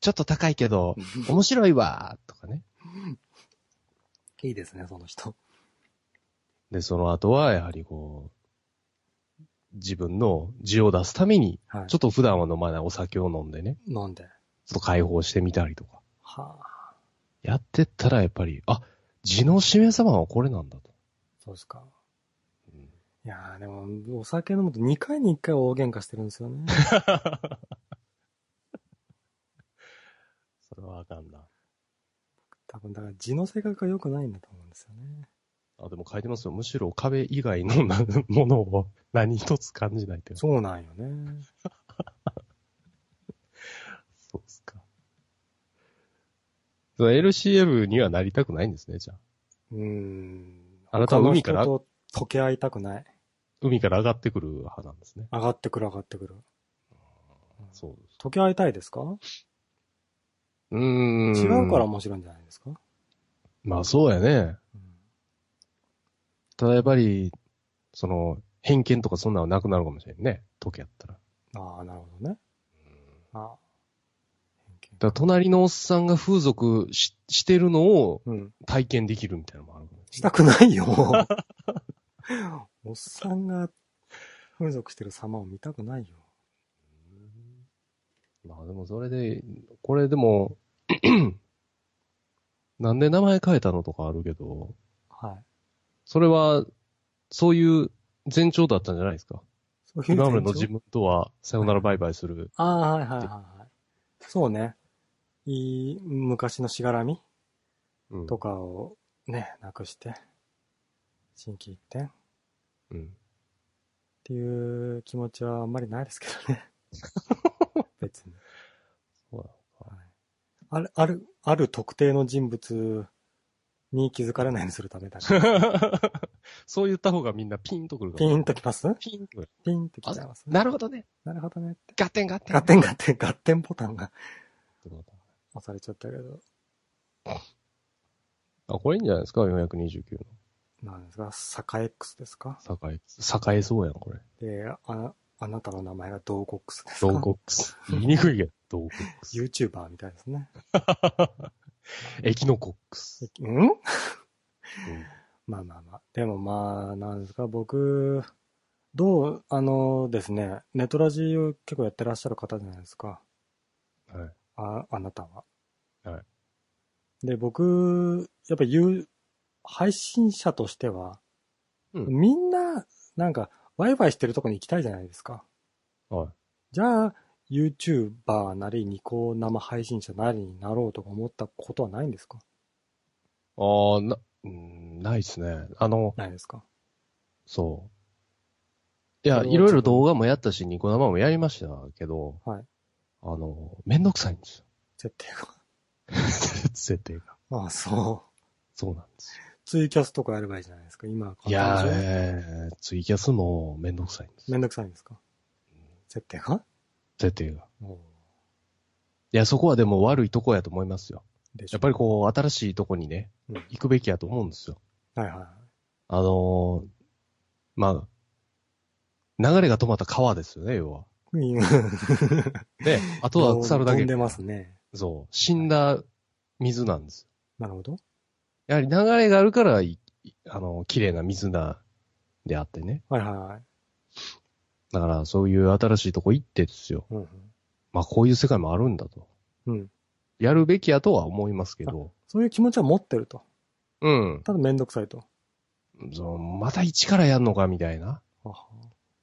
S2: ょっと高いけ ど、面白いわとかね。
S1: いいですね、その人。
S2: で、その後は、やはりこう、自分の需要を出すために、
S1: はい。
S2: ちょっと普段は飲まないお酒を飲んでね、
S1: 飲んで。
S2: ちょっと解放してみたりとか。
S1: はあ。
S2: やってったら、やっぱり、あ、地の締め様はこれなんだと。
S1: そうですか。
S2: うん
S1: いやーでも、お酒飲むと2回に1回は大喧嘩してるんですよ ね。
S2: それはあかんな。
S1: 多分、だから字の性格が良くないんだと思うんですよね。
S2: あ、でも書いてますよ。むしろ壁以外のなものを 何一つ感じないって。
S1: そうなんよね。
S2: そうですか。その LCM にはなりたくないんですね、じゃあ。
S1: うーん。
S2: あなたは海
S1: 他
S2: から
S1: の人と溶け合いたくない。
S2: 海から上がってくる派なんですね。
S1: 上がってくる上がってくる。
S2: そうです。
S1: 溶け合いたいですか
S2: うーん。
S1: 違うから。面白いんじゃないですか、
S2: まあそうやね。
S1: うん
S2: ただやっぱり、その、偏見とかそんなのはなくなるかもしれんね。時やったら。だか
S1: ああ、なるほどね。ああ。偏
S2: ら隣のおっさんが風俗ししてるのを
S1: 見。うん。
S2: 体験できるみたいなのもあるかもし
S1: したくない よ。おっさんが風俗してる様を見たくないよ。
S2: れない。まあでもそれで、これでも、 なんで名前変えたのとかあるけど、
S1: はい。
S2: それは、そういう前兆だったんじゃないですか。
S1: そういう
S2: 今までの
S1: 現状
S2: 自分とは、さよならバイバイする。
S1: ああ、はいはいはいはい。そうね。いい、昔のしがらみ
S2: うん
S1: とかをね、なくして、新規一点っ
S2: うん
S1: ていう気持ちはあんまりないですけどね。 別に。
S2: そうだ
S1: はいある、ある、ある特定の人物に気づかれないようにするため だね
S2: そう言った方がみんなピンとくるか
S1: ピ
S2: ら。
S1: ンときます
S2: ピンとくる。
S1: ピンときちゃいますね。
S2: なるほどね。
S1: なるほどねって。
S2: ガッテンガッテン。
S1: ガッテンガッテン、ガッテンボタンが押されちゃったけど、
S2: あ、これいいんじゃないですか ?429 の。
S1: なんですか、サカ X ですか
S2: 栄え、栄えそうやん、これ。
S1: で、あな、あなたの名前がドーコックスですか
S2: ドーコックス。言いにくいけど、ドーコックス。
S1: YouTuber みたいですね。
S2: エキノコックス。
S1: うん
S2: うん
S1: まあまあまあ。でもまあ、なんですか、僕、どう、あのですね、ネトラジーを結構やってらっしゃる方じゃないですか。
S2: はい。
S1: あ、あなたは。
S2: は
S1: で、僕、やっぱ言う、配信者としては、
S2: うん
S1: みんな、なんか、ワイワイしてるとこに行きたいじゃないですか。
S2: はい。
S1: じゃあ、YouTuber なり、ニコ生配信者なりになろうとか思ったことはないんですか
S2: あー、な、うん、ないっすね。あの、
S1: ないです か
S2: そう。いや、
S1: それはい
S2: ろいろ動画もやったし、ニコ生もやりましたけど、
S1: はい
S2: あの、めんどくさいんですよ。
S1: 設定が。
S2: 設定が。
S1: まあそう。
S2: そうなんですよ。
S1: ツイキャスとかやればいいじゃないですか。今は
S2: い
S1: 簡
S2: や
S1: 単でしょ
S2: ー、ツイキャスもめんどくさいんです
S1: め
S2: よ。
S1: んどくさいんですか設定が
S2: 設定が。
S1: おう
S2: いや、そこはでも悪いとこやと思いますよ。
S1: でしょ
S2: やっぱりこう、新しいとこにね、
S1: うん
S2: 行くべきやと思うんですよ。
S1: はい はいはい。
S2: あのー、まあ、流れが止まった川ですよね、要は。
S1: うん
S2: で、あとは腐るだけ。
S1: 飛んでますね。
S2: そう。死んだ水なんですよ。
S1: なるほど。
S2: やはり流れがあるから、いいあの、綺麗な水な、であってね。
S1: はいはいはい。
S2: だから、そういう新しいとこ行ってですよ。
S1: うんうん
S2: まあ、こういう世界もあるんだと。
S1: うん。
S2: やるべきやとは思いますけ ど。
S1: そういう気持ちは持ってると。
S2: うん。
S1: ただめんどくさいと。
S2: そのまた一からやんのか、みたいな。
S1: はは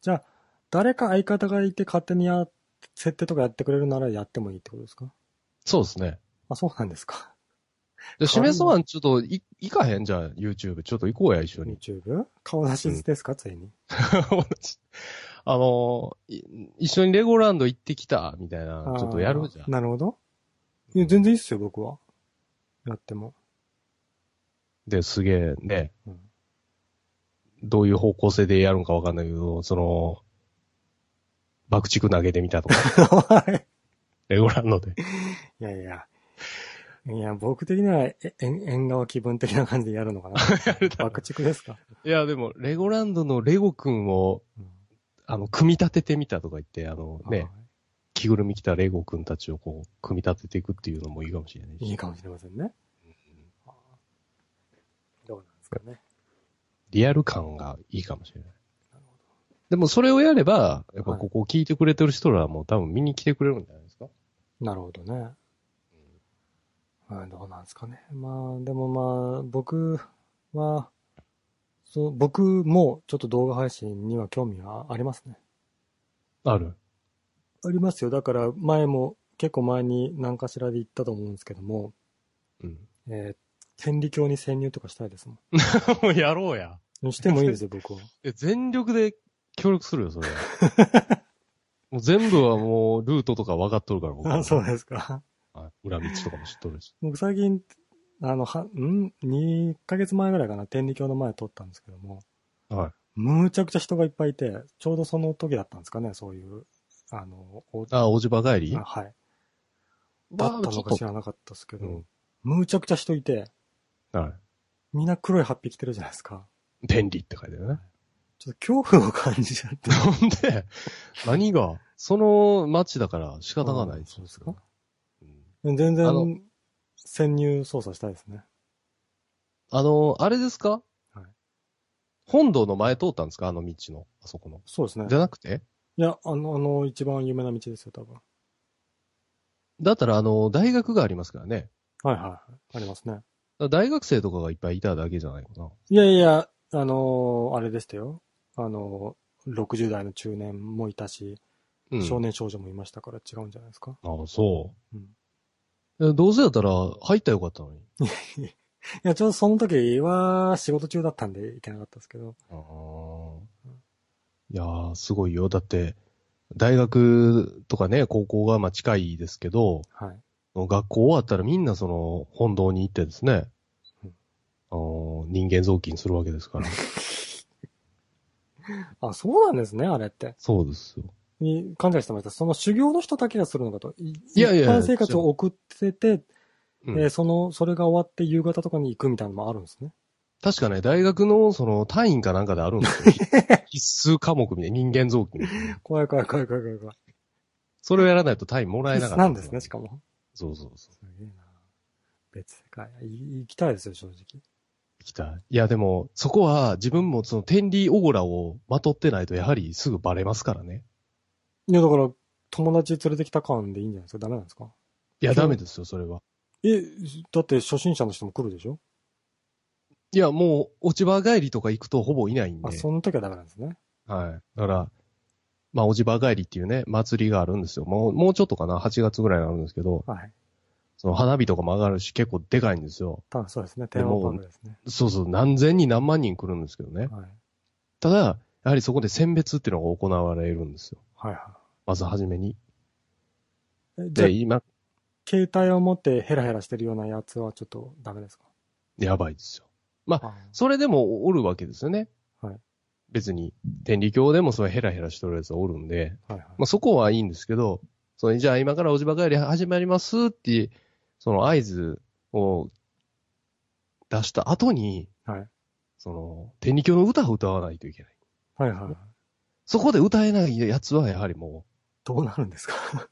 S1: じゃあ、誰か相方がいて勝手にや、設定とかやってくれるならやってもいいってことですか
S2: そうですね。
S1: あ、そうなんですか。
S2: じゃあ、しめそわんちょっとい、行かへんじゃあ YouTube。ちょっと行こうや、一 緒に。
S1: YouTube? 顔出しですか、ついに。
S2: あのーい一緒にレゴランド行ってきた、みたいな
S1: あ、ー
S2: ちょっとやるじゃん。
S1: なるほど。いや、全然いいっすよ、僕は。やっても。
S2: で、すげえね、
S1: うん
S2: どういう方向性でやるんかわかんないけど、その、爆竹投げてみたと か、レゴランドで。
S1: いやいや。いや、僕的には、え、えん縁側気分的な感じでやるのか な。爆竹ですか、
S2: いや、でも、レゴランドのレゴくんを、
S1: うん
S2: あの、組み立ててみたとか言って、あのね、着ぐるみ着たレゴくんたちをこう、組み立てていくっていうのもいいかもしれないし。
S1: いいかもしれませんね。どうなんですかね。
S2: リアル感がいいかもしれない。でもそれをやれば、やっぱここを聞いてくれてる人らはもう多分見に来てくれるんじゃないですか、
S1: なるほどね。うん、どうなんですかね。まあ、でもまあ、僕は、そう、僕もちょっと動画配信には興味はありますね。
S2: ある。
S1: ありますよ。だから前も、結構前に何かしらで言ったと思うんですけども、
S2: うん。
S1: えー、天理教に潜入とかしたいですも
S2: もうやろうや。
S1: ん。にしてもいい ですよ、僕は。
S2: え、全力で協力するよ、それは。 もう全部はもうルートとか分かっとるから、僕は
S1: あ、そうですか。
S2: はい裏道とかも知っとるし。
S1: 僕最近、あの、は、ん ?2 ヶ月前ぐらいかな、天理教の前撮ったんですけども、
S2: はい。
S1: むちゃくちゃ人がいっぱいいて、ちょうどその時だったんですかね、そういう、あの、お
S2: あ、おじば帰り
S1: あはい。だったのか知らなかったですけ
S2: う
S1: ど
S2: ん、
S1: むちゃくちゃ人いて、
S2: は
S1: みんな黒いハッピー着てるじゃないですか。
S2: い。天理って書いてあるね。
S1: ちょっと恐怖を感じちゃって。
S2: なんで、何が、その町だから仕方がな
S1: う
S2: い
S1: んそうですか
S2: うん
S1: 全
S2: あの
S1: 然、潜入操作したいですね。
S2: あの、あれですか
S1: はい
S2: 本堂の前通ったんですかあの道の、あそこの。
S1: そうですね
S2: じ。ゃなくて
S1: いや、あの、あの、一番有名な道ですよ、多分。
S2: だったら、あの、大学がありますからね。
S1: はいはいはい。ありますね。
S2: だから大学生とかがいっぱいいただけじゃないかな。
S1: いやいや、あのーあれでしたよ。あのー60代の中年もいたし、
S2: うん。
S1: 少年少女もいましたから違うんじゃないですか。
S2: ああ、そ
S1: うん
S2: う。えどうせだったら、入ったらよかったのに。
S1: いや、ちょうどその時は仕事中だったんで行けなかったですけど。
S2: ああ。いやー、すごいよ。だって、大学とかね、高校がまあ近いですけど、
S1: はい。
S2: 学校終わったらみんなその本堂に行ってですね
S1: うん、
S2: あの人間雑巾するわけです から。
S1: あ、そうなんですね、あれって。
S2: そうですよ。
S1: に勘違いしてました。その修行の人だけがするのかと。い
S2: いやいや
S1: 一般生活を送ってて、
S2: うん
S1: えーその、それが終わって夕方とかに行くみたいなのもあるんですね。
S2: 確かね、大学のその単位かなんかであるんですよ。 必須科目みたいな人間雑巾みたいな。
S1: 怖い怖い怖い怖い怖い怖い。
S2: それをやらないと単位もらえなかった。
S1: なんですね、しかも。
S2: そうそうそう。
S1: すげえな。別世界。い行きたいですよ、正直。
S2: 来た。いやでも、そこは自分もその天理オゴラをまとってないとやはりすぐバレますからね。
S1: いや、だから、友達連れてきた感でいいんじゃないですかダメなんですか
S2: いや
S1: そう
S2: ダメですよ、それは。
S1: え、だって初心者の人も来るでしょ
S2: いやもう、落ち葉帰りとか行くとほぼいないんで。
S1: あ、その時はダメなんですね。
S2: はい。だから、まあ、おじば帰りっていうね、祭りがあるんですよ。もう、もうちょっとかな、8月ぐらいになるんですけど、
S1: はい。
S2: その花火とかも上がるし、結構でかいんですよ。
S1: ただそうですね。テーマパークですね。
S2: そうそう、何千人何万人来るんですけどね。
S1: はい。
S2: ただ、やはりそこで選別っていうのが行われるんですよ。
S1: はいは
S2: まずはじめに。
S1: い。えじゃあ
S2: で、、今、
S1: 携帯を持ってヘラヘラしてるようなやつはちょっとダメですか
S2: やばいですよ。
S1: あ
S2: それでもおるわけですよね。
S1: はい。
S2: 別に、天理教でもそうヘラヘラしとるやつはおるんで、
S1: はいはい。
S2: まあ、そこはいいんですけど、そのじゃあ今からおじば帰り始まりますって、その合図を出した後に、
S1: はい
S2: その、天理教の歌を歌わないといけない。
S1: はいはい。
S2: そこで歌えないやつはやはりも
S1: どうなるんですか
S2: う、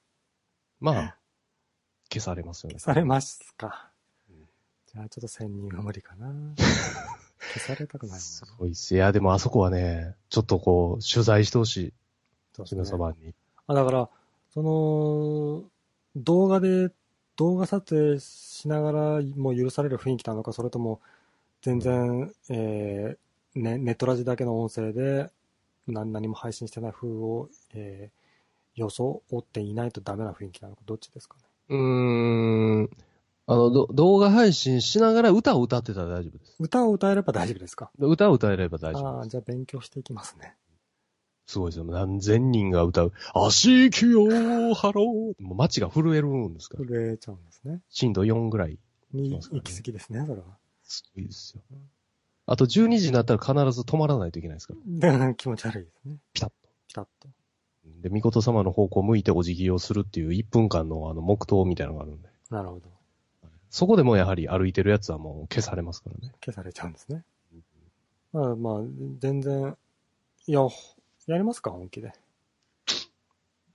S2: まあ、消されますよね。
S1: 消されますか
S2: うん。
S1: じゃあちょっと潜入が無理か な。消されたくないもんな。
S2: すごいっす。いや、でもあそこはね、ちょっとこう、取材してほし
S1: そうで
S2: い。
S1: す
S2: 姫
S1: ね
S2: 様に。
S1: あ、だから、その、動画で、動画撮影しながらも許される雰囲気なのか、それとも、全然、えーね、ネットラジだけの音声で、何何も配信してない風を、えー、予想っていないとダメな雰囲気なのか、どっちですかね。
S2: うーん、ああの、ど動画配信しながら歌を歌ってたら大丈夫です。
S1: 歌を歌えれば大丈夫ですか
S2: 歌を歌えれば大丈夫
S1: ああ、じゃあ勉強していきますね。
S2: すごいですよ。何千人が歌う。足きよハロー。もう街が震えるんですから。
S1: 震えちゃうんですね。
S2: 震度4ぐらい。
S1: に、
S2: そうですね
S1: 行き過ぎですね、それは。
S2: すごいですよ。あと12時になったら必ず止まらないといけないですから。
S1: だから 気持ち悪いですね。
S2: ピタッと。
S1: ピタッと。
S2: で、御事様の方向を向いてお辞儀をするっていう1分間のあの黙祷みたいなのがあるんで。
S1: なるほど。
S2: そこでもやはり歩いてるやつはもう消されますからね。
S1: 消されちゃうんですね。まあまあ、全然、いや、やりますか、本気で。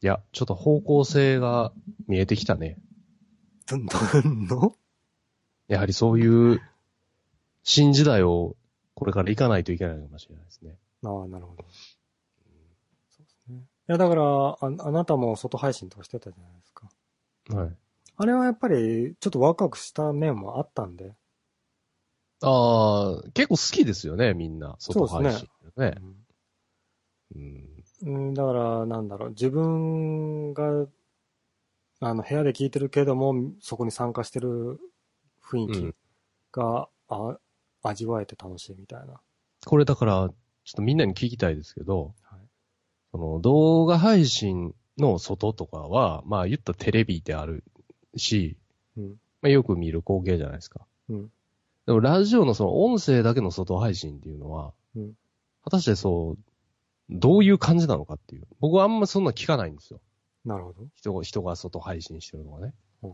S2: いや、ちょっと方向性が見えてきたね。
S1: どんどんの
S2: やはりそういう新時代をこれから行かないといけないのかもしれないですね。
S1: ああ、なるほど。そうですね。いや、だから、ああなたも外配信とかしてたじゃないですか。
S2: はい。
S1: あれはやっぱり、ちょっとワクワクした面もあったんで、
S2: ああ、結構好きですよね、みんな。外配信。ねうん。
S1: うん、だから、なんだろう、自分が、あの、部屋で聞いてるけども、そこに参加してる雰
S2: う
S1: 囲
S2: ん
S1: 気が、あ味わえて楽しいみたいな。
S2: これだから、ちょっとみんなに聞きたいですけど、
S1: はい
S2: その動画配信の外とかは、まあ言ったらテレビであるし、
S1: うん
S2: まあ、よく見る光景じゃないですか。
S1: うん
S2: でもラジオのその音声だけの外配信っていうのは、
S1: うん
S2: 果たしてそう、どういう感じなのかっていう。僕はあんまそんな聞かないんですよ。
S1: なるほど。
S2: 人が人が外配信してるのがね。
S1: うん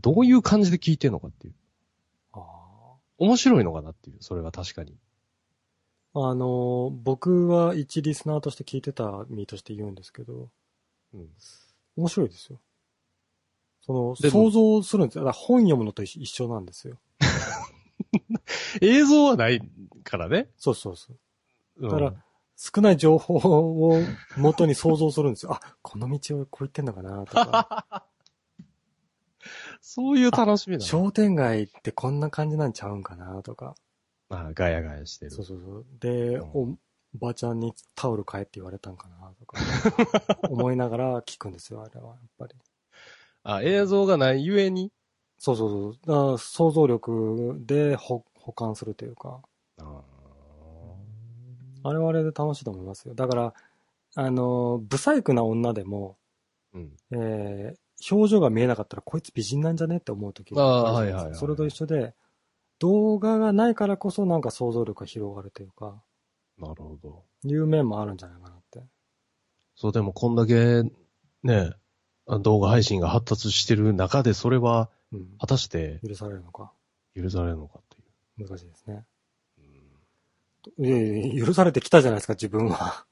S2: どういう感じで聞いてるのかっていう。
S1: あ
S2: 面白いのかなっていう、それは確かに。
S1: ああの、僕は一リスナーとして聞いてた身として言うんですけど、
S2: うん
S1: 面白いですよ。その、
S2: でも
S1: 想像するんですよ。だから本読むのと一緒なんですよ。
S2: 映像はないからね。
S1: そうそうそう。
S2: うん
S1: だから、少ない情報を元に想像するんですよ。あ、この道をこう行ってんのかなと か、
S2: そういう楽しみだ、ね。
S1: 商店街ってこんな感じなんちゃうんかなとか、
S2: まあ、ガヤガヤしてる
S1: そう。そうそう。で、
S2: う
S1: おばちゃんにタオル買えって言われたんかなとか、 思いながら聞くんですよ、あれは、やっぱり。
S2: あ、映像がないゆえに。
S1: そうそうそう。だから想像力でほ保管するというか、
S2: あ
S1: あれはあれで楽しいと思いますよ。だから、あの、不細工な女でも、
S2: うん。
S1: えー表情が見えなかったらこいつ美人なんじゃねって思う時る
S2: あー
S1: じゃな
S2: はいはい
S1: ですか
S2: いはい
S1: それと一緒で、動画がないからこそなんか想像力が広がるというか、
S2: なるほど。
S1: いう面もあるんじゃないかなって。
S2: そう、でもこんだけ、ね、あ動画配信が発達してる中で、それは
S1: うん。
S2: 果たして
S1: 許されるのか。
S2: 許されるのかっていう。
S1: 難しいですね。
S2: うん
S1: いやいや許されてきたじゃないですか、自分は。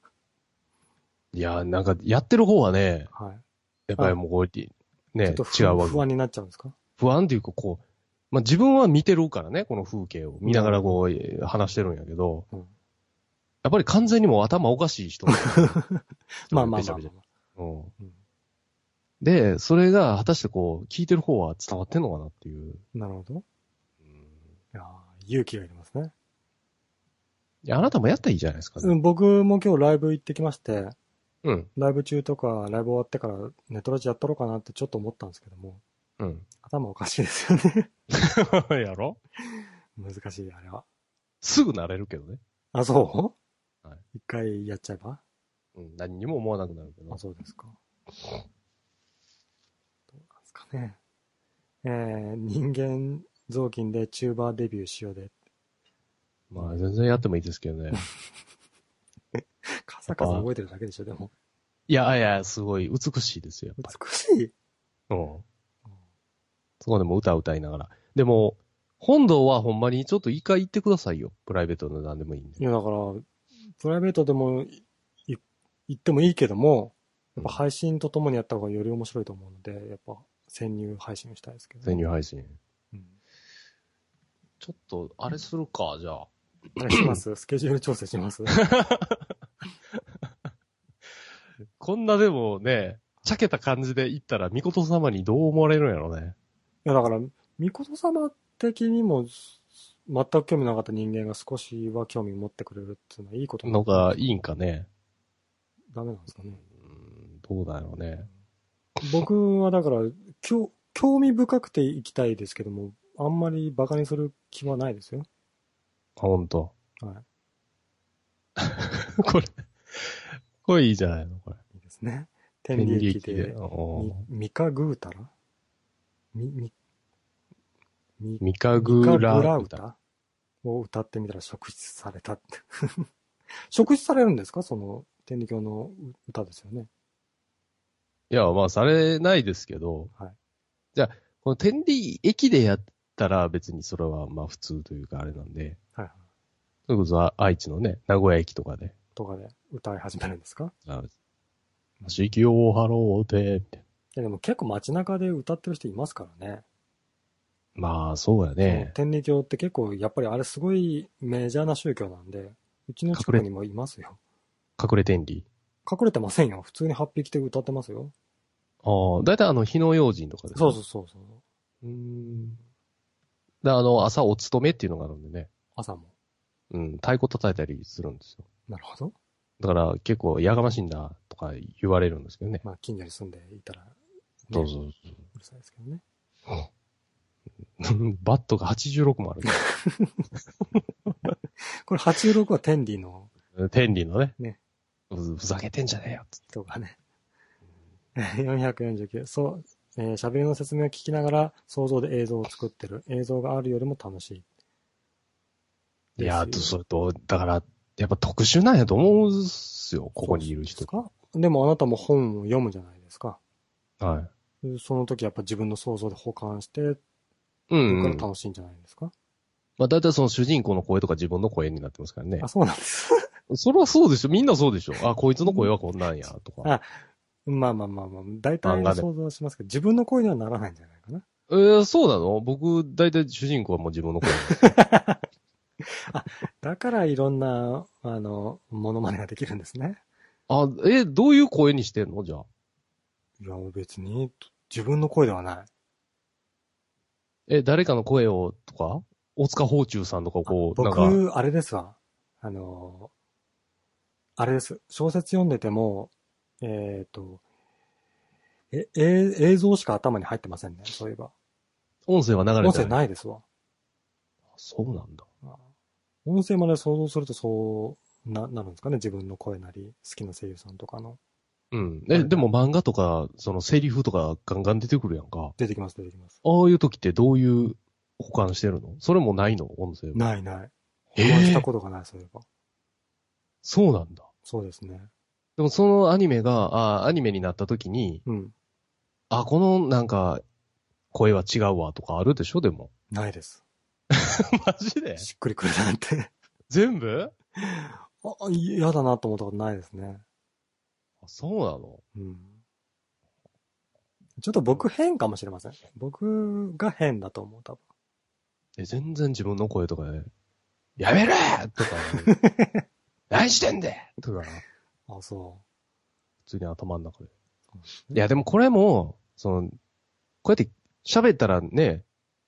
S2: いや、なんか、やってる方 はね、
S1: はい。
S2: やっぱりもうこうやって、ね、
S1: ふ
S2: 違うわけ。
S1: 不安になっちゃうんですか
S2: 不安っていうか、こう、まあ、自分は見てるからね、この風景を見ながらこう、えー話してるんやけど、
S1: うん
S2: やっぱり完全にもう頭おかし い人。
S1: まあまあ
S2: べち
S1: ま
S2: ゃ
S1: あ
S2: べちゃうん
S1: うん
S2: で、それが果たしてこう、聞いてる方は伝わってんのかなっていう。
S1: なるほど。いやー勇気がいりますね。
S2: いや、あなたもやったらいいじゃないですか、
S1: う
S2: ね。
S1: ん、僕も今日ライブ行ってきまして、
S2: うん。
S1: ライブ中とか、ライブ終わってからネットラジやったろうかなってちょっと思ったんですけども、
S2: うん。
S1: 頭おかしいですよね。
S2: やろ
S1: 難しい、あれは。
S2: すぐ慣れるけどね。
S1: あ、そう
S2: はい
S1: 一回やっちゃえば
S2: うん。何にも思わなくなるけど
S1: あ、。そうですか。どうなんですかね。えー、人間雑巾でチューバーデビューしようで、
S2: まあ、全然やってもいいですけ どね。
S1: カサカサ覚えてるだけでしょ、でも。
S2: いやいや、すごい美しいですよ。
S1: 美しい。
S2: うん。そこでも歌歌いながら。でも、本堂はほんまにちょっと一回行ってくださいよ。プライベートの何でもいいん
S1: い
S2: で。
S1: や、だから、プライベートでもいい行ってもいいけども、やっぱ配信とともにやった方がより面白いと思うので、やっぱ潜入配信をしたいですけど、
S2: 潜入配信。
S1: うん。
S2: ちょっと、あれするか、じゃあ。
S1: お願いし ます。スケジュール調整します。
S2: こんなでもね、ちゃけた感じで行ったら、みこと様にどう思われるんやろね。
S1: いや、だから、みこと様的にも、す全く興味なかった人間が少しは興味持ってくれるっていうのはいいことな
S2: の
S1: のか
S2: がいいんかね。
S1: ダメなんですかね。
S2: うん、どうだろうね。
S1: 僕はだから、今日、興味深くて行きたいですけども、あんまり馬鹿にする気はないですよ。
S2: あ、ほんと。。
S1: はい
S2: これ、これいいじゃないの、これ。
S1: いいですね。天理駅で、
S2: おー
S1: みミカグータラみ、み、み、
S2: ミカグ
S1: ミカ
S2: ラ
S1: グ歌を歌ってみたら職質されたって。 職質されるんですかその、天理教の歌ですよね。
S2: いや、まあ、されないですけど、
S1: はい
S2: じゃあ、この天理駅でやったら別にそれはまあ普通というかあれなんで、
S1: はいはい
S2: それこそあ愛知のね、名古屋駅とかで、
S1: とかで歌い始めるんですか
S2: あ四季を払おうて、みたい
S1: いやでも結構街中で歌ってる人いますからね。
S2: な。まあ、そうや
S1: その
S2: ね。
S1: 天理教って結構、やっぱりあれすごいメジャーな宗教なんで、うちの近くにもいますよ。
S2: 隠れ天理。
S1: 隠れてませんよ。普通に8匹で歌ってますよ。
S2: ああ、だいたいあの、火の用心とかで、
S1: そうそうそうそう。
S2: う。うん。で、あの、朝お勤めっていうのがあるんでね。
S1: 朝も。
S2: うん、太鼓叩いたりするんですよ。
S1: なるほど。
S2: だから結構やがましいんだとか言われるんですけどね。
S1: まあ、近所に住んでいたら、ね
S2: どうぞ。
S1: うるさいですけどね。
S2: バットが86もある。
S1: これ86は天理の
S2: 天理のね。
S1: ね
S2: ふふざけてんじゃねえよっつって。
S1: 人がね。 えー449。そう。えー喋りの説明を聞きながら想像で映像を作ってる。映像があるよりも楽しい。
S2: いや、
S1: です
S2: それと、だから、やっぱ特殊なんやと思うんすよ。ここにいる人
S1: です。かでもあなたも本を読むじゃないですか。
S2: はい。
S1: その時やっぱ自分の想像で保管して、
S2: う
S1: そ
S2: ん、
S1: れか
S2: うん
S1: ら。楽しいんじゃないですか、
S2: まあ大体その主人公の声とか自分の声になってますからね
S1: あ、。そうなんです。
S2: それはそうでしょ。みんなそうでしょ。あ、こいつの声はこんなんや、とか。
S1: あまあまあまあまあ、大体
S2: 漫画で
S1: 想像はしますけど、自分の声にはならないんじゃないかな。
S2: えー、そうなの僕、大体主人公はもう自分の声。
S1: だからいろんな、あの、モノマネができるんですね。
S2: あ、え、どういう声にしてんのじゃあ。
S1: いや、別に、自分の声ではない。
S2: え、誰かの声を、とか大塚宝中さんとかこう、なんか、
S1: 僕、あれですわ。あの、あれです。小説読んでても、えっ、と、え、え、映像しか頭に入ってませんね。そういえば。
S2: 音声は流れ
S1: 音
S2: て
S1: 声
S2: ない。
S1: ないですわ。
S2: そうなんだ。
S1: 音声まで想像するとそうな、なるんですかね自分の声なり、好きな声優さんとかの。
S2: うん。
S1: は
S2: え、
S1: い
S2: でも漫画とか、そのセリフとかガンガン出てくるやんか。
S1: 出てきます、出てきます。
S2: ああいう時ってどういう保管してるのそれもないの音声は。
S1: ないない。
S2: え
S1: 保
S2: ー
S1: 管したことがない、そういえば。
S2: そうなんだ。
S1: そうですね。
S2: でもそのアニメが、ああ、アニメになった時に、
S1: うん。
S2: あ、このなんか、声は違うわとかあるでしょでも。
S1: ないです。
S2: マジで
S1: しっくりくるなんて。
S2: 全部
S1: あ、嫌だなと思ったことないですね。
S2: あそうなの
S1: うん。ちょっと僕変かもしれません。僕が変だと思う、多分。
S2: え、全然自分の声とかで、やめろと か、何してんだよとか、
S1: あ、そ
S2: 普通に頭の中で。
S1: う。
S2: いや、でもこれも、その、こうやって喋ったらね、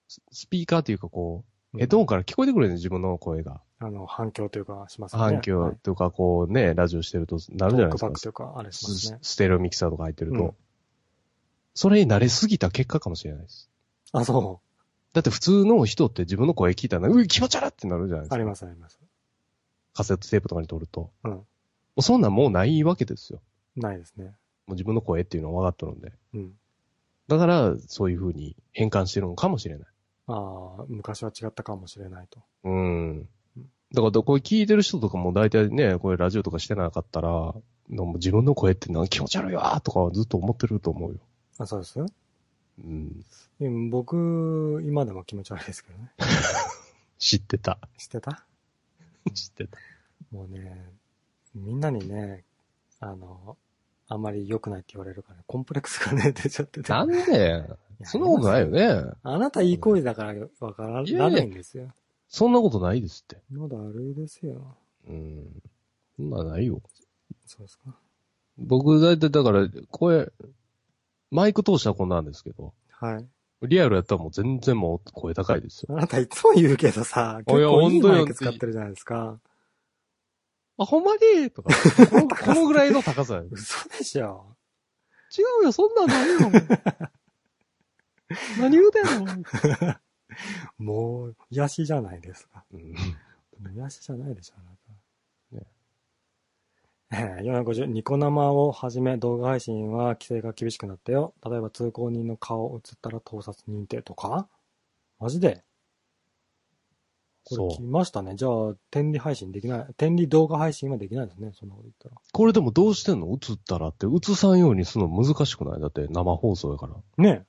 S2: ススピーカーというかこう、ヘッドホンから聞こえてくるよね、自分の声が。
S1: あの、反響というか、しますね。
S2: 反響
S1: はい
S2: とかこうね、ラジオしてるとなるじゃな
S1: トー
S2: いで
S1: クバック
S2: す
S1: と
S2: か。
S1: いうか、あれします
S2: ス
S1: ね。
S2: ステレオミキサーとか入ってると。
S1: うん
S2: それに慣れすぎた結果かもしれないです。
S1: あ、そ
S2: だって普通の人って自分の声聞いたら、うい、気持ち悪いってなるじゃないです
S1: う。
S2: か。
S1: あります、あります。
S2: カセットテープとかに撮ると。
S1: うん
S2: もうそんなんもうないわけですよ。
S1: ないですね。
S2: もう自分の声っていうのは分かっとるんで。
S1: うん。
S2: だから、そういう風に変換してるのかもしれない。
S1: ああ、昔は違ったかもしれないと。
S2: うん。だから、これ聞いてる人とかも大体ね、これラジオとかしてなかったら、もう自分の声ってなんか気持ち悪いわーとかはずっと思ってると思うよ。
S1: あ、そうです
S2: うん。
S1: でも僕、今でも気持ち悪いですけどね。
S2: 知ってた。
S1: 知ってた
S2: 知ってた。
S1: もうね、みんなにね、あの、あんまり良くないって言われるから、コンプレックスがね、出ちゃってて。
S2: なんで
S1: いや
S2: そんなことないよ。ね。
S1: あなたいい声だからわから
S2: いやいや
S1: ないんですよ。
S2: そんなことないですって。
S1: まだあれですよ。
S2: うん。そんなんないよ。
S1: そうですか。
S2: 僕、大体だから、声、マイク通したらこんなんですけど、
S1: はい。
S2: リアルやったらもう全然もう声高いですよ。
S1: あなたいつも言うけどさ、
S2: い
S1: 結
S2: や
S1: 構いい
S2: 本当よ
S1: マイク使ってるじゃないですか。
S2: あ、ほんまにとか。このこのぐらいの高さ。違
S1: 嘘でしょ。
S2: うよ、そんなんないよ。何言うてんの
S1: もう、癒しじゃないですか。
S2: うん
S1: 癒しじゃないでしょ、あ
S2: ね
S1: な た。えー450、ニコ生をはじめ動画配信は規制が厳しくなったよ。例えば通行人の顔を映ったら盗撮認定とかマジでこれ
S2: そ
S1: 来
S2: う。
S1: ましたね。じゃあ、天理配信できない。天理動画配信はできないですね。そんなこと言ったら。
S2: これでもどうしてんの映ったらって、映さんようにするの難しくないだって生放送やから。
S1: ね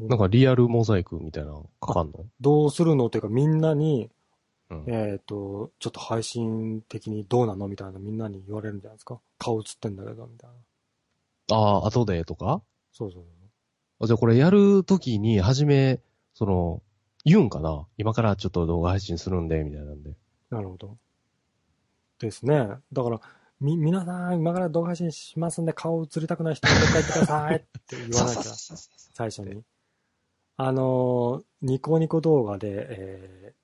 S1: え。
S2: なんかリアルモザイクみたいなのかかんの
S1: どうするのっていうか、みんなに、
S2: うん
S1: えっ、と、ちょっと配信的にどうなのみたいなみんなに言われるんじゃないですか。顔映ってんだけど、みたいな。
S2: ああ、後でとか
S1: そうそうそう。
S2: あじゃあこれやるときに、はじめ、その、言うんかな今からちょっと動画配信するんで、みたいなんで。
S1: なるほど。ですね。だから、み、皆さん、今から動画配信しますんで、顔映りたくない人、もう一回言ってくださいって言わなきゃ、
S2: さささ
S1: 最初に。あのー、ニコニコ動画で、えー、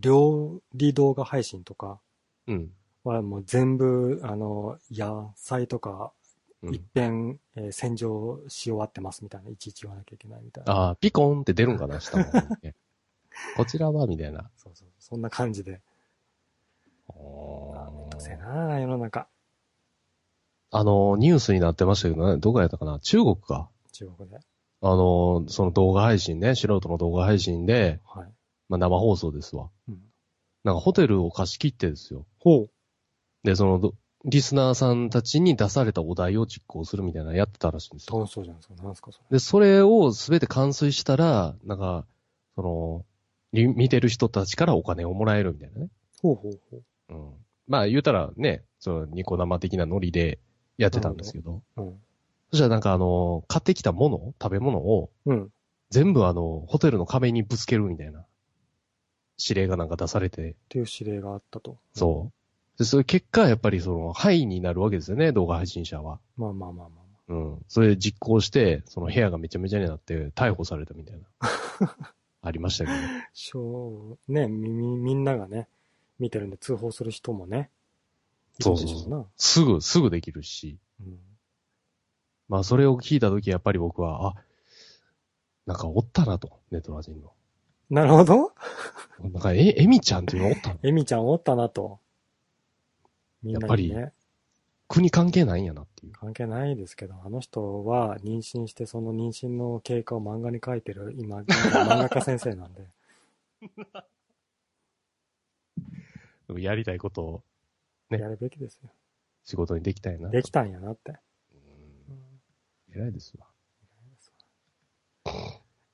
S1: 料理動画配信とか
S2: うん。
S1: はもう全部、あのー、野菜とか、
S2: う
S1: 一
S2: ん、
S1: 遍、えー洗浄し終わってますみたいな、いちいち言わなきゃいけないみたいな。
S2: ああ、ピコンって出るんかな下の方に ねこちらはみたいな。
S1: そうそう。そんな感じで。あーめんどくせえな、世の中。
S2: あの、ニュースになってましたけどね、どこやったかな中国か。
S1: 中国で。
S2: あの、その動画配信ね、素人の動画配信で、
S1: はい。
S2: まあ生放送ですわ。
S1: うん
S2: なんかホテルを貸し切ってですよ。
S1: ほう。
S2: で、そのど、リスナーさんたちに出されたお題を実行するみたいなのやってたらしいんですよ。
S1: 楽しそうじゃないですか。なんすか、それ。
S2: で、それをすべて完遂したら、なんか、その、り見てる人たちからお金をもらえるみたいなね。
S1: ほうほうほう。
S2: うん。まあ言うたらね、そのニコ生的なノリでやってたんですけど。
S1: うん。
S2: そしたらなんかあの、買ってきたもの、食べ物を
S1: うん。
S2: 全部あの、ホテルの壁にぶつけるみたいな指令がなんか出されて、
S1: っていう指令があったと。
S2: そう。で、それ結果やっぱりその、範囲になるわけですよね、動画配信者は。
S1: まあまあまあまあま
S2: うん。それ実行して、その部屋がめちゃめちゃになって逮捕されたみたいな。 ありましたけど。
S1: あ。しょう、ね、み、み、みんながね、見てるんで通報する人もね、いる
S2: そ
S1: で
S2: うそ
S1: しょ
S2: う
S1: う
S2: そう。
S1: な。
S2: すぐ、すぐできるし。
S1: うん。
S2: まあそれを聞いたときやっぱり僕は、あ、なんかおったなと、ネトラ人の。
S1: なるほど。
S2: なんか、え、エミちゃんっていうのおったの
S1: エミちゃんおったなと。みんなに
S2: や
S1: ね、
S2: 国関係ないんやなっていう。
S1: 関係ないですけど、あの人は妊娠してその妊娠の経過を漫画に描いてる、今、漫画家先生 なんで。
S2: でもやりたいことをね
S1: やるべきですよ。
S2: 仕事にできたいな。
S1: できたんやなって。
S2: うん偉いですわ。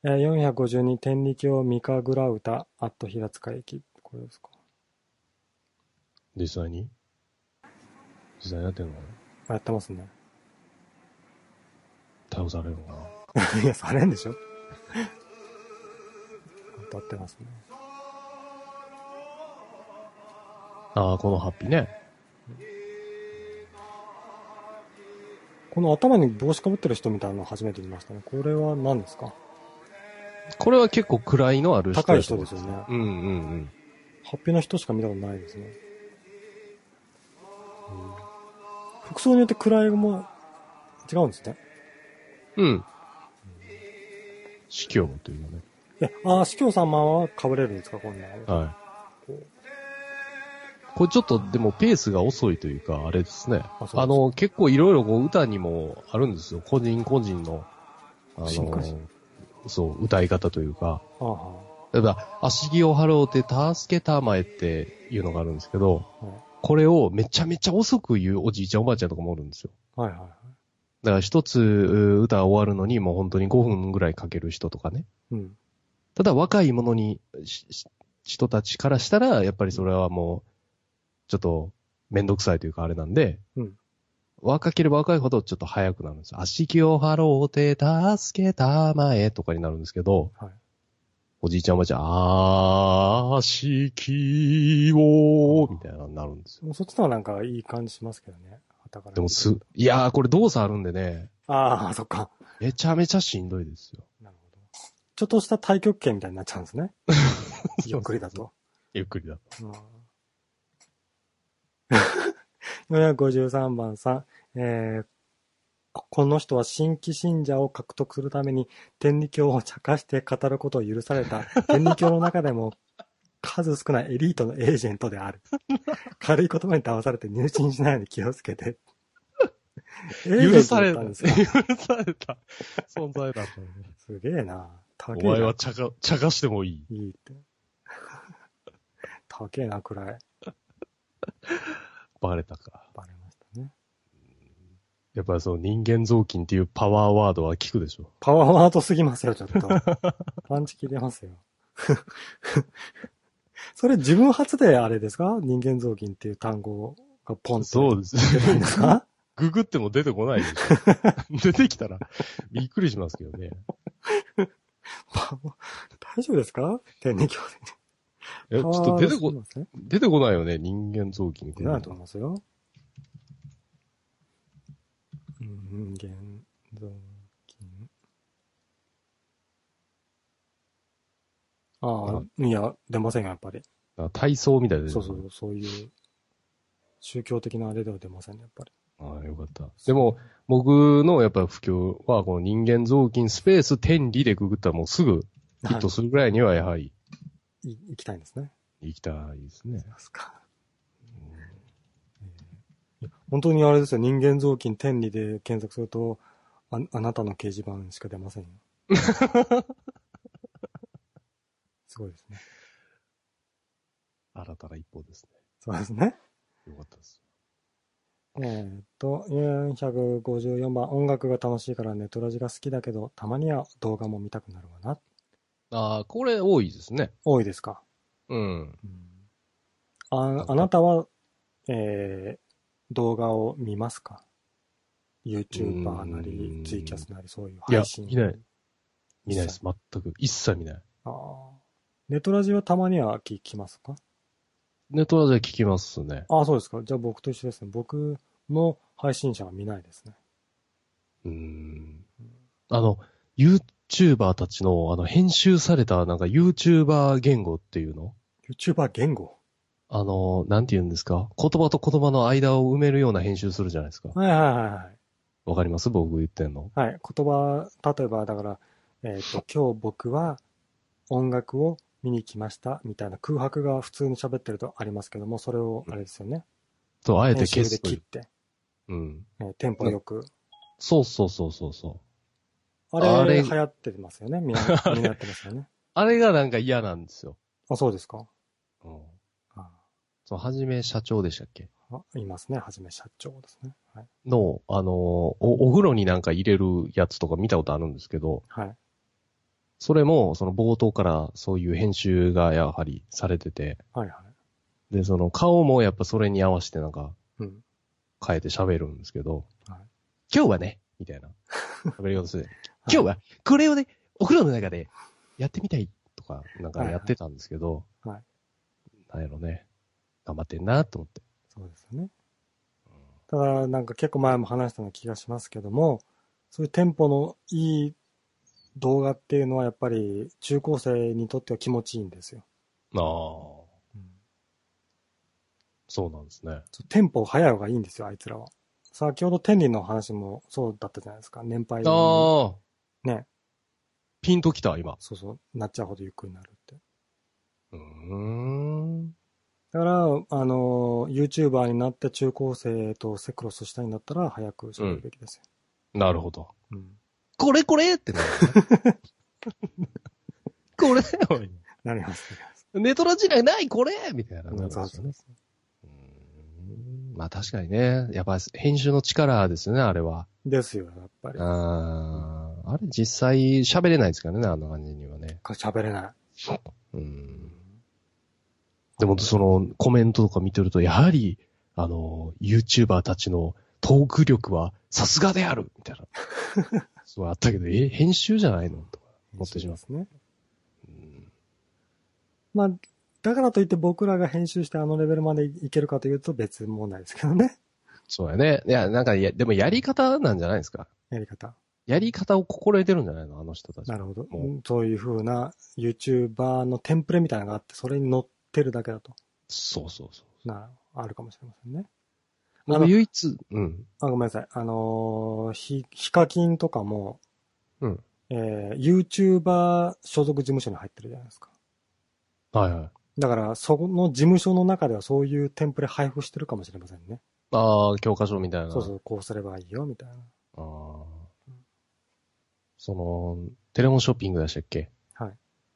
S1: えー452、天理教三日倉歌、アット平塚駅。これですか。
S2: 実際に実際にやってんの
S1: あやってますね。
S2: 逮捕されるのかない
S1: や、されんでしょ歌ってますね。
S2: ああ、このハッピーね。
S1: この頭に帽子かぶってる人みたいなの初めて見ましたね。これは何ですか
S2: これは結構位のある人
S1: 高い
S2: やと
S1: 人
S2: 思
S1: ですよね。
S2: うんうんうん。
S1: ハッピーな人しか見たことないですね。うん服装によって位も違うんですね。
S2: うん。死去を持ってるよね。
S1: いや、ああ、司教様は被れるんですかこんなの。
S2: はい。これちょっとでもペースが遅いというか、あれです
S1: そ
S2: ね。
S1: うで
S2: あ
S1: すか
S2: の、結構いろいろこう歌にもあるんですよ。個人個人の、あ
S1: 進化し
S2: の、そう、歌い方というか。
S1: ああは
S2: 例えば、足木を払うて助けたまえっていうのがあるんですけど、
S1: い。
S2: これをめちゃめちゃ遅く言うおじいちゃんおばあちゃんとかもおるんですよ。
S1: はいはいはい。
S2: だから一つう歌終わるのにもう本当に5分ぐらいかける人とかね。
S1: うん。
S2: ただ若い者にしし人たちからしたら、やっぱりそれはもう、ちょっとめんどくさいというかあれなんで、
S1: うん
S2: 若ければ若いほどちょっと早くなるんですよ。足気を払うて助けたまえとかになるんですけど、
S1: はい
S2: おじいちゃんおばあちゃん、足気を、みたいなのになるんですよ。
S1: もうそっちの方がなんかいい感じしますけどね。旗から見て
S2: でもす、いやーこれ動作あるんでね、
S1: ああ、そっか。
S2: めちゃめちゃしんどいですよ。
S1: なるほど。ちょっとした対極拳みたいになっちゃうんです ね。ゆっくりだと。
S2: ゆっくりだと。
S1: うん453番さん、えーここの人は新規信者を獲得するために天理教を茶化して語ることを許された天理教の中でも数少ないエリートのエージェントである。軽い言葉に騙されて入信しないように気をつけ て。
S2: 許され。
S1: エージェントだったんで
S2: 許
S1: すか
S2: された存在だったね。
S1: すげえな。高え
S2: お
S1: な
S2: 前は茶化、茶化してもいい。
S1: いいって。高えなくらい
S2: バレたか。
S1: バレましたね。
S2: やっぱりその人間雑巾っていうパワーワードは聞くでしょ。
S1: パワーワードすぎますよ、ちょっ と。パンチ切れますよ。 それ自分初であれですか人間雑巾っていう単語がポンって
S2: そうです。
S1: 出たんです か
S2: ググっても出てこないでしょ。 出てきたらびっくりしますけどね。
S1: パワー大丈夫ですか天然教
S2: え、
S1: で。
S2: ちょっと出て
S1: パワーワードすぎ
S2: こ、
S1: ません
S2: 出てこないよね、人間雑巾って
S1: 出。ないと思いますよ。人間雑巾。ああ、いや、出ませんよ、やっぱり。
S2: あ体操みたいで。
S1: そうそ。う、そういう、宗教的なあれでは出ませんね、やっぱり。
S2: ああ、よかった。でも、僕のやっぱ不況は、この人間雑巾スペース天理でググったらもうすぐヒットするぐらいにはやはり
S1: い、行きたいんですね。
S2: 行きたいですね。
S1: ですか。いや本当にあれですよ、人間雑巾天理で検索すると、ああなたの掲示板しか出ませんよ。すごいですね。
S2: 新たな一歩です
S1: そうですね。
S2: ね。よかったです。
S1: えーっと、454番、音楽が楽しいからネットラジが好きだけど、たまには動画も見たくなるわな。
S2: ああ、これ多いですね。
S1: 多いですか。
S2: うん。
S1: ああなたは、えー、動画を見ますか ?YouTuber な
S2: う
S1: り
S2: ん、
S1: ツイキャスなり、そういう
S2: いや
S1: 配、信。
S2: 見ない。見ないです。全く。一切見ない。
S1: あーネトラジはたまには聞きますか
S2: ネットラジオ聞きますね。
S1: ああ、そうですか。じゃあ僕と一緒ですね。僕の配信者は見ないですね。
S2: うん。あの、YouTuber たちの、あの、編集された、なんか YouTuber 言語っていうの
S1: YouTuber 言語
S2: あの、なんて言うんですか言葉と言葉の間を埋めるような編集するじゃないですか。
S1: はいはいは
S2: わかります僕言ってんの。
S1: いはい。はい。言葉、例えばだから、えーっと、今日僕は音楽を見に来ましたみたいな空白が普通に喋ってるとありますけども、それをあれですよね。
S2: と、あえて
S1: 編集
S2: 消
S1: です
S2: とい
S1: 切っ
S2: う。
S1: て、
S2: うん。
S1: えーテンポよく。
S2: そうそうそうそうそう。
S1: あれ、
S2: あれ
S1: 流行ってますよね。 みんな、みんなやってますよね。
S2: あれがなんか嫌なんですよ。
S1: あ、そうですか。
S2: うん。
S1: あ
S2: そう、はじめ社長でしたっけ
S1: あいますね。はじめ社長ですね。はい。
S2: の、あの、お、お風呂になんか入れるやつとか見たことあるんですけど、
S1: はい。
S2: それも、その冒頭からそういう編集がやはりされてて、
S1: はいはい。
S2: で、その顔もやっぱそれに合わせてなんか
S1: うん。
S2: 変えて喋るんですけど、
S1: はい
S2: 今日はね、みたいな喋り方する。今日はこれをね、お風呂の中でやってみたいとか、なんか
S1: はい
S2: やってたんですけど、
S1: はい
S2: なんやろね、頑張ってんなと思って。
S1: そうですよね。ただ、なんか結構前も話したような気がしますけども、そういうテンポのいい動画っていうのはやっぱり中高生にとっては気持ちいいんですよ。
S2: ああ、そうなんですね。
S1: そうテンポ早い方がいいんですよ、あいつらは。先ほど天理の話もそうだったじゃないですか。年配に
S2: ああ。
S1: ね。
S2: ピンときた、今。
S1: そうそう、なっちゃうほどゆっくりになるって。
S2: うーん。
S1: だから、あの、YouTuber になって中高生とセクロスしたいんだったら早く喋るべきですよ。
S2: なるほど。
S1: うん。
S2: これこれってなる ねこれおい
S1: なりますね。
S2: ネトラ時代ないこれみたいな。
S1: うんそう
S2: です
S1: そ
S2: よ
S1: う
S2: ね。うーんまあ確かにね。やっぱ編集の力ですよね、あれは。
S1: ですよ、やっぱり。
S2: あーあれ実際喋れないですからね、あんな感じにはね。
S1: 喋れない。
S2: うん。でもそのコメントとか見てると、やはり、あの、YouTuber たちのトーク力はさすがであるみたいな。 そうあったけど、え、編集じゃないのとか思ってしまう。
S1: すね。
S2: うん
S1: まあ、だからといって僕らが編集してあのレベルまでいけるかというと別問題ですけどね。
S2: そうやね。いや、なんかや、でもやり方なんじゃないですか。
S1: やり方。
S2: やり方を心得てるんじゃないのあの人たち
S1: な。るほど。
S2: もう
S1: うんそういう風な YouTuber のテンプレみたいなのがあって、それに載ってるだけだと。
S2: そうそうそう。
S1: な、あるかもしれませんね。あ
S2: 僕
S1: の、
S2: 唯一、うん。
S1: あ、ごめんなさい。あのーひ、ヒカキンとかも、
S2: うん
S1: えー、YouTuber 所属事務所に入ってるじゃないですか。
S2: はいはい。
S1: だから、そこの事務所の中ではそういうテンプレ配布してるかもしれませんね。
S2: ああ、教科書みたいな。
S1: そうそう、こうすればいいよ、みたいな。
S2: あーその、テレモンショッピングでしたっけ
S1: はい。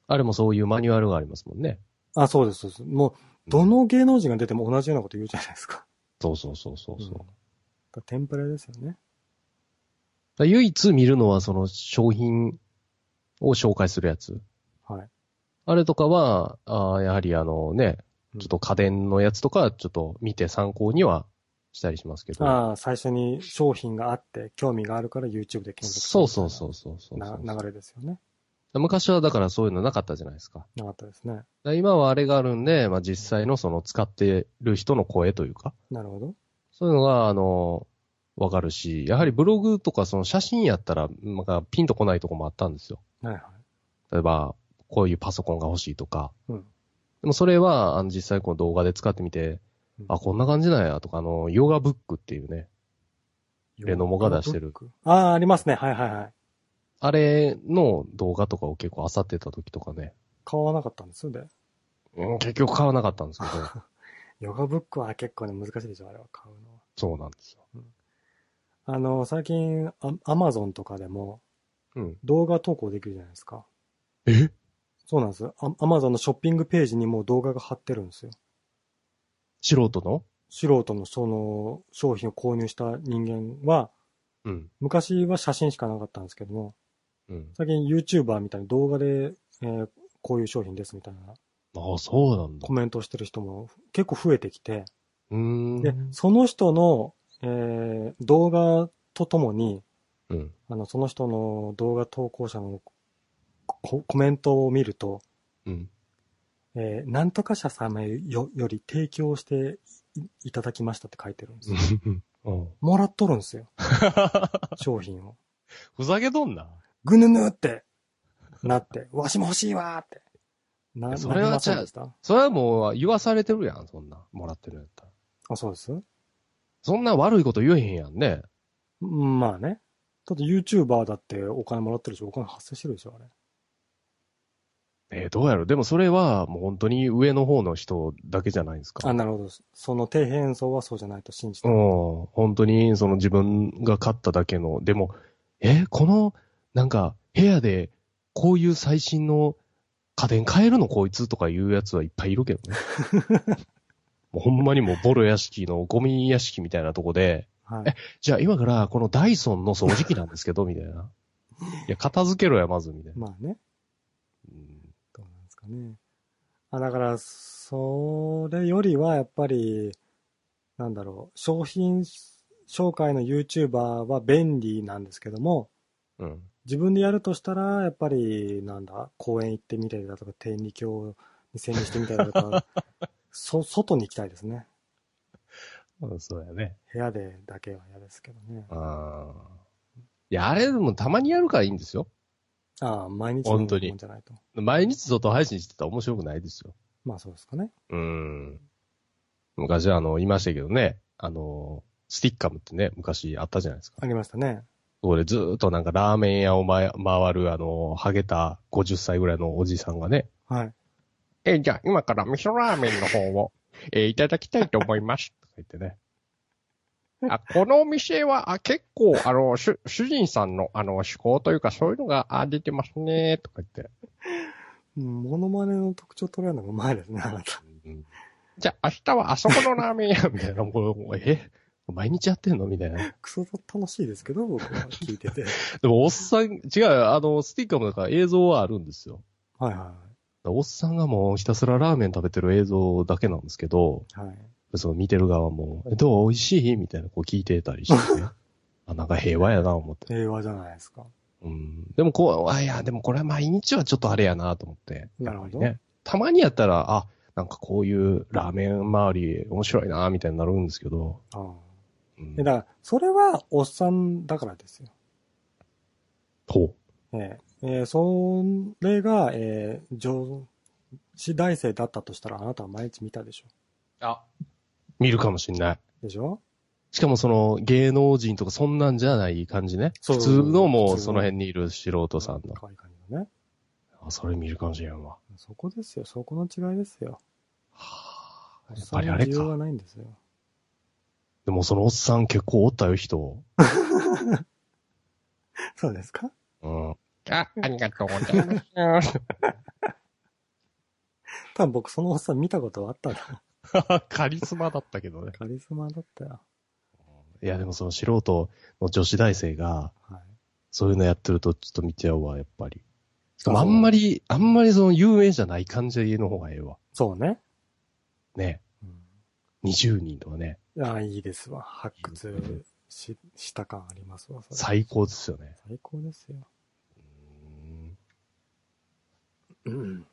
S2: あれもそういうマニュアルがありますもんね。
S1: あ、そうです、そうです。もう、どの芸能人が出ても同じようなこと言うじゃないですか。
S2: そうそうそうそうそう。
S1: うんだからテンプレですよね。
S2: だから唯一見るのはその商品を紹介するやつ。
S1: はい。
S2: あれとかは、あーやはりあのね、
S1: うん
S2: ちょっと家電のやつとか、ちょっと見て参考にはしたりしますけど。
S1: ああ、最初に商品があって、興味があるから YouTube で検索する
S2: そ
S1: み
S2: う
S1: たい
S2: そ
S1: な
S2: うそうそうそう
S1: な流れですよね。
S2: 昔はだからそういうのなかったじゃないですか。だ
S1: な
S2: か
S1: かったですね。
S2: ら今はあれがあるんで、まあ、実際のその使ってる人の声というか、
S1: なるほど。
S2: そういうのが、あの、わかるし、やはりブログとかその写真やったら、なんかピンとこないとこもあったんですよ。
S1: はいはい。
S2: 例えば、こういうパソコンが欲しいとか。
S1: うん
S2: でもそれは、あの、実際この動画で使ってみて、
S1: うん
S2: あ、こんな感じなんや、とか、あの、ヨガブックっていうね、レノモが出してる。
S1: ああ、ありますね。はいはいはい。
S2: あれの動画とかを結構漁ってた時とかね、
S1: 買わなかったんですよね。
S2: うん結局買わなかったんですけ ど、
S1: ヨガブックは結構ね、難しいでしょ、あれは買うのは。
S2: そうなんですよ。
S1: あの、最近、アアマゾンとかでも
S2: うん。
S1: 動画投稿できるじゃないですか。
S2: え
S1: そうなんですよ。アアマゾンのショッピングページにもう動画が貼ってるんですよ。
S2: 素人の
S1: 素人のその商品を購入した人間は、
S2: うん。
S1: 昔は写真しかなかったんですけども、
S2: うん。
S1: 最近 YouTuber みたいに動画で、えーこういう商品ですみたいな
S2: ああ、そうなんだ
S1: コ。メントをしてる人も結構増えてきて、
S2: うーん。
S1: で、その人の、えー動画とともに、
S2: うん。
S1: あの、その人の動画投稿者のココメントを見ると、
S2: うん。
S1: えーなんとか社様よより提供していいただきましたって書いてるん ですよ。
S2: うん。
S1: もらっとるんです よ。商品を。
S2: ふざけとんな。
S1: ぐぬぬってなって、わしも欲しいわーって。な、
S2: それは
S1: なりませんでした
S2: それはもう言わされてるやん、そんな。もらってるんやったら。
S1: あ、そうです。
S2: そんな悪いこと言えへんやんね。
S1: うんまあね。だって YouTuber だってお金もらってるでしょ。お金発生してるでしょ、あれ。
S2: えーどうやろでもそれはもう本当に上の方の人だけじゃないですか。
S1: あ、なるほど。その底辺層はそうじゃないと信じて
S2: う
S1: る。
S2: ん。本当にその自分が買っただけの。でも、えーこの、なんか部屋でこういう最新の家電買えるのこいつとかいうやつはいっぱいいるけ どね。もうほんまにもうボロ屋敷のゴミ屋敷みたいなとこで、
S1: はい。
S2: じゃあ今からこのダイソンの掃除機なんですけど、みたいな。いや、片付けろや、まず、みたいな。
S1: まあね。
S2: うん
S1: どうなんですかね。あ、だから、それよりはやっぱり、なんだろう、商品紹介の YouTuber は便利なんですけども、
S2: うん。
S1: 自分でやるとしたら、やっぱり、なんだ、公園行ってみたりだとか、天理教に潜入してみたりだと か、そ、外に行きたいですね。
S2: そうやね。
S1: 部屋でだけは嫌ですけどね。
S2: ああ。いや、あれでもたまにやるからいいんですよ。
S1: ああ、毎日
S2: 本当に
S1: もんじゃないと。
S2: 毎日外配信してたら面白くないですよ。
S1: まあそうですかね。
S2: うん。昔はあの、言いましたけどね、あの、スティッカムってね、昔あったじゃないですか。
S1: ありましたね。
S2: そこでずーっとなんかラーメン屋をま回る、あの、ハゲた50歳ぐらいのおじさんがね、
S1: はい。
S2: えーじゃあ今から味噌ラーメンの方を、えーいただきたいと思います。とか言ってね。あ、このお店は、あ、結構、あの、主、主人さんの、あの、趣向というか、そういうのが、あ、出てますね、とか言って。
S1: うんモノマネの特徴捉えるのがうまいですね、あなた。
S2: うんじゃあ、明日はあそこのラーメン屋、みたいな、もう、もうえ毎日やってんのみたいな。
S1: クソ楽しいですけど、僕は聞いて て。
S2: でも、おっさん、違う、あの、スティッカーもだから映像はあるんですよ。
S1: はいはい
S2: おっさんがもうひたすらラーメン食べてる映像だけなんですけど、
S1: はい。はい。
S2: その見てる側も、えどう美味しいみたいなこう聞いてたり して、ね、あ、なんか平和やな思って。
S1: 平和じゃないですか。
S2: うん。でもこう、あ、いや、でもこれは毎日はちょっとあれやなと思って。
S1: なるほど
S2: やっぱりね。たまにやったら、あ、なんかこういうラーメン周り面白いなみたいになるんですけど。
S1: ああ。
S2: うん
S1: え、だから、それはおっさんだからですよ。
S2: ほ
S1: ええええそれが、ええ上司大生だったとしたら、あなたは毎日見たでしょ。
S2: う。あ。見るかもしんない。
S1: でしょ
S2: しかもその芸能人とかそんなんじゃない感じね。
S1: そう
S2: 普
S1: そうそう
S2: 通のもうその辺にいる素人さんの。
S1: 可愛い感じのね。
S2: あそれ見るかもしれんわ。
S1: そこですよ。そこの違いですよ。
S2: はあ
S1: おっ
S2: やっ
S1: さ
S2: ぱ
S1: ん
S2: り
S1: の
S2: あれ
S1: 需要が
S2: か。
S1: ないんですよ。
S2: でもそのおっさん結構おったよ、人。
S1: そうですか
S2: うん。
S3: あ、ありがとうございます。
S1: 多分僕そのおっさん見たことはあったんだ。
S2: カリスマだったけどね。
S1: カリスマだったよ。
S2: いや、でもその素人の女子大生が、
S1: はい。
S2: そういうのやってるとちょっと見ちゃうわ、やっぱり。しかも
S1: そ
S2: あ
S1: うん
S2: まり、あんまりその有名じゃない感じでの方がええわ。
S1: そうね。
S2: ね。
S1: うん
S2: 20人とかね。
S1: ああ、いいですわ。発掘しした感ありますわ。それ
S2: 最高ですよね。
S1: 最高ですよ。
S2: うん
S1: うん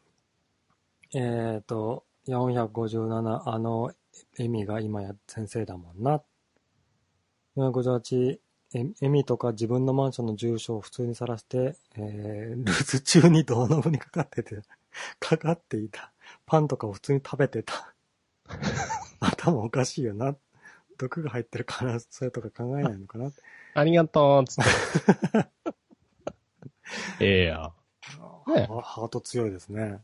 S1: えっと、457、あの、エミが今や先生だもんな。458、エエミとか自分のマンションの住所を普通に晒して、えー、留守中にドアノブにかかって て、かかっていた。パンとかを普通に食べてた。 頭おかしいよな。毒が入ってるから、それとか考えないのかな。
S2: ありがとう、つって。 ええや。ね
S1: ハハート強いですね。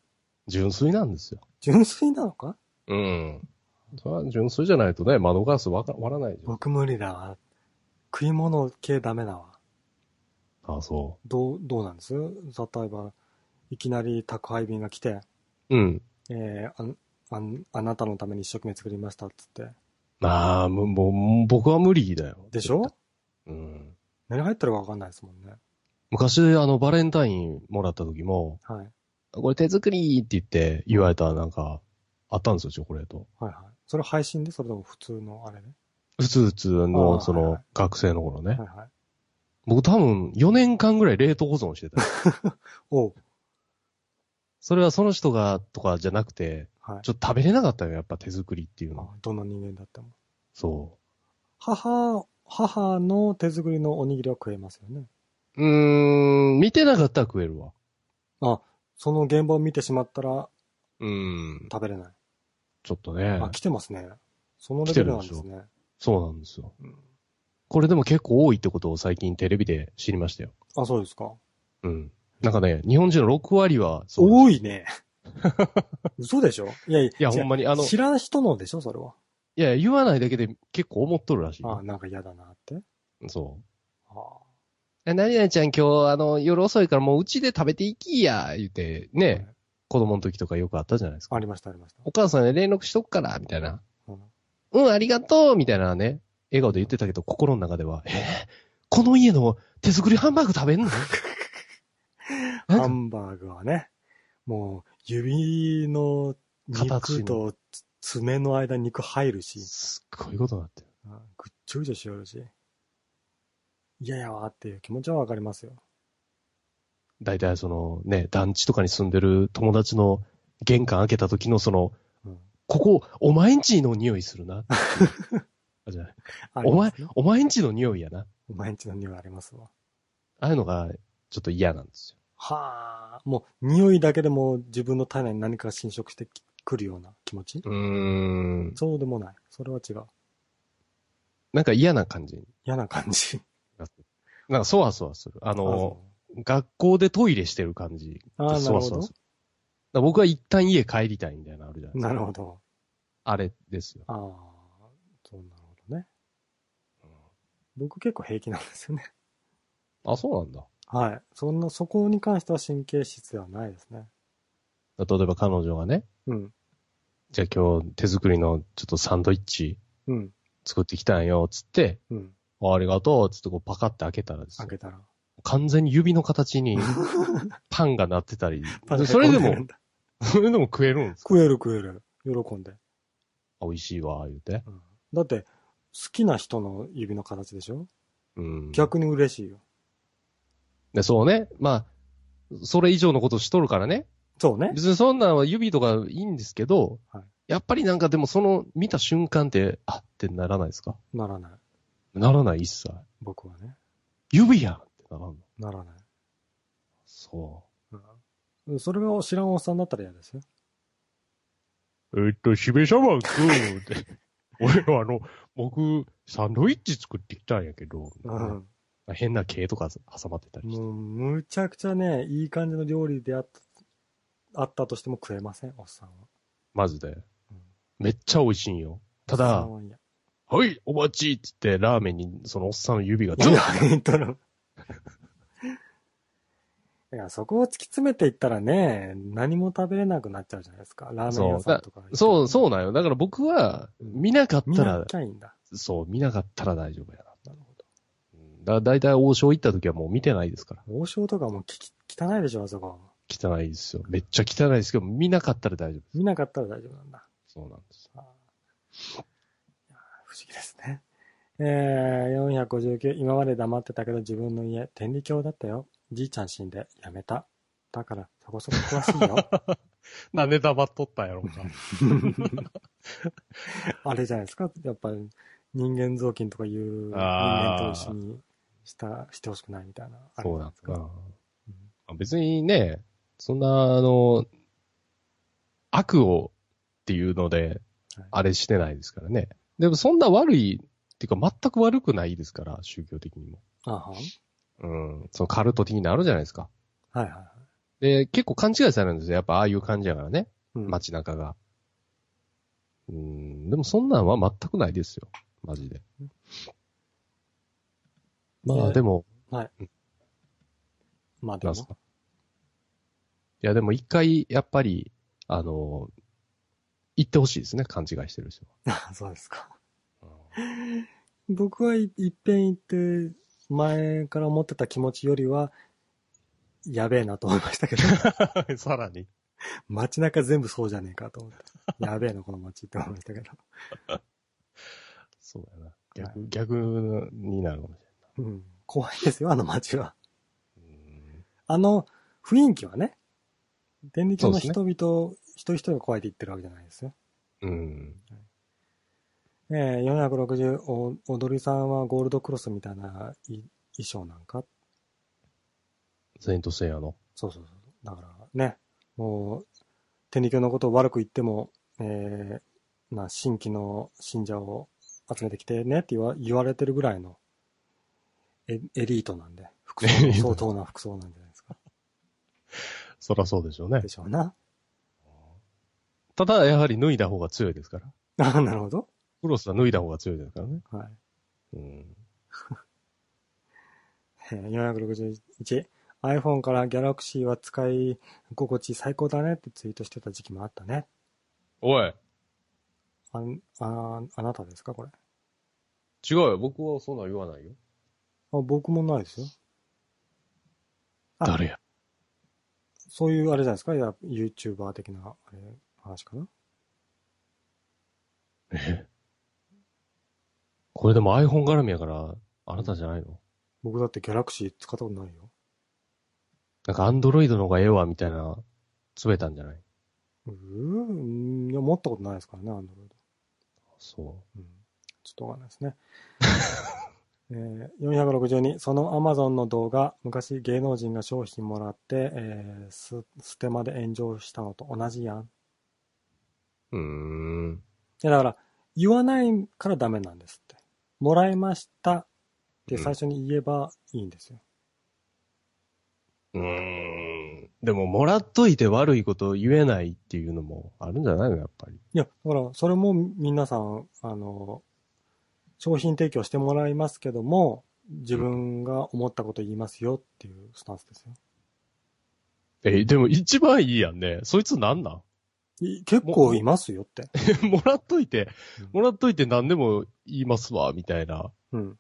S2: 純粋なんですよ。
S1: 純粋なのか
S2: うん。それは純粋じゃないとね、窓ガラス割ら割らないじ
S1: 僕無理だわ。食い物系ダメだわ。
S2: ゃん。あ、そ
S1: どう、どうなんです例えば、いきなり宅配便が来て、
S2: う。うん。
S1: えーあんあん、あなたのために一生懸命作りましたっつって。
S2: まあ、むもうもう、僕は無理だよ。
S1: でしょ
S2: うん。
S1: 何入ってるかわかんないですもんね。
S2: 昔、あの、バレンタインもらった時も、
S1: はい。
S2: これ手作りって言って言われたなんか、あったんですよ、チョコレート。
S1: はいはい。それ配信でそれとも普通のあれね。
S2: 普通普通
S1: あー
S2: の、そ
S1: はいは
S2: の
S1: い、
S2: 学生の頃ね。
S1: はいはい。
S2: 僕多分、4年間ぐらい冷凍保存してたよ。
S1: おう。
S2: それはその人が、とかじゃなくて、
S1: はい。
S2: ちょっと食べれなかったよ、やっぱ手作りっていうの
S1: あ
S2: は。
S1: どんな人間だっても。
S2: そ
S1: 母、母の手作りのおにぎりは食えますよね。
S2: う。うーん、見てなかったら食えるわ。
S1: その現場を見てしまったら
S2: うーん、
S1: 食べれない。
S2: ちょっとね。
S1: あ、来てますね。そのレベルなんです
S2: 来て
S1: ね。
S2: そうなんですよ。
S1: うん
S2: これでも結構多いってことを最近テレビで知りましたよ。
S1: あ、そうですか。
S2: うん。なんかね、日本人の6割は、そうなんで
S1: 多
S2: す。
S1: いね。 嘘でしょいやいや、
S2: いや、
S1: 違う
S2: ほんまに、あの、い
S1: 知らん人のでしょそれは。
S2: や、言わないだけで結構思っとるらしい。
S1: ああ、なんか嫌だなって。
S2: そう。
S1: ああ
S2: え何々ちゃん今日、あの、夜遅いからもううちで食べていきや、言って、ね、子供の時とかよくあったじゃないですか。
S1: ありました、ありました。
S2: お母さんに連絡しとくから、みたいな。
S1: うん
S2: うん、ありがとうみたいなね、笑顔で言ってたけど、心の中では、えーこの家の手作りハンバーグ食 べんのなんか
S1: ハンバーグはね、もう、指の肉
S2: 形
S1: とつ爪の間に肉入るし、
S2: すっごいことになってる。
S1: うんぐっちょぐちょしよるし、嫌やわっていう気持ちはわかりますよ。
S2: 大体そのね、団地とかに住んでる友達の玄関開けた時のその、
S1: うん
S2: ここ、お前んちの匂いす るな。あじゃない
S1: あり
S2: お
S1: ま
S2: 前
S1: すね、
S2: お前んちの匂いやな。
S1: お前んちの匂いありますわ。
S2: ああいうのが、ちょっと嫌なんですよ。
S1: はあ、もう、匂いだけでも自分の体内に何かが侵食してくるような気持ち
S2: うーん。
S1: そうでもない。それは違う。
S2: なんか嫌な感じに
S1: 嫌な感じ。
S2: なって。なんかそわそわする。 あ
S1: あ
S2: の、学校でトイレしてる感じ。
S1: あー
S2: そわそわする。だから僕は一旦家帰りたいみたいなのあるじゃないですか。
S1: なるほど。
S2: あれですよ。
S1: ああ、そうなるほどね。僕結構平気なんですよね。
S2: あ、そうなんだ。
S1: はい。そんな、そこに関しては神経質ではないですね。
S2: 例えば彼女がね、
S1: うん。
S2: じゃあ今日手作りのちょっとサンドイッチ
S1: うん。
S2: 作ってきたんよ、つって、
S1: うん。
S2: あありがとう、つってこうパカって開けたらです
S1: 開
S2: よ
S1: けたら。
S2: 完全に指の 形にパンがなってたり
S1: パン、が
S2: それで
S1: 飛んる
S2: も
S1: ん、だ
S2: それでも食えるんです か
S1: 食える食える。喜んで。
S2: あ美味しいわ、言うて。
S1: うん。だって、好きな人の指の形でしょ
S2: うん。
S1: 逆に嬉しいよ。
S2: で、そうね。まあ、それ以上のことしとるからね。
S1: そうね。
S2: 別にそんなんは指とかいいんですけど、
S1: はい
S2: やっぱりなんかでもその見た瞬間って、あってならないですか
S1: ならない。
S2: ならない、一切。
S1: 僕はね。
S2: 指やんってならんの。
S1: ならない。
S2: そ
S1: うん。それを知らんおっさんだったら嫌ですよ。
S2: う。えっと、姫様くんって。俺はあの、僕、サンドイッチ作ってきたんやけど、
S1: うん。
S2: 変な毛とか挟まってたりして。
S1: もう、むちゃくちゃね、いい感じの料理であった、あったとしても食えません、おっさんは。
S2: マジで。めっちゃ美味しいんよ。ただ、
S1: おっさんはいや
S2: はい、お待ちって言って、ラーメンにそのおっさんの指が
S1: いや、言ったら。 いや、そこを突き詰めていったらね、何も食べれなくなっちゃうじゃないですか。ラーメン屋さんとか。
S2: そう、そう
S1: う。
S2: なんよ。だから僕は、見なかっ
S1: 見
S2: た
S1: な
S2: ら、
S1: きゃいいんだ。
S2: そう、見なかったら大丈夫やな。なるほど。だ、だいたい王将行った時はもう見てないですから。
S1: 王将とかもきき汚いでしょ、あそこ。
S2: 汚いですよ。めっちゃ汚いですけど、見なかったら大丈夫。
S1: 見なかったら大丈夫なんだ。
S2: そうなんです。
S1: あーいや不思議ですね。えー、459、今まで黙ってたけど自分の家、天理教だったよ。じいちゃん死んで、やめた。だから、そこそこ詳しいよ。
S2: なんで黙っとったんやろうか。
S1: あれじゃないですか、やっぱり人間雑巾とかいう人間
S2: あ
S1: と
S2: ー
S1: 一緒にした、してほしくないみたいな。あれ
S2: そうなんですか。
S1: う
S2: うんんあ別にね、そんな、あの、悪をっていうので
S1: はい、
S2: あれしてないですからね。でもそんな悪い、っていうか全く悪くないですから、宗教的にも。
S1: あはん
S2: うん。そのカルト的になるじゃないですか。
S1: はいはいはい。
S2: で、結構勘違いされるんですよ。やっぱああいう感じやからね。
S1: うん
S2: 街中が。うん。でもそんなんは全くないですよ。マジで。ま
S1: え
S2: あ
S1: ー
S2: でも、
S1: まあで
S2: な
S1: も
S2: んす。か。いや、でも一回、やっぱり、あの、行ってほしいですね、勘違いしてる人
S1: そうですか。
S2: は。
S1: 僕はい、いっぺん行って、前から思ってた気持ちよりは、やべえなと思いましたけど、
S2: さらに。
S1: 街中全部そうじゃねえかと思 って。やべえな、この街って思いましたけど。
S2: そうやな。逆、逆になるかもし
S1: うん。怖いですよ、あの街は。
S2: れない。うん
S1: あの雰囲気はね、天理教の
S2: そう
S1: 人々、一人一人が怖いって言ってるわけじゃないですよ。
S2: うん。
S1: ええ460お、踊りさんはゴールドクロスみたいない衣装なんか
S2: セイントセイヤの。
S1: そうそうそう。だからね、もう、天理教のことを悪く言っても、えー、な、新規の信者を集めてきてねって言わ言われてるぐらいのエ、エリートなんで、服装も相当な服装なんじゃないですか。
S2: そらそうでしょうね
S1: で。しょうな。
S2: ただ、やはり脱いだ方が強いですから。
S1: あなるほど。
S2: クロスは脱いだ方が強いですからね。
S1: はい。
S2: うん。
S1: えー461 iPhone から Galaxy は使い心地最高だねってツイートしてた時期もあったね。
S2: おい
S1: あんああなたですかこれあ。
S2: 違うよ。僕はそんなん言わないよ。
S1: 僕もないですよ。あ
S2: 誰や
S1: そういうあれじゃないですかいや ?YouTuber 的なあれ話かな
S2: これでも iPhone 絡みやから、あなたじゃないの
S1: 僕だって Galaxy 使ったことないよ。
S2: なんか Android の方がええわ、みたいな、つべたんじゃないう
S1: ーん、いや、持ったことないですからね、Android。
S2: そ
S1: うん、ちょっとわかんないですね。えー、462、その Amazon の動画、昔芸能人が商品もらって、えー、す、捨てまで炎上したのと同じやん。
S2: う。うーん。
S1: いや、だから、言わないからダメなんですって。もらいましたって最初に言えばいいんですよ。
S2: うーん。でも、もらっといて悪いことを言えないっていうのもあるんじゃないの、やっぱり。
S1: いや、だから、それも皆さん、あの、商品提供してもらいますけども、自分が思ったこと言いますよっていうスタンスですよ。
S2: え、でも一番いいやんね。そいつなんなん
S1: い結構いますよって。
S2: もらっといて
S1: うん、
S2: もらっといて何でも言いますわ、みたいな。
S1: うん。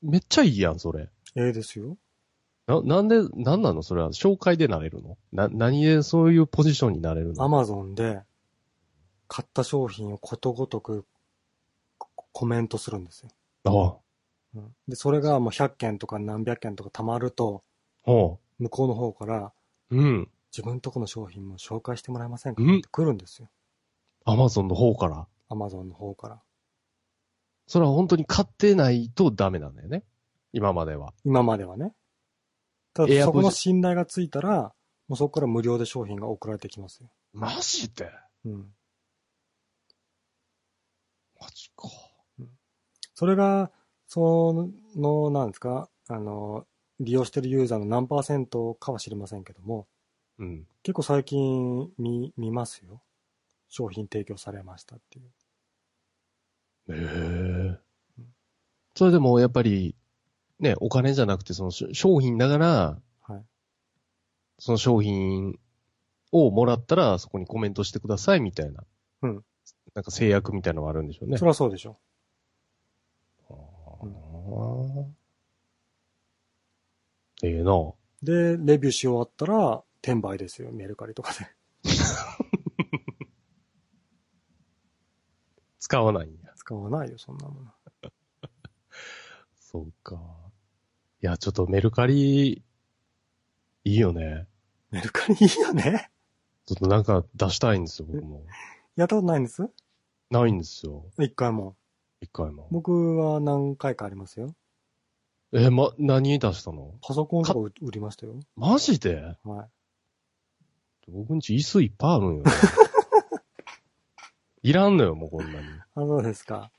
S2: めっちゃいいやん、それ。
S1: ええですよ。
S2: な、なんで、なんなのそれは、紹介でなれるのな、何でそういうポジションになれるの
S1: アマゾンで、買った商品をことごとくココメントするんですよ。
S2: ああ。
S1: うん、で、それがもう100件とか何百件とか溜まると、
S2: ほ
S1: 向こうの方から、
S2: う。うん。
S1: 自分とこの商品も紹介してもらえませんか
S2: うん
S1: って来るんですよ。
S2: アマゾンの方から。
S1: アマゾンの方から。
S2: それは本当に買ってないとダメなんだよね。今までは。
S1: 今まではね。た
S2: エ
S1: だ、
S2: ア
S1: そ
S2: ポ
S1: こ
S2: ジ
S1: の信頼がついたら、もうそこから無料で商品が送られてきますよ。
S2: マジで
S1: うん。
S2: マジか。
S1: そそれが、その、なんですか、あの、利用してるユーザーの何パーセントかは知りませんけども、
S2: うん。
S1: 結構最近見、見ますよ。商品提供されましたっていう。
S2: へえそれでもやっぱり、ね、お金じゃなくて、そのし商品だから、
S1: はい。
S2: その商品をもらったら、そこにコメントしてくださいみたいな。
S1: うん。
S2: なんか制約みたいなのがあるんでしょうね
S1: そ。れはそうでしょ。
S2: ええな。
S1: で、レビューし終わったら、転売ですよ。メルカリとかで。
S2: 使わないんや。
S1: 使わないよ、そんなもの。
S2: そうか。いや、ちょっとメルカリ、いいよね。
S1: メルカリいいよね。
S2: ちょっとなんか出したいんですよ、僕も。
S1: やったことないんです
S2: ないんですよ、
S1: 一回も。
S2: 一回も。
S1: 僕は何回かありますよ。
S2: え、ま、何出したの
S1: パソコンとか売売りましたよ。
S2: マジで
S1: はい。
S2: 僕んち椅子いっぱいあるん よ、ね。いらんのよ、もうこんなに。
S1: あ、そうですか。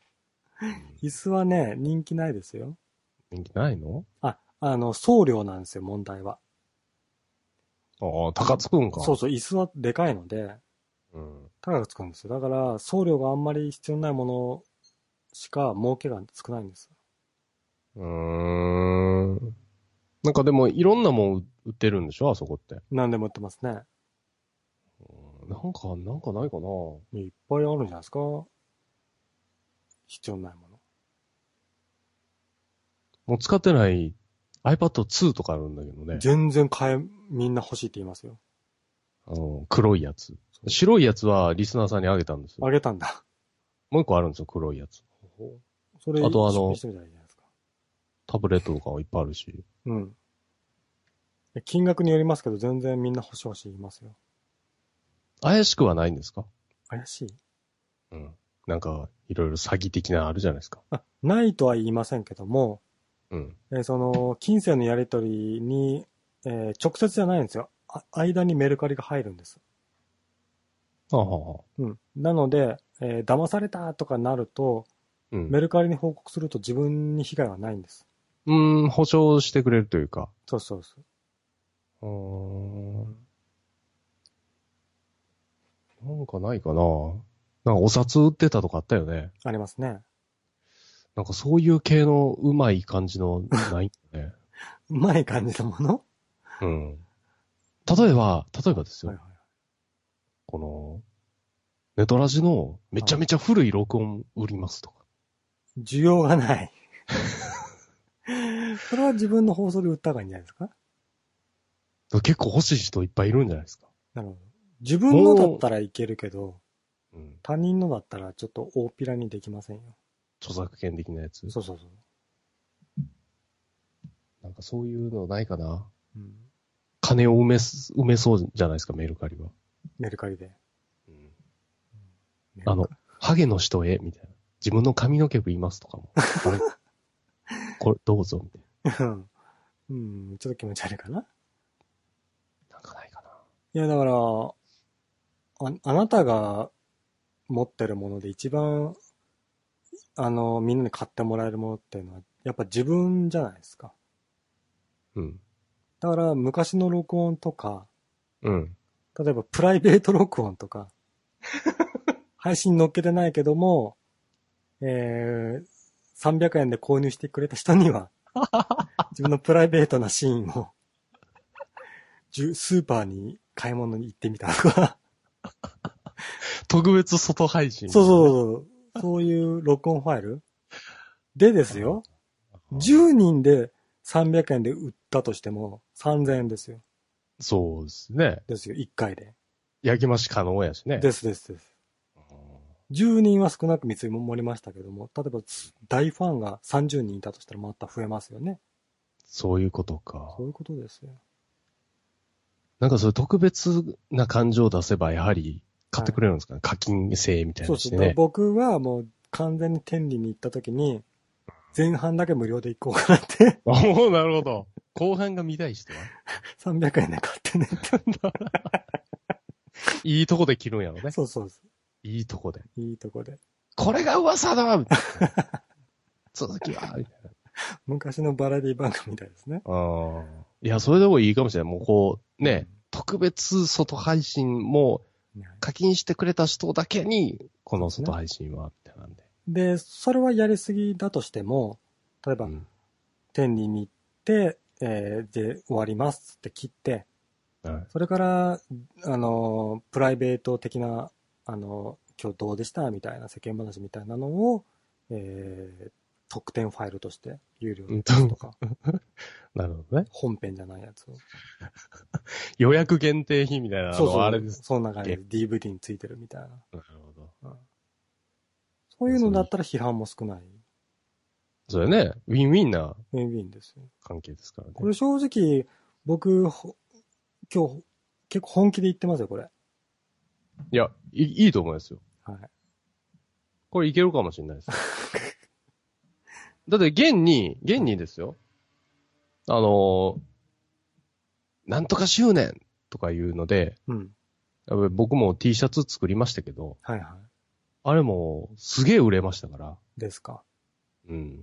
S2: うん
S1: 椅子はね、人気ないですよ。
S2: 人気ないの
S1: あ、あの、送料なんですよ、問題は。
S2: ああ、高つくんか。
S1: そうそう、椅子はでかいので、
S2: うん。
S1: 高くつくんですよ。だから、送料があんまり必要ないものしか儲けが少ないんです。
S2: うーん。なんかでも、いろんなもん売ってるんでしょあそこって。
S1: 何でも売ってますね。
S2: うんなんか、なんかないかない
S1: っぱいあるんじゃないですか必要ないもの。
S2: もう使ってない iPad 2とかあるんだけどね。
S1: 全然買え、みんな欲しいって言いますよ。
S2: あの、黒いやつ。白いやつはリスナーさんにあげたんですよ。
S1: あげたんだ。
S2: もう一個あるんですよ、黒いやつ。
S1: それ、
S2: あとあの
S1: してみたらいいじゃないですか。
S2: タブレットとかはいっぱいあるし。
S1: うん。金額によりますけど、全然みんな欲しい欲しい言いますよ。
S2: 怪しくはないんですか
S1: 怪しい
S2: うん。なんか、いろいろ詐欺的なのあるじゃないですか。
S1: あ、ないとは言いませんけども、
S2: うん。
S1: えーその、金銭のやり取りに、えー直接じゃないんですよ。あ間にメルカリが入るんです。
S2: ああ、はあ
S1: うん。なので、えー騙されたとかなると、
S2: うん。
S1: メルカリに報告すると自分に被害はないんです。
S2: うん、保証してくれるというか。
S1: そうそうそう。
S2: うーん。なんかないかななんかお札売ってたとかあったよね。
S1: ありますね。
S2: なんかそういう系のうまい感じのないよね。
S1: うまい感じのもの
S2: うん。例えば、例えばですよ。
S1: はいはい。
S2: この、ネトラジのめちゃめちゃ古い録音売りますとか。
S1: 需要がない。 それは自分の放送で売った方がいいんじゃないですか
S2: 結構欲しい人いっぱいいるんじゃないですか。
S1: なるほど。自分のだったらいけるけど、
S2: うん。
S1: 他人のだったらちょっと大っぴらにできませんよ。
S2: 著作権的なやつ。
S1: そうそうそう。
S2: なんかそういうのないかな
S1: うん、
S2: 金を埋めす、埋めそうじゃないですか、メルカリは。
S1: メルカリで。
S2: うんあの、ハゲの人へ、みたいな。自分の髪の毛振りますとかも。あれ これ、どうぞ、みたい
S1: うん。 うん、ちょっと気持ち悪いかな。
S2: な。なんかないかな。
S1: いや、だから、あ、あなたが持ってるもので一番、あの、みんなに買ってもらえるものっていうのは、やっぱ自分じゃないですか。
S2: うん。
S1: だから、昔の録音とか、
S2: うん。
S1: 例えばプライベート録音とか、配信載っけてないけども、えー、300円で購入してくれた人には、自分のプライベートなシーンを、じゅスーパーに買い物に行ってみたとか、
S2: 特別外配信。
S1: そうそうそうそう、そういう録音ファイルでですよ、
S2: うん
S1: 10人で300円で売ったとしても3000円ですよ。
S2: そうですね。
S1: ですよ、1回で。
S2: 焼き増し可能やしね。
S1: ですですです。10人は少なく見積もりましたけども、例えば大ファンが30人いたとしたらまた増えますよね。
S2: そういうことか
S1: そ。ういうことですよ。
S2: なんかそういう特別な感情を出せば、やはり買ってくれるんですかね。課金制みたいな
S1: そう
S2: の
S1: で
S2: し
S1: す
S2: て
S1: ね。
S2: ね。
S1: 僕はもう完全に天理に行った時に、前半だけ無料で行こうかなって、
S2: おーなるほど。後半が見たい人は
S1: 300円で買ってねって。
S2: いいとこで切るんやろね。
S1: そうそうそ
S2: いいとこで。
S1: う。いいとこで。
S2: これが噂だ続きは、みたいな。
S1: 昔のバラエティ番組みたいですね。
S2: ああ。いや、それでもいいかもしれない。もうこう、ね、特別外配信も課金してくれた人だけに、この外配信は、みたいなんで。
S1: で、それはやりすぎだとしても、例えば、
S2: うん
S1: 天理見て、えーで、終わりますって切って、
S2: はい
S1: それから、あの、プライベート的な、あの、今日どうでしたみたいな世間話みたいなのを、えー特典ファイルとして有料で出すとか、
S2: なるほどね。
S1: 本編じゃないやつを。
S2: 予約限定品みたいなのはあれです。
S1: そんな感じで DVD についてるみたいな。
S2: なるほど。
S1: そういうのだったら批判も少ない。
S2: それね、ウィンウィンな
S1: ウィンウィンですよ。
S2: 関係ですからね。
S1: これ正直、僕、ほ今日、結構本気で言ってますよ、これ。
S2: いやい、いいと思いますよ。
S1: はい。
S2: これいけるかもしれないです。 だって、現に、現にですよ。あのーなんとか執念とかいうので、
S1: うん。
S2: やっぱり僕も T シャツ作りましたけど、
S1: はいは
S2: あれもすげえ売れましたから。
S1: い。ですか。
S2: うん。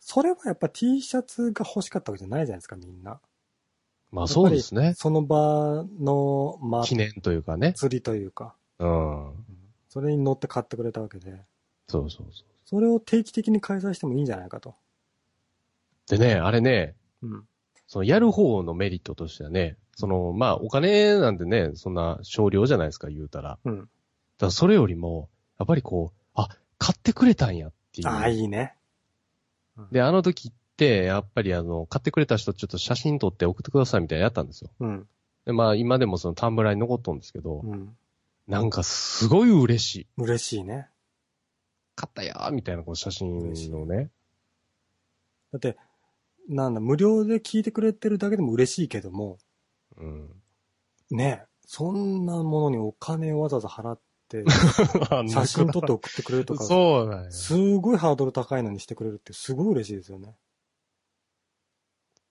S1: それはやっぱ T シャツが欲しかったわけじゃないじゃないですか、みんな。
S2: まあそうですね。
S1: その場の、まあ、
S2: 記念というかね。
S1: 釣りというか、
S2: うん。
S1: それに乗って買ってくれたわけで、
S2: そうそうそ
S1: それを定期的に開催してもいいんじゃないかと。
S2: う。でね、あれね、
S1: うん。
S2: そのやる方のメリットとしてはね、その、まあお金なんてね、そんな少量じゃないですか、言うたら。
S1: うん。
S2: だからそれよりも、やっぱりこう、あ、買ってくれたんやっていう。
S1: ああ、いいね。
S2: で、あの時って、やっぱりあの、買ってくれた人ちょっと写真撮って送ってくださいみたいなのやったんですよ。
S1: うん。
S2: で、まあ今でもそのタンブラーに残っとんですけど、
S1: うん。
S2: なんかすごい嬉しい。
S1: 嬉しいね。
S2: 買ったよーみたいなこう写真のね。
S1: だって、なんだ、無料で聞いてくれてるだけでも嬉しいけども、
S2: うん。
S1: ねえ、そんなものにお金をわざわざ払 って、
S2: あ
S1: 写真撮って
S2: なく
S1: 送ってくれると
S2: な
S1: か、
S2: そうなんや。
S1: すごいハードル高いのにしてくれるって、すごい嬉しいですよね。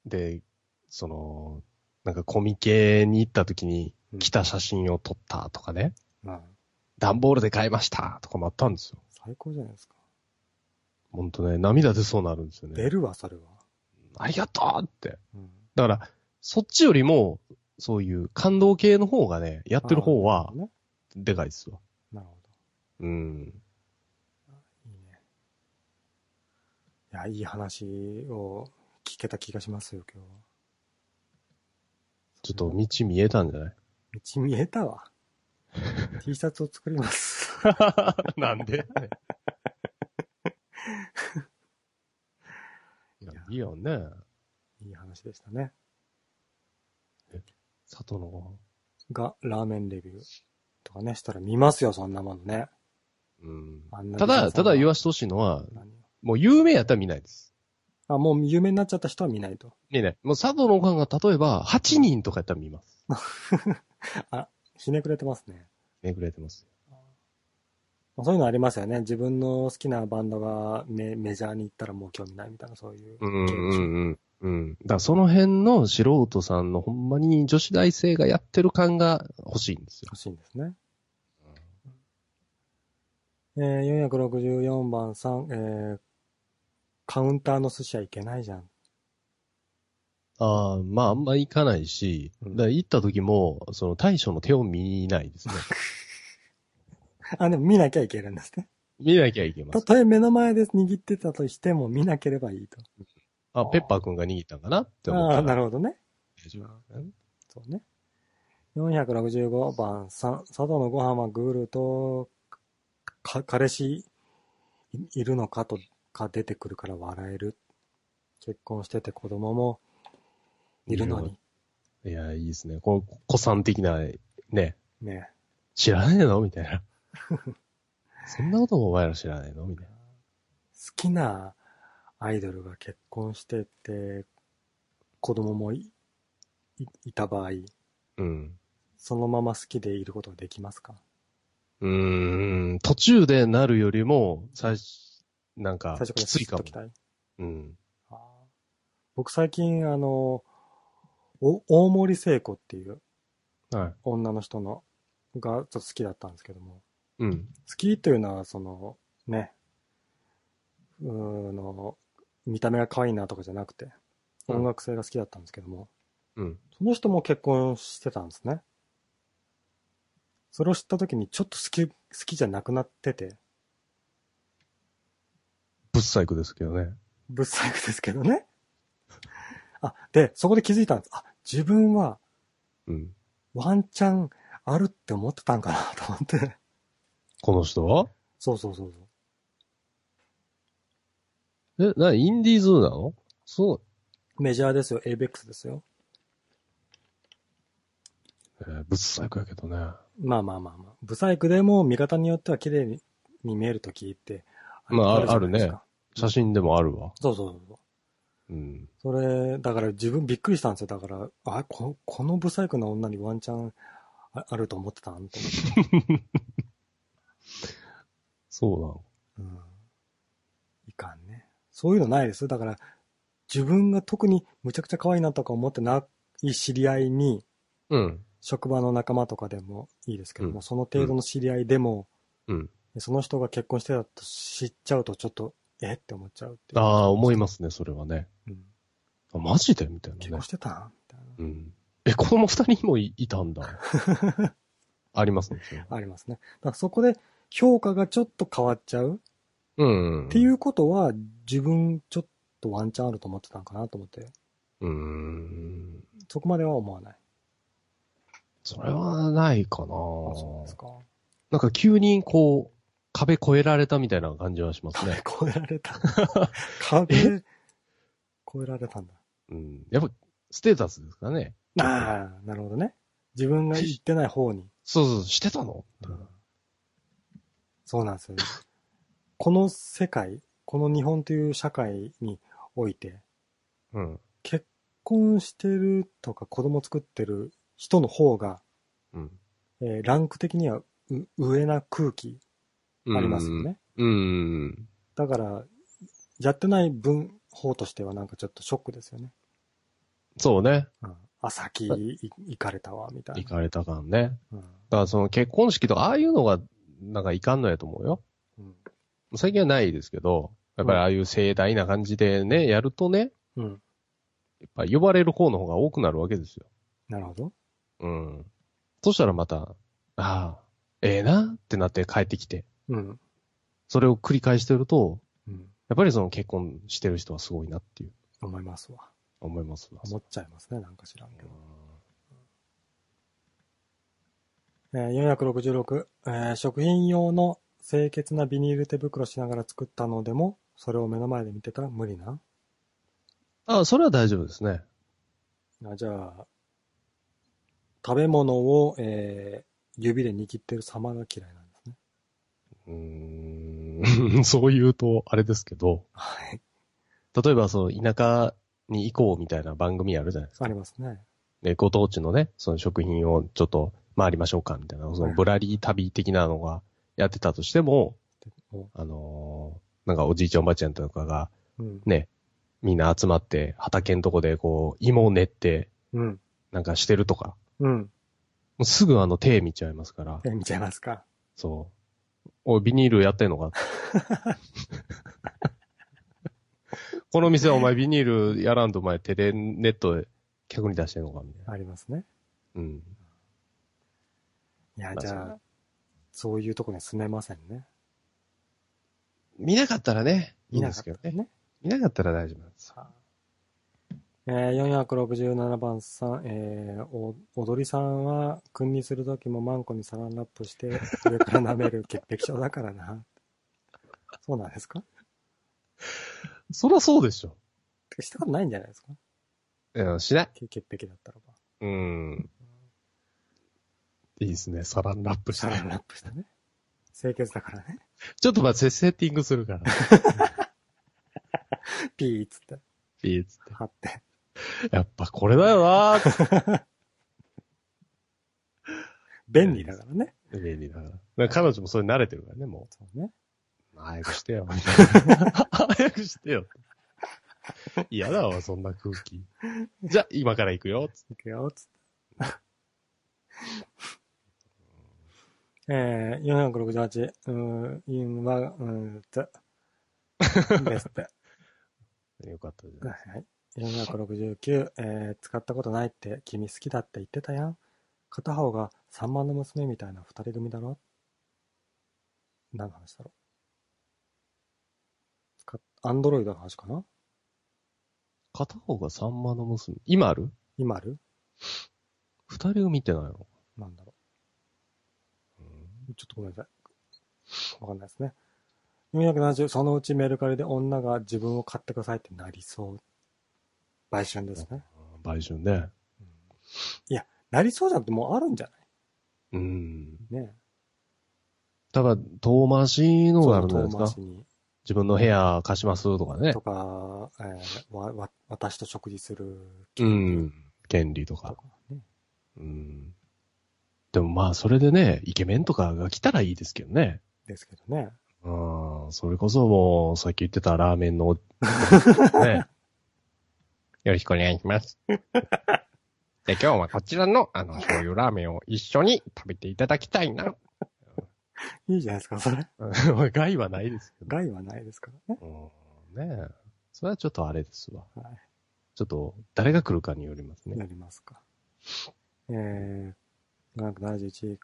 S2: で、その、なんかコミケに行った時に
S1: うん
S2: 来た写真を撮ったとかね。
S1: うん。
S2: 段ボールで買いましたとかもあったんですよ。
S1: 最高じゃないですか。
S2: ほんとね、涙出そうになるんですよ
S1: 出
S2: ね。
S1: るわ、それは。
S2: ありがとうって。
S1: うん。
S2: だから、そっちよりも、そういう感動系の方がね、やってる方は
S1: あー、ね
S2: でかいですわ。
S1: なるほど。
S2: う
S1: い
S2: ん。
S1: いね。いや、いい話を聞けた気がしますよ、今日は。
S2: ちょっと道見えたんじゃない
S1: 道見えた わ。T シャツを作ります。
S2: なんで いや、いいよね。
S1: いい話でしたね。
S2: 佐藤のご
S1: が、ラーメンレビューとかね、したら見ますよ、そんなものね。
S2: 飯。うん。
S1: あんな
S2: ただ、ただ言わ
S1: し
S2: してほしいのは、もう有名やったら見ないです。
S1: あ、もう有名になっちゃった人は見ないと。
S2: 見ない。もう佐藤のご飯が例えば8人とかやったら見ます。
S1: ひねくれてますね。
S2: めぐれてます。
S1: まあ、そういうのありますよね。自分の好きなバンドがメメジャーに行ったらもう興味ないみたいな、そういう。
S2: うんうんうん。うん。だからその辺の素人さんのほんまに女子大生がやってる感が欲しいんですよ。
S1: 欲しいんですね。えー、464番さん、えー、カウンターの寿司はいけないじゃん。
S2: ああ、まああんま行かないし、
S1: うん
S2: だから行った時も、その大将の手を見ないです ね。
S1: あ、でも見なきゃいけるんですね。
S2: 見なきゃいけま
S1: た
S2: す。
S1: とえ目の前で握ってたとしても見なければいいと。
S2: あ、ペッパーくんが握ったんかなって思っ
S1: あ
S2: た
S1: あ、
S2: ら
S1: なるほどね。
S2: 大丈夫だね
S1: そうね。465番さん、佐渡のご飯はグールと、か、彼氏いいるのかとか出てくるから笑える。結婚してて子供もいるのに。
S2: いや、いいですね。この、子さん的な、ね、
S1: ね
S2: 知らねえのみたい な。そんなこともお前ら知らないのみたいな。
S1: 好きなアイドルが結婚してて、子供もいいいた場合、
S2: うん。
S1: そのまま好きでいることができますか
S2: うーん、途中でなるよりも、最初、なんか、
S1: 最初から
S2: きついかも
S1: 知っとき。たい
S2: うん。
S1: あー僕最近あの、お大森聖子っていう
S2: はい。
S1: 女の人のがちょっと好きだったんですけども、
S2: うん。
S1: 好きというのはそのね、うーの、見た目が可愛いなとかじゃなくて、
S2: うん
S1: 音楽性が好きだったんですけども、
S2: うん。
S1: その人も結婚してたんですね。それを知った時にちょっと好き、好きじゃなくなってて、
S2: ぶっ細工ですけどね。
S1: ぶっ細工ですけどね。 あ、で、そこで気づいたんです。あ、自分は
S2: うん。
S1: ワンチャンあるって思ってたんかなと思って。
S2: この人は
S1: そうそうそうそう。
S2: え、な、インディーズなのそ
S1: メジャーですよ、エイベックスですよ。
S2: う。えー、ぶっ細工やけどね。
S1: まあまあまあまあ。ブサイクでも見方によっては綺麗にに見えるときって
S2: まあ
S1: じゃないですか
S2: あるね。写真でもあるわ。
S1: そうそうそうそう。
S2: うん。
S1: それ、だから自分びっくりしたんですよ。だから、あ、ここのブサイクな女にワンチャンああると思ってたんと思って
S2: そうなの。
S1: うん。いかんね。そういうのないです。だから、自分が特にむちゃくちゃ可愛いなとか思ってない知り合いに、
S2: うん。
S1: 職場の仲間とかでもいいですけども、
S2: うん
S1: その程度の知り合いでも、
S2: うん。
S1: その人が結婚してたと知っちゃうとちょっと、えって思っちゃうっていう。
S2: ああ、思いますね、それはね。
S1: うん
S2: あ、マジでみたい
S1: 結
S2: な
S1: 婚
S2: ね
S1: し。てたんみたい
S2: うん。え、この二人もいいたん だ。ありますね。それ
S1: な。ありますね。だからそこで評価がちょっと変わっちゃう
S2: うん。。
S1: っていううことは、自分ちょっとワンチャンあると思ってたんかなと思って、
S2: うん。
S1: そこまでは思わない。
S2: それはないかな
S1: そうですか。
S2: なんか急にこう、壁越えられたみたいな感じはします
S1: 壁
S2: ね。
S1: 越えられた。壁、越えられたんだ。
S2: うん。やっぱ、ステータスですかね。
S1: ああ、なるほどね。自分が言ってない方に。
S2: そうそう、してたの
S1: そうなんですよ。この世界、この日本という社会において、
S2: うん。
S1: 結婚してるとか子供作ってる人の方が、
S2: うん。
S1: えーランク的にはう上な空気ありますよね。
S2: うん。
S1: だから、やってない分法としてはなんかちょっとショックですよね。
S2: そうね。
S1: うん、あ、先い行かれたわ、みたい
S2: 行
S1: な。
S2: かれた感ね。
S1: うん
S2: だからその結婚式とか、ああいうのが、なんかいかんのやと思うよ。
S1: うん
S2: 最近はないですけど、やっぱりああいう盛大な感じでね、やるとね、
S1: うん。
S2: やっぱ呼ばれる方の方が多くなるわけですよ。
S1: なるほど。
S2: うん。そしたらまた、ああ、ええなってなって帰ってきて、
S1: うん。
S2: それを繰り返してると、
S1: うん。
S2: やっぱりその結婚してる人はすごいなっていう、
S1: 思いますわ。
S2: 思いますわ。
S1: 思っちゃいますね、なんか知らんけど。えー466、えー食品用の清潔なビニール手袋しながら作ったのでも、それを目の前で見てたら無理な。
S2: ああ、それは大丈夫ですね。
S1: あじゃあ、食べ物を、えー指で握ってる様が嫌いなんですね。
S2: うーん、 そう言うとあれですけど、
S1: はい。
S2: 例えばその田舎に行こうみたいな番組あるじゃないですか
S1: ありますね。
S2: で、ご当地のね、その食品をちょっと回りましょうか、みたいな、そのぶらり旅的なのがやってたとしても、
S1: でも
S2: あのーなんかおじいちゃんおばあちゃんとかが、
S1: うん。
S2: ね、みんな集まって、畑のとこでこう、芋を練って、
S1: うん。
S2: なんかしてるとか、
S1: うん。
S2: もうすぐあの手見ちゃいますから
S1: え、見ちゃいますか。
S2: そう。おい、ビニールやってんのかこの店お前ビニールやらんとお前テレネットで客に出してんのかみたいな。
S1: ありますね。
S2: うん。
S1: いや、
S2: まあ
S1: じ
S2: そう
S1: ゃあ
S2: だ、
S1: そういうとこには住めませんね。
S2: 見なかったらね、いいんですけど
S1: い
S2: ね。
S1: なかっ
S2: 見なかったら大丈夫なんですよ。
S1: たね。えー、467番さん、えー、お、踊りさんは、君にするときもマンコにサランラップして、上から舐める潔癖症だからな。 そうなんですか
S2: そらそうでしょ。
S1: てかしたことないんじゃないですか
S2: うん、しない。
S1: け潔癖だったらば。
S2: うん。いいですね。サランラップし
S1: サ
S2: た
S1: ランラップしてね。清潔だからね。
S2: ちょっと待って、セッティングするから。
S1: ピーっつって、
S2: いいっつっ
S1: 貼って。
S2: て。やっぱこれだよなーっ
S1: 便利だからね。
S2: て便利だから。だから彼女もそれ慣れてるからね、も
S1: そうね。
S2: う。早くしてよ。 早くしてよ。嫌だわ、そんな空気。じゃあ、今から行くよ。
S1: いくよ、つって。えー、468、うーん、今、うーん、と、 ですって。
S2: よかったです。
S1: はい。469、えー使ったことないって君好きだって言ってたやん。片方が3万の娘みたいな二人組だろ何の話だろう使っアンドロイドの話かな
S2: 片方がサンマの娘。今ある
S1: 今ある
S2: 二人を見てないの、
S1: なんだろうちょっとごめんなさい。わかんないですね。470、そのうちメルカリで女が自分を買ってくださいってなりそう。売春ですね。
S2: 売春ね。
S1: なりそうじゃんってもうあるんじゃ
S2: うん。
S1: ないね
S2: ただ、遠回しの
S1: そ
S2: が
S1: う
S2: あるんじゃないで
S1: 遠
S2: す
S1: 回
S2: か
S1: しに。
S2: 自分の部屋貸しますとかね
S1: と。か、えーわわ、私と食事する
S2: う
S1: 権利
S2: ん。権利と
S1: と
S2: か。
S1: かね。
S2: うん。でもまあ、それでね、イケメンとかが来たらいいですけどね。
S1: ですけどね。
S2: うん。それこそもう、さっき言ってたラーメン のお、ね。
S3: よろしくお願いし ます。で、今日はこちらの、あの、醤油ラーメンを一緒に食べていただきたいな。
S1: いいじゃないですか、それ。
S2: 害はないですけど。
S1: 害はないですからね。
S2: うん。ねえ。それはちょっとあれですわ。
S1: はい
S2: ちょっと、誰が来るかによりますね。
S1: なりますか。えー、771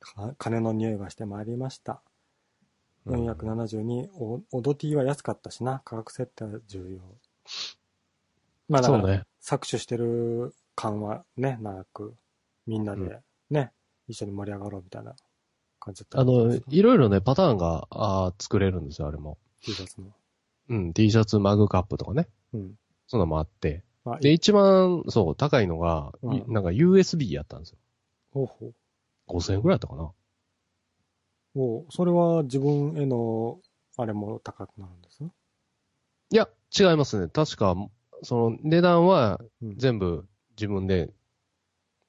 S1: か、金の匂いがしてまいりました。472、おオドティは安かったしな、価格設定は重要。まあだか
S2: そう
S1: ら、
S2: ね。
S1: 搾取してる感はね、長く、みんなでね、一緒に盛り上がろうみたいな感じだった
S2: あ
S1: んじゃない
S2: の
S1: です、か
S2: いろいろね、パターンが、あー作れるんですよ、あれも。
S1: T シャツの。
S2: うん、T シャツ、マグカップとかね。
S1: うん。
S2: そんなのもあって。
S1: まあ、
S2: で、一番、そう、高いのが、
S1: うん
S2: いなんか USB やったんですよ。
S1: ほうほう
S2: 5000円くらいだったかな。
S1: おうそれは自分への、あれも高くなるんです
S2: いや、違いますね。確か、その、値段は
S1: うん
S2: 全部自分で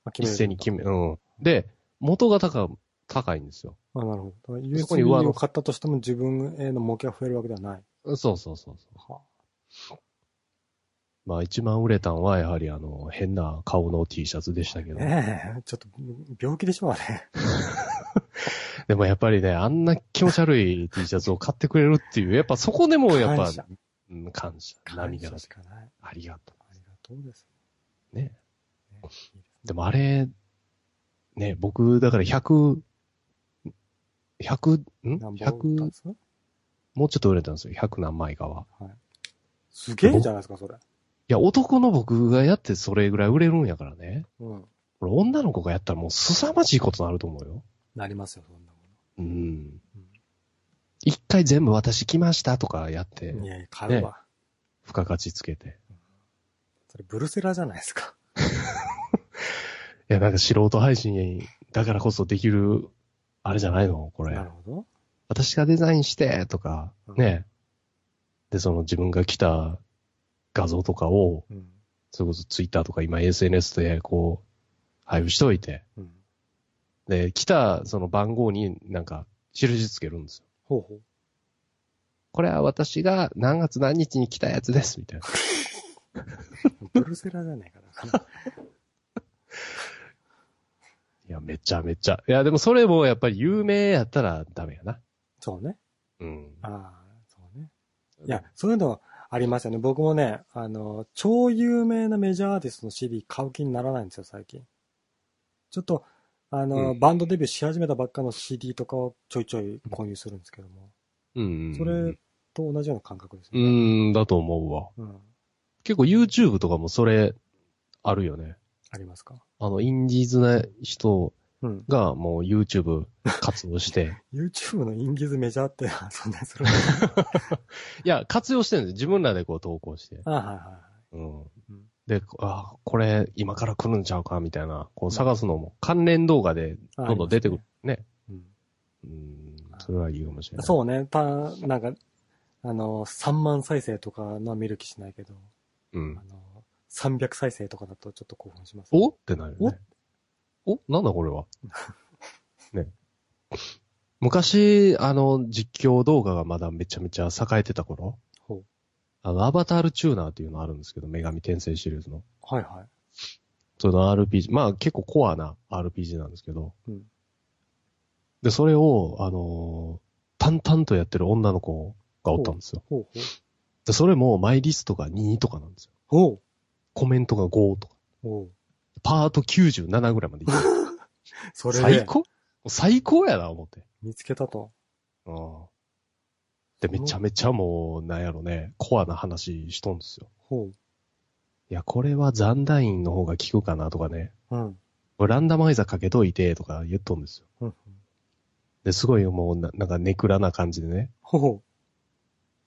S1: あ決
S2: 一
S1: める
S2: 斉に決め、うん。で、元が高い、高いんですよ。
S1: あ、なるほど。
S2: そこに上
S1: USB
S2: 乗
S1: を
S2: せ
S1: 買ったとしても自分への儲けは増えるわけではない。
S2: そうそうそうそう。
S1: は
S2: まあ、一番売れたんは、やはり、あの、変な顔の T シャツでしたけ
S1: あ、
S2: ど。
S1: ねえ、ちょっと病気でしょうね。
S2: でもやっぱりね、あんな気持ち悪い T シャツを買ってくれるっていう、やっぱそこでもやっぱ、
S1: 感謝。
S2: うん、感謝。
S1: 感
S2: 涙が
S1: 謝しかない。
S2: ありがと
S1: ありがとうです。
S2: う。ね。
S1: ね、いいですね
S2: でもあれ、ね、僕、だから100、100、
S1: 何本打
S2: ん
S1: ったん
S2: ?100、
S1: ですか
S2: もうちょっと売れたんですよ。100何枚かは。
S1: すげえじゃないですか、それ。
S2: いや、男の僕がやってそれぐらい売れるんやからね。
S1: うん。
S2: これ女の子がやったらもう凄まじいことになると思うよ。
S1: なりますよ、そんなも
S2: うん
S1: うん。
S2: 一回全部私来ましたとかやって
S1: の。、いやいや、買うわ。
S2: 付加価値つけて。
S1: それブルセラじゃないですか。
S2: いや、なんか素人配信だからこそできる、あれじゃないのこれ
S1: なる。ほど。
S2: 私がデザインして、とか
S1: うん、
S2: ね。で、その自分が来た画像とかを、
S1: うん。
S2: それこそツイッターとか今 SNS でこう、配布しといて、
S1: うん。
S2: で、来たその番号になんか印つけるんですよ。
S1: ほうほう。
S2: これは私が何月何日に来たやつです、みたいな。
S1: ブルセラじゃないか な。
S2: いや、めちゃめちゃ。いや、でもそれもやっぱり有名やったらダメやな。
S1: そうね。
S2: うん。
S1: ああ、そうね。いや、そういうのありますよね。僕もね、あの、超有名なメジャーアーティストの CD 買う気にならないんですよ、最近。ちょっと、あの、
S2: うん
S1: バンドデビューし始めたばっかの CD とかをちょいちょい購入するんですけども。
S2: うん。
S1: それと同じような感覚です
S2: う
S1: よね。
S2: ん、だと思うわ。
S1: うん。
S2: 結構 YouTube とかもそれ、あるよね。
S1: ありますか。
S2: あの、インディーズな人
S1: うん。
S2: がもう YouTube 活用して。
S1: YouTube のインディーズメジャーって存在する
S2: いや、活用してるんです自分らでこう投稿して。
S1: ああ、はいは
S2: うん
S1: ん。
S2: で、あ、これ今から来るんちゃうかみたいな、こう探すのも関連動画で
S1: いはい。
S2: どんどん出てくる
S1: あ。
S2: ね。
S1: りますね。
S2: うん。それはいいかもしれ
S1: うん
S2: ない。
S1: そうね。た、なんか、あの、3万再生とかのは見る気しないけど。
S2: う。うん
S1: あ。の、300再生とかだとちょっと興奮します、
S2: おってなるよね。おなんだこ れは。ね。昔、あの、実況動画がまだめちゃめちゃ栄えてた頃、
S1: ほ
S2: あの、アバタールチューナーっていうのあるんですけど、女神転生シリーズの。
S1: うはいは
S2: その RPG、まあ結構コアな RPG なんですけど、
S1: うん
S2: で、それを、あのー淡々とやってる女の子がおったんですよ。
S1: ほう
S2: でそれもマイリストが2とかなんですよ。
S1: ほう。
S2: コメントが5とか。
S1: おう。おう。
S2: パート97ぐらいまで行って
S1: それ
S2: 最
S1: で
S2: 高もう最高やな、思って。
S1: 見つけたと。
S2: うん。で、めちゃめちゃもう、なんやろね、コアな話しとんですよ。
S1: ほ
S2: いや、これは残団員の方が効くかなとかね。
S1: う。うん。
S2: これランダマイザーかけといてとか言っとんですよ。
S1: うん
S2: で、すごいもうな、なんかネクラな感じでね、
S1: ほうほ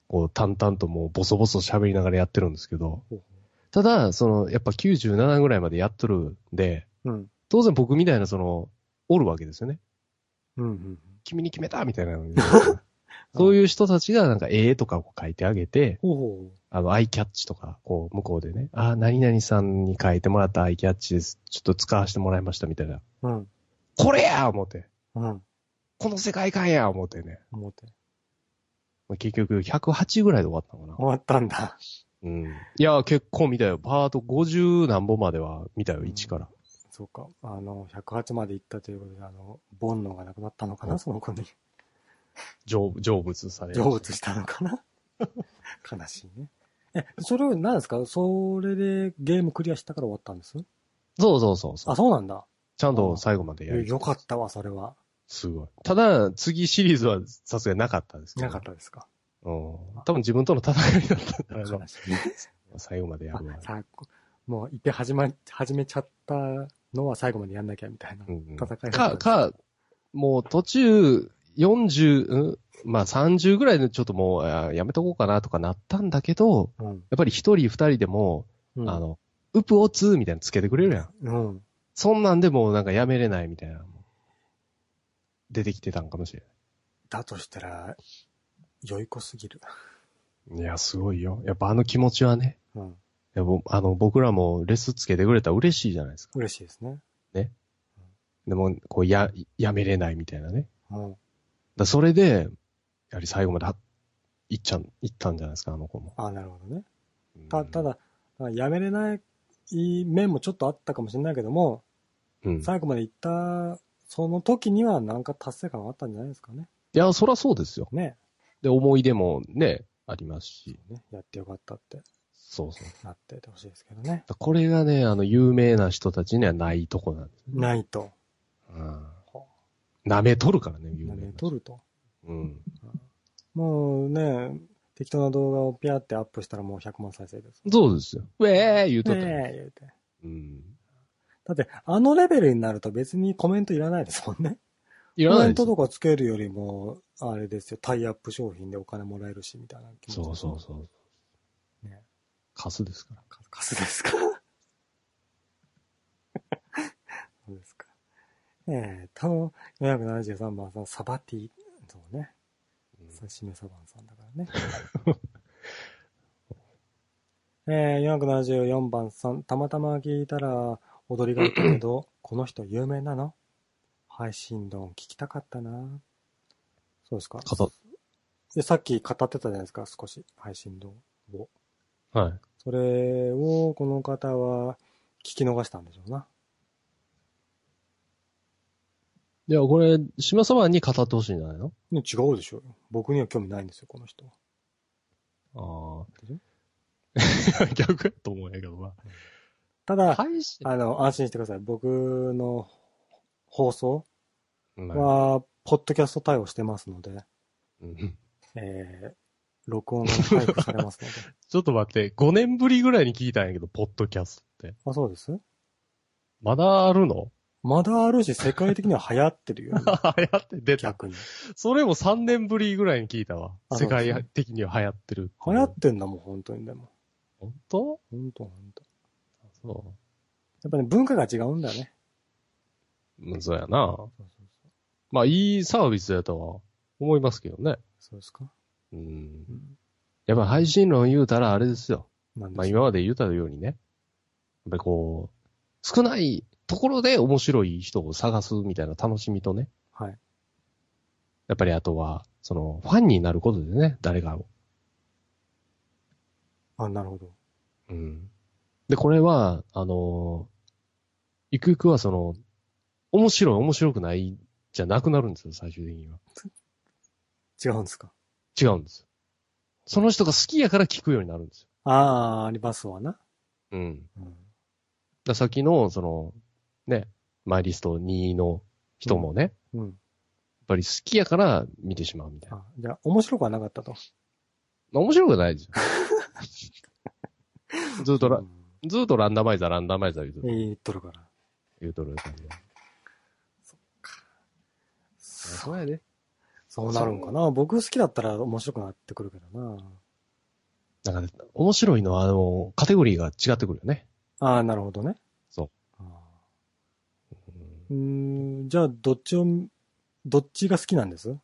S2: こう淡々ともうボソボソ喋りながらやってるんですけど
S1: ほうほ、
S2: ただ、その、やっぱ97ぐらいまでやっとるんで、
S1: う。うん。
S2: 当然僕みたいなその、おるわけですよね。
S1: うんうん。
S2: 君に決めたみたいな のにそういう人たちがなんか、ええとかを書いてあげて、
S1: ほうほ
S2: あの、アイキャッチとか、こう、向こうでね、あ、何々さんに書いてもらったアイキャッチです。ちょっと使わせてもらいましたみたいな。
S1: う。うん。
S2: これや思って。
S1: うん。
S2: この世界観や思ってね。
S1: 思って。
S2: まあ結局、108ぐらいで終わったのかな。
S1: 終わったんだ。
S2: うん。いや、結構見たよ。パート50何本までは見たよ、
S1: うん
S2: 1から。
S1: そうか。あの、108まで行ったということで、あの、煩悩がなくなったのか
S2: う
S1: なんその子に。
S2: 成成仏され
S1: 成仏したのかな 悲しいね。え、それは何ですかそれでゲームクリアしたから終わったんです
S2: そうそうそうそう
S1: あ、。そうなんだ。
S2: ちゃんと最後までや
S1: え
S2: る。
S1: よかったわ、それは。
S2: すごい。ただ、次シリーズはさすがになかったですけど
S1: なかったですか。
S2: うん。多分自分との戦いだったんだ
S1: 悲
S2: ろうな
S1: しいね。
S2: 最後ま でや
S1: あ
S2: るわ。
S1: さあ、もう、いて始ま、始めちゃったのは最後までやんなきゃみたいな。
S2: うんうん
S1: 戦い
S2: か、か、もう途中40、うんまあ30ぐらいでちょっともうあやめとこうかなとかなったんだけど、
S1: うん。
S2: やっぱり一人二人でも、
S1: うん。
S2: あの、ウプオツーみたいなのつけてくれるやん。
S1: うん。
S2: そんなんでもうなんかやめれないみたいな。出てきてたんかもしれ
S1: だとしたら、良い子すぎる。
S2: ない。いや、すごいよ。やっぱあの気持ちはね、
S1: うん。
S2: いやぼあの、僕らもレスつけてくれたら嬉しいじゃないですか。
S1: 嬉しいですね。
S2: でも、こう、や、やめれないみたいなね。
S1: うん。
S2: だそれで、やはり最後までは、いっちゃん、いったんじゃないですか、あの子も。
S1: あなるほどね。
S2: う
S1: た、
S2: ん
S1: た、だ、やめれない面もちょっとあったかもしれないけども、
S2: うん。い
S1: 最後まで行った、その時にはなんか達成感があったんじゃないですかね。
S2: や、そらそうですよ。
S1: ね。
S2: で、思い出もね、ありますし。
S1: ねやってよかったって
S2: そうそう。
S1: なっててほしいですけどね。
S2: だこれがね、あの、有名な人たちにはないとこなんですね。
S1: ないと。
S2: うん。舐めとるからね、有名な人。
S1: 取ると。
S2: うん。
S1: もうね、適当な動画をピャーってアップしたらもう100万再生です。
S2: そうですよ。ウェー言うとったら。
S1: ねえ、言うて。
S2: うん。
S1: だって、あのレベルになると別にコメントいらないですもんね。
S2: いら
S1: コ
S2: な
S1: メ
S2: い
S1: ン
S2: です
S1: ト
S2: よ。
S1: とかつけるよりも、あれですよ、タイアップ商品でお金もらえるし、みたいな気持ち。
S2: そうそうそう。
S1: ね
S2: カスですから。
S1: カカスですかそうですか。ええたぶん、473番さん、サバティ、そうね。
S2: うん
S1: さしめサバンさんだからね。えー、474番さん、たまたま聞いたら踊りがいたけど、この人有名なの配信論聞きたかったなそうですか。
S2: 語
S1: で、さっき語ってたじゃないですか、少し、配信論を。
S2: はい。
S1: それを、この方は聞き逃したんでしょうな。
S2: いや、これ、島様に語ってほしいんじゃないの
S1: ね違うでしょうよ。僕には興味ないんですよ、この人は。
S2: あ
S1: で
S2: あ。 逆やと思うんやけどな。
S1: ただ、
S2: 配信
S1: あの、安心してください。僕の放送
S2: は、
S1: は、ポッドキャスト対応してますので、
S2: うん
S1: えー、録音が配布されますの で。
S2: ちょっと待って、5年ぶりぐらいに聞いたんやけど、ポッドキャストって。
S1: あ、そうです
S2: まだあるの
S1: まだあるし、世界的には流行ってるよ、 今
S2: 流行って出た。
S1: 逆に。
S2: それも3年ぶりぐらいに聞いたわ。
S1: あ
S2: 世
S1: そうです
S2: 界
S1: ね
S2: 的には流行ってる。
S1: 流行ってんだもん、本当にでも。
S2: 本当
S1: 本当本当。
S2: そ
S1: やっぱね、文化が違うんだよね。
S2: う。うんそうやな。
S1: そうそうそう。
S2: まあ、いいサービスやとは思いますけどね。
S1: そうですか
S2: うん
S1: う。ん。
S2: やっぱ配信論言うたらあれですよ。
S1: なん
S2: まあ
S1: でしょ
S2: 今まで言ったようにね、やっぱりこう、少ないところで面白い人を探すみたいな楽しみとね、
S1: うはい。
S2: やっぱりあとは、その、ファンになることでね、誰かを。
S1: あ、なるほど。
S2: うん。で、これは、あのーゆくゆくはその、面白い、面白くないじゃなくなるんですよ、最終的には。
S1: 違うんですか
S2: 違うんですその人が好きやから聞くようになるんですよ。
S1: ああ、ありますわな。
S2: うん。だか
S1: うん
S2: らさっきの、その、ね、マイリスト2の人もね、やっ
S1: うん。
S2: ぱり好きやから見てしまうみたいな。
S1: あじゃあ、面白くはなかったと。
S2: まあ面白くないですよ。 ずっと
S1: う
S2: ラ、
S1: ん
S2: ずっとランダマイザー、ランダマイザー言うとる、
S1: 言っとるから。
S2: 言うとる感じで。
S1: そう
S2: やね。
S1: そうなるんかな。僕好きだったら面白くなってくるけどな。
S2: だから、面白いのは、あの、カテゴリーが違ってくるよね。
S1: ああ、なるほどね。。
S2: そう
S1: うーん、じゃあ、どっちを、どっちが好きなんです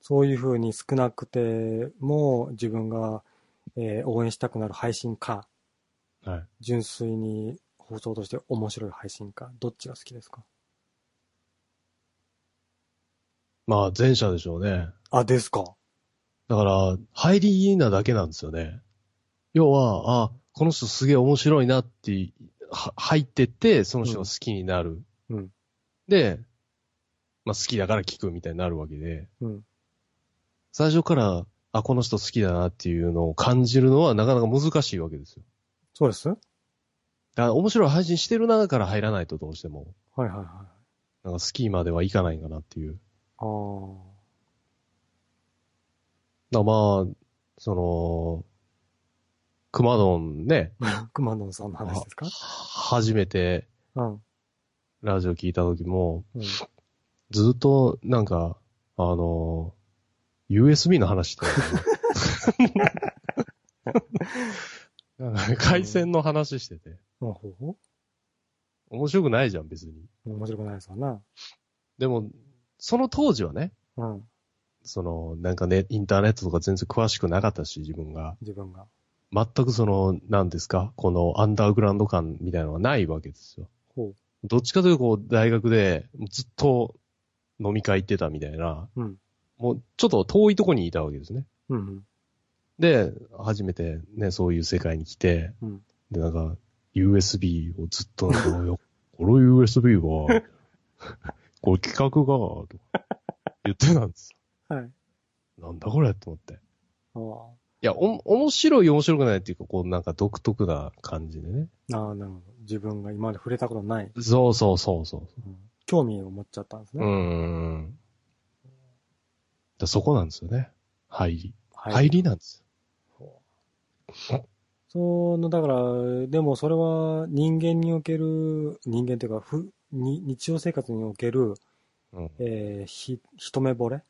S1: そういう風に少なくても自分が、えー応援したくなる配信か、
S2: はい。
S1: 純粋に放送として面白い配信か、どっちが好きですか
S2: まあ、前者でしょうね。
S1: あ、ですか。
S2: だから、入りなだけなんですよね。要は、あ、この人すげえ面白いなって、は入ってって、その人が好きになる。
S1: うん
S2: で、まあ好きだから聞くみたいになるわけで、
S1: うん。
S2: 最初から、あ、この人好きだなっていうのを感じるのはなかなか難しいわけですよ。
S1: そうですはい
S2: だから面白い配信してるなから入らないとどうしても、
S1: はいはい。
S2: なんか好きまではいかないかなっていう。
S1: あー
S2: だからまあ、その、熊丼ね、
S1: 熊野さんの話ですか
S2: 初めて
S1: うん。
S2: ラジオ聞いた時も、
S1: うん
S2: ずっと、なんか、あのー、USB の話してたよね なんか回線の話してて。
S1: ほうほ
S2: 面白くないじゃん、別に。
S1: う面白くないですわな。
S2: でも、その当時はね、
S1: うん。
S2: その、なんかね、インターネットとか全然詳しくなかったし、自分が。
S1: 自分が。
S2: 全くその、なんですか、このアンダーグラウンド感みたいなのはないわけですよ。
S1: ほ
S2: どっちかというと、こう、大学で、ずっと飲み会行ってたみたいな、
S1: うん
S2: もう、ちょっと遠いとこにいたわけですね。
S1: う。うん
S2: で、初めてね、そういう世界に来て、
S1: うん
S2: で、なんか、USB をずっとなんか、いや この USB は、 これ企画が、と言ってたんです
S1: うん。はい。
S2: よ。なんだこれと思って。
S1: あ
S2: いや、お、面白い面白くないっていうか、こうなんか独特な感じでね。
S1: あ。ああ、なるほど。自分が今まで触れたことない、
S2: そうそうそうそう。
S1: うん興味を持っちゃったんです
S2: う
S1: ね。
S2: ーん。だそこなんですよね。入り。
S1: は
S2: 入りなんです
S1: その、だから、でもそれは人間における、人間というか、ふに日常生活における、
S2: よ。うん
S1: えー、ひ、一目惚れ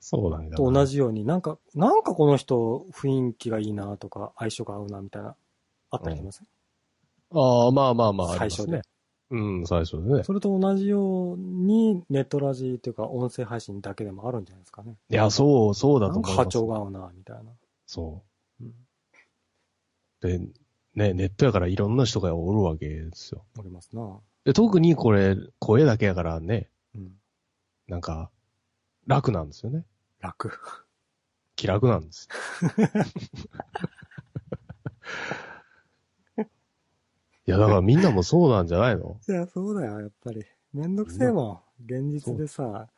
S2: そうなんだ。
S1: と同。じように、なんか、なんかこの人雰囲気がいいなとか、相性が合うなみたいな、あったりしません、
S2: ああ、まあまあまあ、あり
S1: 最
S2: ます
S1: 初
S2: ね
S1: で。。
S2: うん、最初でね。
S1: それと同じように、ネットラジというか、音声配信だけでもあるんじゃないですかね。
S2: いや、そう、そうだ
S1: な
S2: と思
S1: ん
S2: いま
S1: か
S2: す。
S1: 波長が合うな、みたいな。
S2: そ
S1: うん。
S2: う。で、ね、ネットやからいろんな人がおるわけですよ。
S1: おりますな。
S2: で、特にこれ、声だけやからね、
S1: うん。
S2: なんか、楽なんですよね。
S1: 楽。
S2: 気楽なんです。 いや、だからみんなもそうなんじゃないの
S1: いや、そうだよ、やっぱり。めんどくせえもん。現実でさ、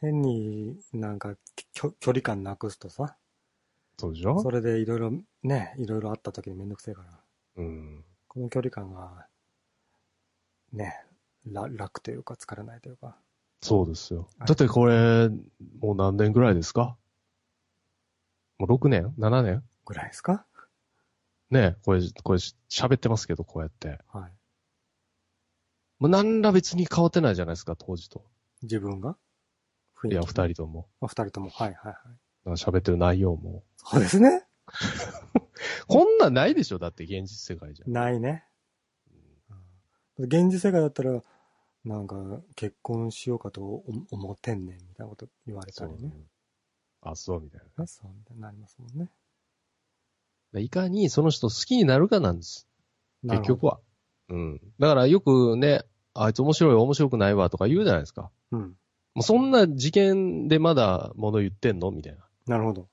S1: 変になんかきょ距離感なくすとさ、
S2: そうでしょ
S1: それでいろいろね、いろいろあった時にめんどくせえから。
S2: うん。
S1: この距離感が、ね、ら楽というか疲れないというか。
S2: そうですよ。
S1: はい
S2: だってこれ、もう何年ぐらいですかもう6年 ?7 年
S1: ぐらいですか
S2: ねえ、これ、これ喋ってますけど、こうやって。
S1: はい。
S2: もう何ら別に変わってないじゃないですか、当時と。
S1: 自分が雰囲
S2: いや、
S1: 気
S2: 二人とも。
S1: あ二人とも。はいはいはい。
S2: なんか喋ってる内容も。
S1: そうですね。
S2: こんなんないでしょだって現実世界じゃん。
S1: ないね。うん現実世界だったら、なんか、結婚しようかと思思ってんねん、みたいなこと言われたりね。。
S2: あ、そう、みたいな。
S1: あそうみたいになりますもんね。
S2: いかにその人好きになるかなんです。
S1: なる
S2: 結
S1: ほど
S2: 局は。うん。だからよくね、あいつ面白い面白くないわとか言うじゃないですか。
S1: うん。
S2: もうそんな事件でまだ物言ってんのみたいな。
S1: なるほど。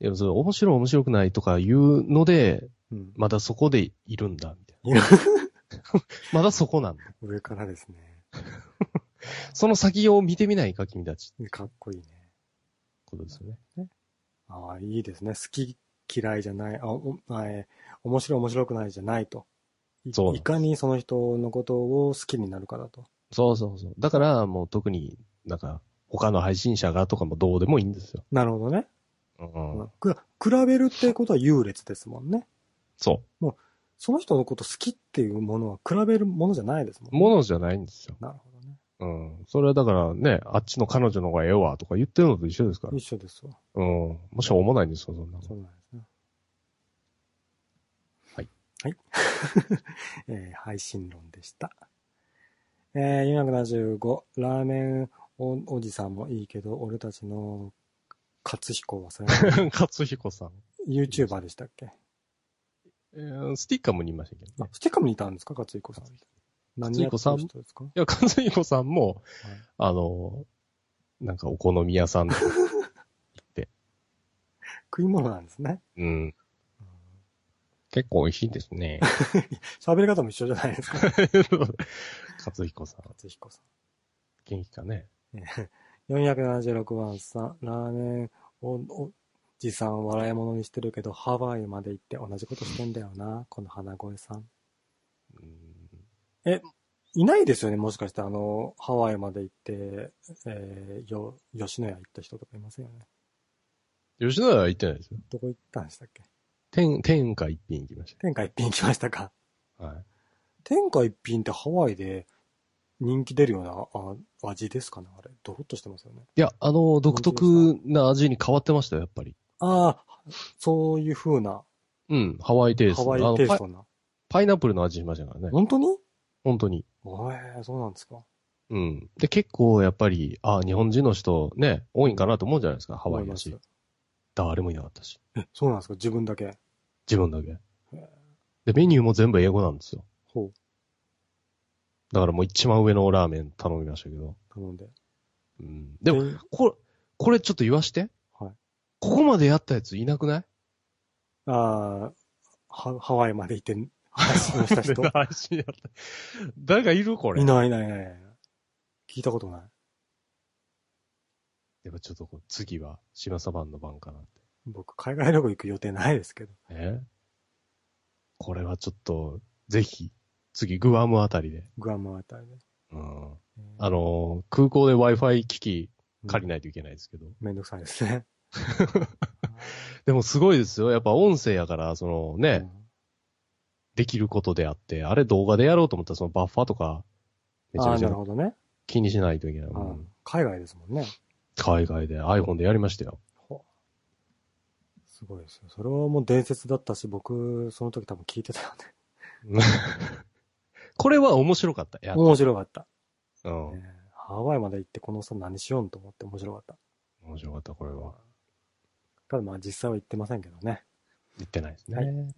S2: いや、それ面白い面白くないとか言うので、
S1: うん。
S2: まだそこでいるんだ、みたい
S1: いや
S2: な。まだそこなんだ。
S1: 上からです
S2: その先を見てみないか、君たち。
S1: ね。かっこいいね。
S2: ことですよね。
S1: ああ、いいですね。好き嫌いじゃない、あ、お、あえー面白い面白くないじゃないと。い
S2: そうなんです
S1: いかにその人のことを好きになるかだと。
S2: そうそうそう。だから、もう特になんか、他の配信者がとかもどうでもいいんですよ。
S1: なるほどね。
S2: うん。
S1: く比べるってことは優劣ですもんね。
S2: そ
S1: その人のこと好きっていうものは比べるものじゃないですもん
S2: う。ものじゃないんですよ。
S1: なるほどね。
S2: うん。それはだからね、あっちの彼女の方がええわとか言ってるのと一緒ですから。
S1: 一緒ですわ。
S2: うん。もうしょうもないんですよ、そんなの。
S1: そうなんですね。
S2: はい。
S1: はい。 えー配信論でした。えー、475、ラーメンおおじさんもいいけど、俺たちの勝彦 はそれ
S2: 勝彦さん。
S1: YouTuber でしたっけ
S2: えースティッカーもにいましたけど
S1: あ
S2: ね。、
S1: スティカムにいたんですか勝彦さんって。何やってる人ですか
S2: いや、勝彦さんも、あの、なんかお好み屋さんで 行って、
S1: 食い物なんですね。
S2: うん。
S3: 結構美味しいですね。
S1: 喋り方も一緒じゃないですか
S2: 勝彦さん、
S1: 勝彦さん。
S2: 元気かね。
S1: 476番さん、ラーメンお、おじさん笑い物にしてるけど、ハワイまで行って同じことしてんだよな、この花声さん。
S2: うん
S1: いないですよね、もしかして、あの、ハワイまで行って、えー、よ、吉野家行った人とかいませんよね。
S2: 吉野家は行ってないですよ。
S1: どこ行ったんでしたっけ
S2: 天、天下一品行きまし
S1: 天下一品行きましたか
S2: た。はい。
S1: 天下一品ってハワイで人気出るようなあ味ですかねあれ、ドロッとしてますよね。
S2: いや、あの、独特な味に変わってましたよ、やっぱり。
S1: ああ、そういう風な、
S2: うん、ハワイテイス
S1: ハ
S2: ト。
S1: ワイテイス
S2: あのパイ
S1: トな。
S2: パイナップルの味しましたからね。
S1: 本当に
S2: 本当に。
S1: ええ、そうなんですか。
S2: うん。で、結構、やっぱり、あ、日本人の人ね、多いんかなと思うじゃないですか、ハワイだ
S1: 思
S2: し
S1: いま。
S2: 誰もいなかったし。
S1: す。え、そうなんですか自分だけ。
S2: 自分だけ
S1: え。
S2: で、メニューも全部英語なんですよ。
S1: ほう、
S2: だからもう一番上のラーメン頼みましたけど。
S1: 頼んで。
S2: うん。でも、
S1: えー、
S2: これ、これちょっと言わして。
S1: はい。
S2: ここまでやったやついなくない。
S1: ああ、ハハワイまで行って、話をした人
S2: 配信やった。誰かいるこれ。
S1: いないいないいないいない。聞いたことない。
S2: やっぱちょっとこう次は、島サバンの番かなって。
S1: 僕、海外旅行行く予定ないですけど。
S2: えこれはちょっと、ぜひ、次、グアムあたりで。
S1: グアムあたりで。
S2: うん。
S1: うん
S2: あのー空港で Wi-Fi 機器借りないといけないですけど。
S1: めんどくさいですね。
S2: でもすごいですよ。やっぱ音声やから、そのね、
S1: うん
S2: できることであって、あれ動画でやろうと思ったら、そのバッファとか、めちゃ
S1: ああ、
S2: めち
S1: な
S2: ゃ
S1: るほどね、
S2: 気にしないといけない。う
S1: うん
S2: ん
S1: 海外ですもんね。
S2: 海外で iPhone でやりましたよ。
S1: すごいですよ。それはもう伝説だったし、僕、その時多分聞いてたよね。
S2: これは面白かった。やっ
S1: 面白かった、
S2: う
S1: ね
S2: ん。
S1: ハワイまで行ってこのおっさん何しようんと思って面白かった。
S2: 面白かった、これは。
S1: ただまあ実際は行ってませんけどね。
S2: 言ってないです
S1: は
S2: ね。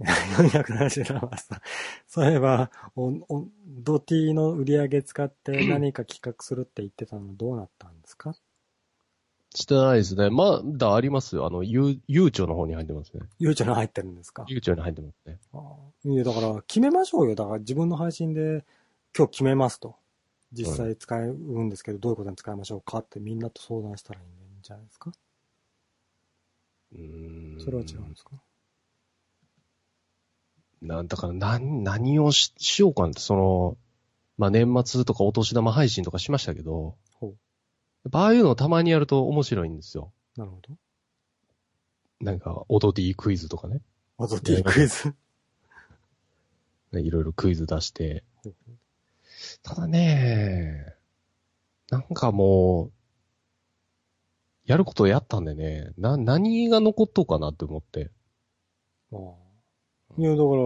S1: 477番さん。そういえば、おおドティの売り上げ使 って何か企画するって言ってたのどうなったんですか
S2: してないですね。まだありますよ。あの、ゆう、ゆうちょの方に入ってますね。
S1: ゆうちゃんの入ってるんですか
S2: ゆうちょに入ってますね。
S1: ああいや、だから決めましょうよ。だから自分の配信で今日決めますと。実際使うんですけど、どういうことに使いましょうかってみんなと相談したらいいんじゃないですか
S2: うーん。
S1: それは違うんですか
S2: なんだから、なん、何をししようかなって、その、まあ、年末とかお年玉配信とかしましたけど、
S1: ほう
S2: やっぱああいうのたまにやると面白いんですよ。
S1: なるほど。
S2: なんか、オドティクイズとかね。
S1: あドティクイズ。
S2: ねいろいろクイズ出して
S1: ほう。
S2: ただね、なんかもう、やることやったんでね、な、何が残っとうかなって思って。
S1: ああいや、だから、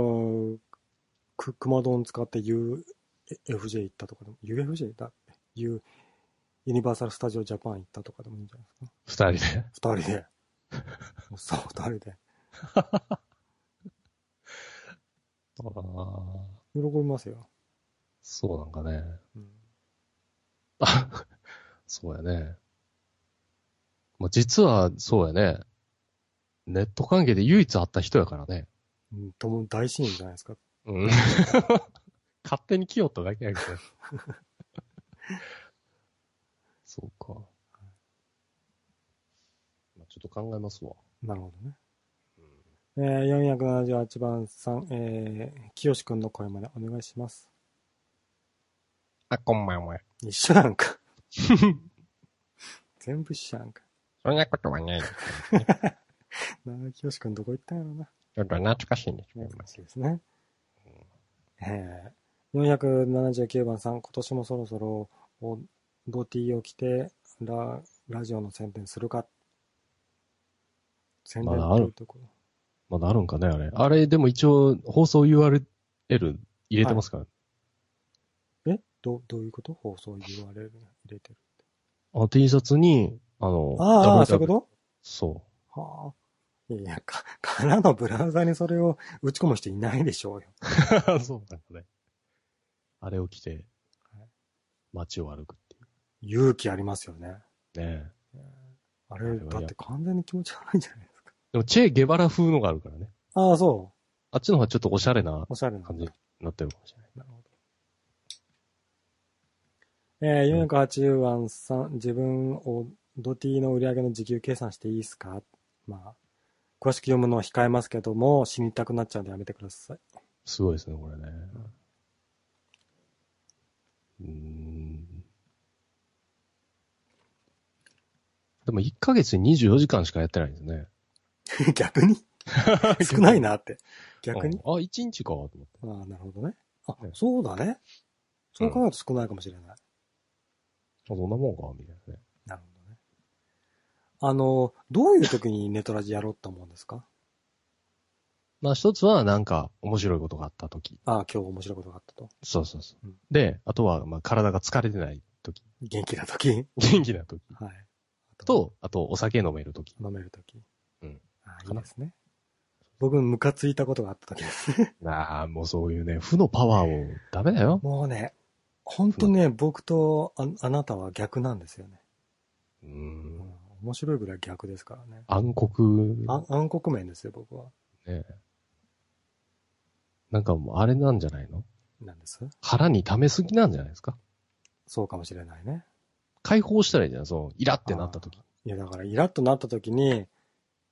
S1: く、熊丼使って UFJ 行ったとかでも、UFJ だって、U、ユニバーサル・スタジオ・ジャパン行ったとかでもいいんじゃないで
S2: 二人で。
S1: すか二人 で。おっさん二人で。
S2: ああ、
S1: 喜びますよ。
S2: そうなんかね。
S1: うん
S2: あ、 そうやね。まあ、実は、そうやね。ネット関係で唯一会った人やからね。
S1: うん。とも大親友じゃないですか。
S2: うん。勝手に来よっただけ やけど。そうか。まあちょっと考えますわ。
S1: なるほどね。えー、478番さん、えー、清くんの声までお願いします。
S3: あ、こんばんは。
S1: 一緒なん か。全部一緒なんか。
S3: そんなことはない。ち
S1: なあ、清くんどこ行ったんやろな。
S3: ょっと懐かしいんですけど
S1: 懐かしいですね。えー、479番さん、今年もそろそろおボティを着てララジオの宣伝するか。宣伝
S2: まだあ
S1: と
S2: る
S1: いうところ。
S2: まだあるんかね、あれ。あれ、でも一応、放送 URL 入れてますから、
S1: えどどういうこと放送 URL が入れてる。
S2: あの T シャツに、あの、
S1: ああ、
S2: WW
S1: そういうこ
S2: そ
S1: とはあ。いや、か、からのブラウザにそれを打ち込む人いないでしょうよ。
S2: う。そうなんかね。あれを着て
S1: はい、
S2: 街を歩くってい
S1: 勇気ありますよね。
S2: う。ねえ
S1: あ
S2: あ
S1: れ、
S2: れはや
S1: だって完全に気持ち悪いんじゃないですか。
S2: でも、チェ・ゲバラ風のがあるからね。
S1: ああ、そ
S2: あっちの方がちょっとおしゃれな
S1: う。おしゃれな
S2: 感じになってるかもしれない。
S1: なるほど。えー、480番さん、自分をドティの売り上げの時給計算していいですかまあ、詳しく読むのは控えますけども、死にたくなっちゃうんでやめてください。
S2: すごいですね、これね。うーん。でも1ヶ月に24時間しかやってないんですね。
S1: 逆に少ないな って。逆に
S2: うんあ、1日かと思って。
S1: ああ、なるほどね。あ
S2: ね、
S1: そうだね。そう考えると少ないかもしれない。
S2: あ、そんなもんかみたいなね。
S1: なるほどね。あの、どういう時にネトラジやろうと思うんですか
S2: まあ一つはなんか面白いことがあった時。
S1: ああ、今日面白いことがあったと。
S2: そうそうそう
S1: うん。
S2: で、あとはまあ体が疲れてない時。
S1: 元気な時
S2: 元気な時。
S1: はい。
S2: と、あとお酒飲める時。
S1: 飲めるとき。
S2: うん。
S1: あいいですね。僕、ムカついたことがあったときです。
S2: ああ、もうそういうね、負のパワーをダメだよ。
S1: もうね、ほんとね、僕とああなたは逆なんですよね。
S2: う
S1: うん
S2: ん。
S1: 面白いぐらい逆ですからね。
S2: 暗黒。
S1: あ暗黒面ですよ、僕は。
S2: なんかもうあれなんじゃないの
S1: なんです
S2: 腹に溜めすぎなんじゃないですか
S1: そうかもしれないね。
S2: 解放したらいいじゃん、その、イラってなった時
S1: あ。いや、だから、イラッとなったときに、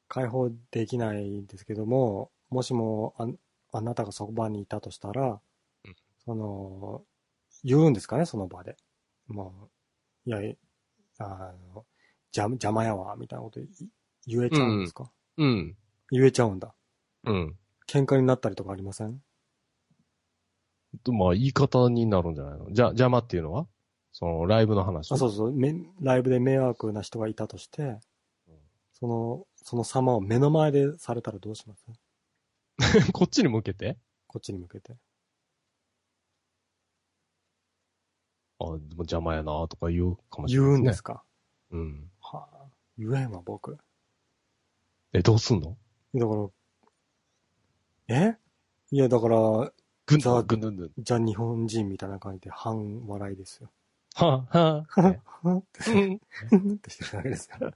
S1: 解放できないんですけども、もしもあ、あなたがそばにいたとしたら、
S2: うん
S1: その、言うんですかね、その場で。もう、いや、あの、邪邪魔やわ、みたいなことい言えちゃうんですか、
S2: うん。
S1: 言えちゃうんだ。
S2: うん。
S1: 喧嘩になったりとかありません
S2: とまあ、言い方になるんじゃないのじゃ、邪魔っていうのはその、ライブの話。
S1: あそうそうめ、ライブで迷惑な人がいたとして、その、その様を目の前でされたらどうします
S2: こっちに向けて
S1: こっちに向けて。
S2: あ、でも邪魔やなとか言うかもし
S1: 言
S2: れな
S1: う
S2: い、
S1: んですか、
S2: うん。
S1: はあ、言えんわ、僕。
S2: え、どうすんの
S1: だから、えいや、だから、
S2: ぐん
S1: ざ
S2: と、ぐんぐんぐん。
S1: じゃあ日本人みたいな感じで半笑いですよ。
S2: はあ、はあ。ね
S1: はって、
S2: うん。
S1: ふん ってしてるだけですよ。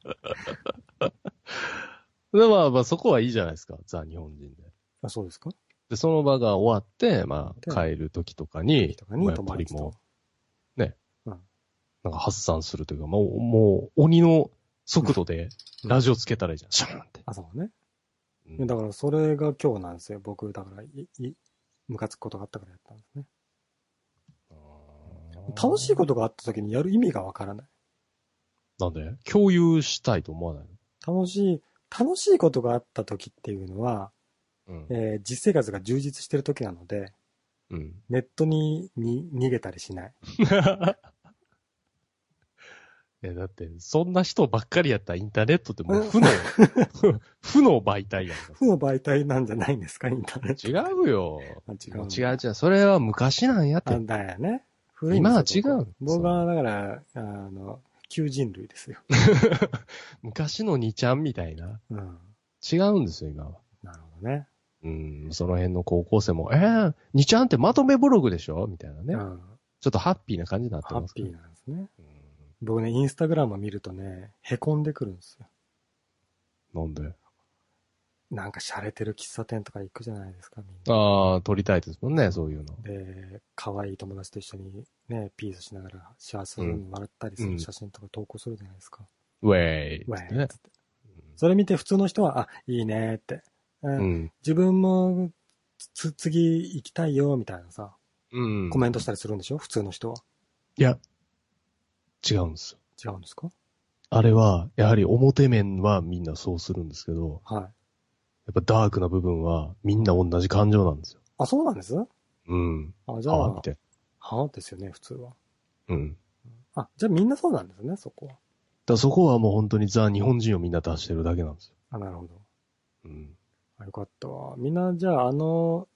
S2: でまあまあ、そこはいいじゃないですか。ザ・日本人で。
S1: あ、そうですか
S2: で、その場が終わって、ま
S1: で
S2: あ、帰る時とかに、
S1: とかに
S2: まあやっ
S1: 友
S2: ぱり
S1: 達
S2: もう
S1: と。、
S2: なんか発散するというか、もう、もう、鬼の速度で、
S1: うん
S2: ラジオつけたらいいじゃん。シャーンって。
S1: あ、そうね。
S2: うん
S1: だから、それが今日なんですよ。僕、だから、い、い、ムカつくことがあったからやったんですね。楽しいことがあった時にやる意味がわからない。
S2: なんで共有したいと思わない
S1: 楽しい、楽しいことがあった時っていうのは、
S2: のうん。
S1: えー実生活が充実してる時なので、
S2: うん。
S1: ネットに、に、逃げたりしない。
S2: いや、だって、そんな人ばっかりやったらインターネットってもう負の、 負の媒体やんか。
S1: 負の媒体なんじゃないんですか、インターネット。
S2: 違うよ。
S1: あ違う
S2: も違う違う。それは昔なんやって
S1: あ。だよね。古
S2: 今は
S1: んですよ
S2: 違う
S1: 僕僕はだから、あの、旧人類ですよ。
S2: 昔の2ちゃんみたいな。
S1: うん。
S2: 違うんですよ、今は。
S1: なるほどね。
S2: うん、その辺の高校生も、えー、2ちゃんってまとめブログでしょみたいなね。
S1: うん。
S2: ちょっとハッピーな感じになって
S1: ハ
S2: ます
S1: ッ
S2: け
S1: ピ
S2: ど
S1: ーなんですね。
S2: う
S1: 僕ね、インスタグラムを見るとね、凹んでくるんですよ。
S2: んなんで
S1: なんか洒落てる喫茶店とか行くじゃないですか、みんな。
S2: ああ、撮りたいですもんね、そういうの。
S1: で、可愛い友達と一緒にね、ピースしながら幸せに笑ったりす
S2: う
S1: る
S2: ん
S1: 写真とか投稿するじゃないですか。
S2: ウェイ
S1: わ
S2: っつっ
S1: い
S2: てね
S1: つって
S2: うん
S1: それ見て普通の人は、あ、いいねって。う
S2: うんん。
S1: 自分も、つ、次行きたいよ、みたいなさ、
S3: うん。
S1: コメントしたりするんでしょ普通の人はい
S2: や、違うんですよ。
S1: 違うんですか
S2: あれは、やはり表面はみんなそうするんですけど、
S1: はい。
S2: やっぱダークな部分はみんな同じ感情なんですよ。
S1: あ、そうなんです
S2: うん。
S1: あ、じゃ
S2: ああ、
S1: あ
S2: み、たい
S1: はあですよね、普通は。
S2: な。うん。だか
S1: あ、じゃあみんなそうなんですね、そこは。
S2: らそこはもう本当にザ・日本人をみんな出してるだけなんですよ。
S1: あ、なるほど。
S2: うん。
S1: あ、よかったわ。みんな、じゃあ、あの、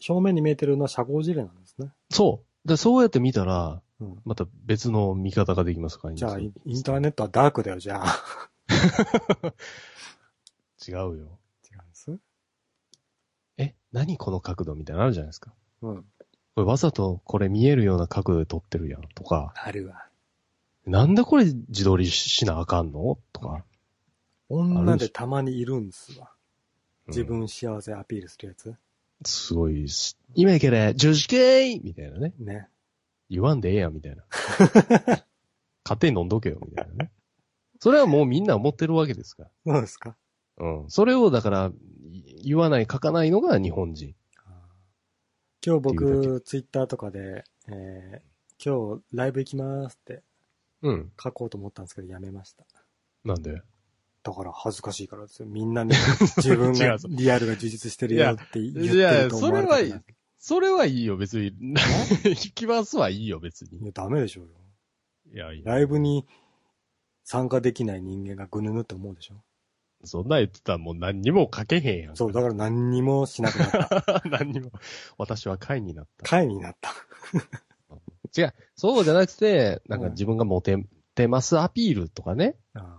S1: 正面に見えてるのは社交辞令なんですね。
S2: そう。で、そうやって見たら、
S1: うん。
S2: また別の見方ができますから
S1: じゃあ、インインター
S2: ネ
S1: ネットはダークだよ、じ ゃあ。
S2: 違うよ。
S1: 違うんです
S2: え、何この角度みたいなのあるじゃないですか。
S1: うん。
S2: これわざとこれ見えるような角度で撮ってるやんとか、
S1: あるわ。
S2: なんでこれ自撮りしなあかんのとか。
S1: 女でたまにいるんですわ。
S2: うん
S1: 自分幸せアピールするやつ。
S2: すごいし、今やけれ、女子系みたいなね。
S1: ね。
S2: 言わんでええやん、み たいな。勝手に飲んどけよ、みたいなね。それはもうみんな思ってるわけですか。
S1: そうですから
S2: うん。それをだから、い言わない、書かないのが日本人。
S1: 今日
S2: っていう
S1: 僕、ツイッターとかで、えー、今日ライブ行きますって
S2: うん。
S1: 書こうと思ったんですけど、やめました。
S2: なんで
S1: だから恥ずかしいからですよ。みん なに自分
S2: 違
S1: が
S2: うぞ
S1: リアルが充実してるよって言って
S2: いや
S1: ると思われたくない
S2: いやそれはいいそれはいいよ、別に。 引きますはいいよ、別
S1: い
S2: に。
S1: や、ダメでしょうよ。
S2: いや、いい。
S1: ライブに参加できない人間がぐぬぬって思うでしょ。
S2: そんなん言ってたらもう何にも書けへんやん。
S1: そう、だから何にもしなくなった。
S2: 何にも。私は会になった。
S1: 会になっ た。
S2: 違う。そうじゃなくて、なんか自分がモテ、てますアピールとかね、
S1: あ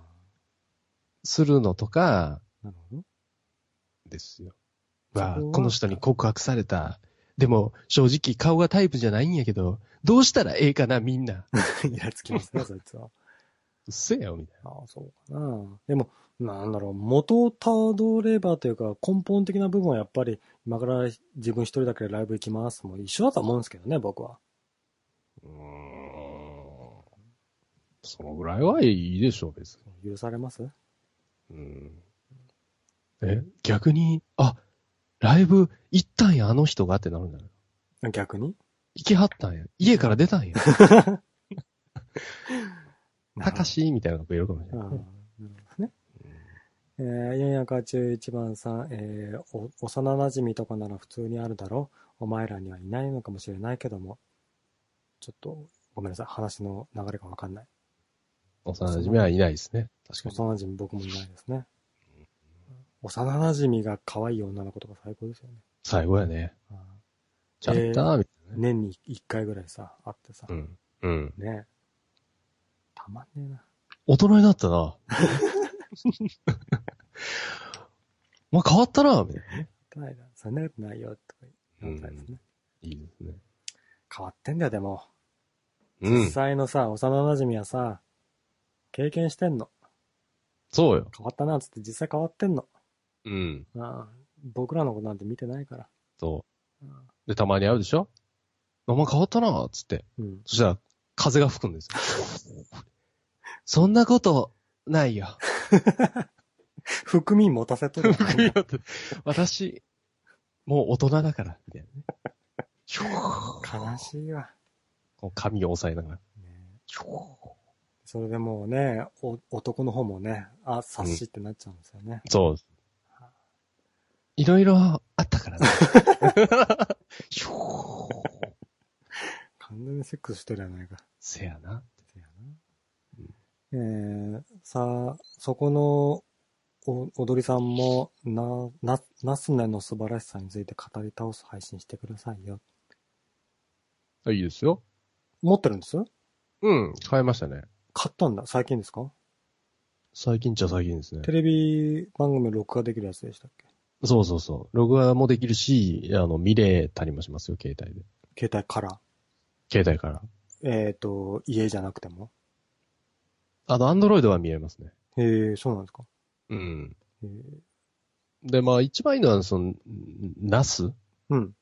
S2: するのとか、
S1: ーなるほど。
S2: ですよ。
S1: そこは
S2: わあ、この人に告白された。でも、正直顔がタイプじゃないんやけど、どうしたらええかな、みんな。う
S1: イラつきますね、そいつ は。
S2: っせえよ、みたい
S1: ああ、そうかな。でも、なんだろう、元をたどればというか、根本的な部分はやっぱり、今から自分一人だけでライブ行きます。もう一緒だと思うんですけどね、僕は。
S2: な。うーん。そのぐらいはいいでしょう、別に。
S1: 許されます
S2: うん。え、逆に、あ、ライブ行ったんや、あの人がってなるんじゃない
S1: 逆に
S2: 行きはったんや。家から出 たんや。たかしみたいなのがいるかもし
S1: あ
S2: れ
S1: あ
S2: な
S1: ないる。ほどね。えー、481番さん、えーお、幼馴染とかなら普通にあるだろう。お前らにはいないのかもしれないけども。ちょっと、ごめんなさい。話の流れがわかんない。
S2: 幼馴染はいないですね。確かに。
S1: 幼馴染僕もいないですね。幼馴染が可愛い女の子とか最高ですよね。
S2: 最後やね。
S1: あ
S2: ちゃった、みたいなね。
S1: ー年に1回ぐらいさ、会ってさ、
S2: うん。うん。
S1: ね。たまんねえな。
S2: 大人になった な。まあ変わったな、みたいなね。
S1: 大変だそんなことないよ、とか言ったんですね。
S2: いいですね。
S1: 変わってんだよ、でも。
S2: う
S1: 実
S2: ん。
S1: 際のさ、幼馴染はさ、経験してんの。
S2: そうよ。
S1: 変わったな、つって実際変わってんの。
S2: うん。
S1: ああ僕らのことなんて見てないから。
S2: そ
S1: ああ
S2: う。で、たまに会うでしょお前変わったな、つって。
S1: うん。
S2: そしたら、風が吹くんですよ。そんなこと、ないよ。
S1: 含み持たせ とる。
S2: 私、もう大人だから、みたいなね。ひょー
S1: 悲しいわ。
S2: こう髪を押さえながら。
S1: ねえ
S2: ひょー
S1: それでもうね、お男の方もね、あ、察しってなっちゃうんですよね。
S2: そう。いろいろあったからね。ひょー
S1: 完全にセックスしてるやないか。
S2: せやな。
S1: せやな。えー、さあ、そこの、お、踊りさんも、な、な、なすねの素晴らしさについて語り倒す配信してくださいよ。
S2: いいですよ。
S1: 持ってるんです
S2: うん、変えましたね。
S1: 買ったんだ。最近ですか
S2: 最近っちゃ最近ですね
S1: テ。レビ番組録画できるやつでしたっ
S2: そうそうそう。録画もできるし、あの、見れたりもしますよ、携帯で。
S1: け携帯から。
S2: 携帯から。
S1: えっ、と、家じゃなくても。
S2: あの、アンドロイドは見えますね。
S1: へえそうなんですか。
S2: うん。
S1: へえ
S2: で、まあ、一番いいのは、その、ナス
S1: うん。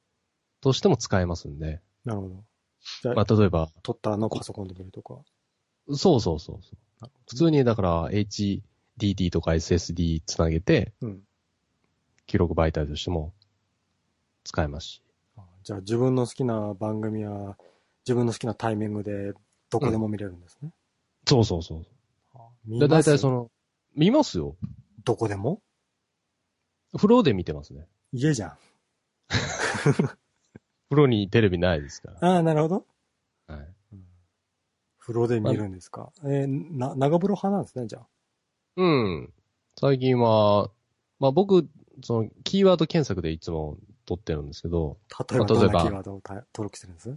S2: としても使えますんで。
S1: なるほど。じゃあ、
S2: まあ、例えば、
S1: 撮ったのをパソコンで見るとか。
S2: そうそうそうそう。普通に、だから、HD DD とか SSD つなげて、
S1: うん。
S2: 記録媒体としても使えますし。
S1: あじゃあ自分の好きな番組は、自分の好きなタイミングで、どこでも見れるんですね。
S2: そうそうそう。
S1: 見
S2: だだ
S1: ま
S2: い
S1: す
S2: たいその、見ますよ。
S1: どこでも
S2: 風呂で見てますね。
S1: 家じゃん。
S2: 風呂にテレビないですか
S1: ああ、なるほど。
S2: ら。はい。
S1: 風呂で見るんですか。えーな、長風呂派なんですね、じゃあ。
S2: うん。最近は、まあ僕、その、キーワード検索でいつも撮ってるんですけど、
S1: 例えば、
S2: 例え
S1: どん
S2: ば
S1: なキーワードをた登録してるんです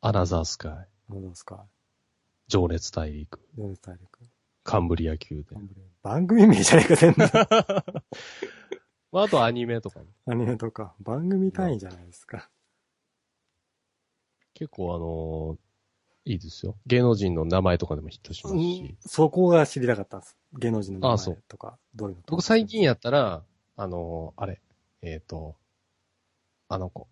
S2: アナザースカイ、
S1: どうですか
S2: 情熱大陸、
S1: どうです大陸。
S2: カンブリア宮殿。
S1: 番組名じゃねえか、全然。
S2: まあ、あとアニメとかね、
S1: アニメとか、番組単位じゃないですか。
S2: 結構あのーいいですよ。芸能人の名前とかでもヒットします
S1: うん
S2: し。
S1: そこが知りたかったんです。芸能人の名
S2: あそ
S1: 前
S2: う
S1: とか、どういうのとか
S2: 僕最近やったら、あのーあれ、えっ、ー、と、あの子。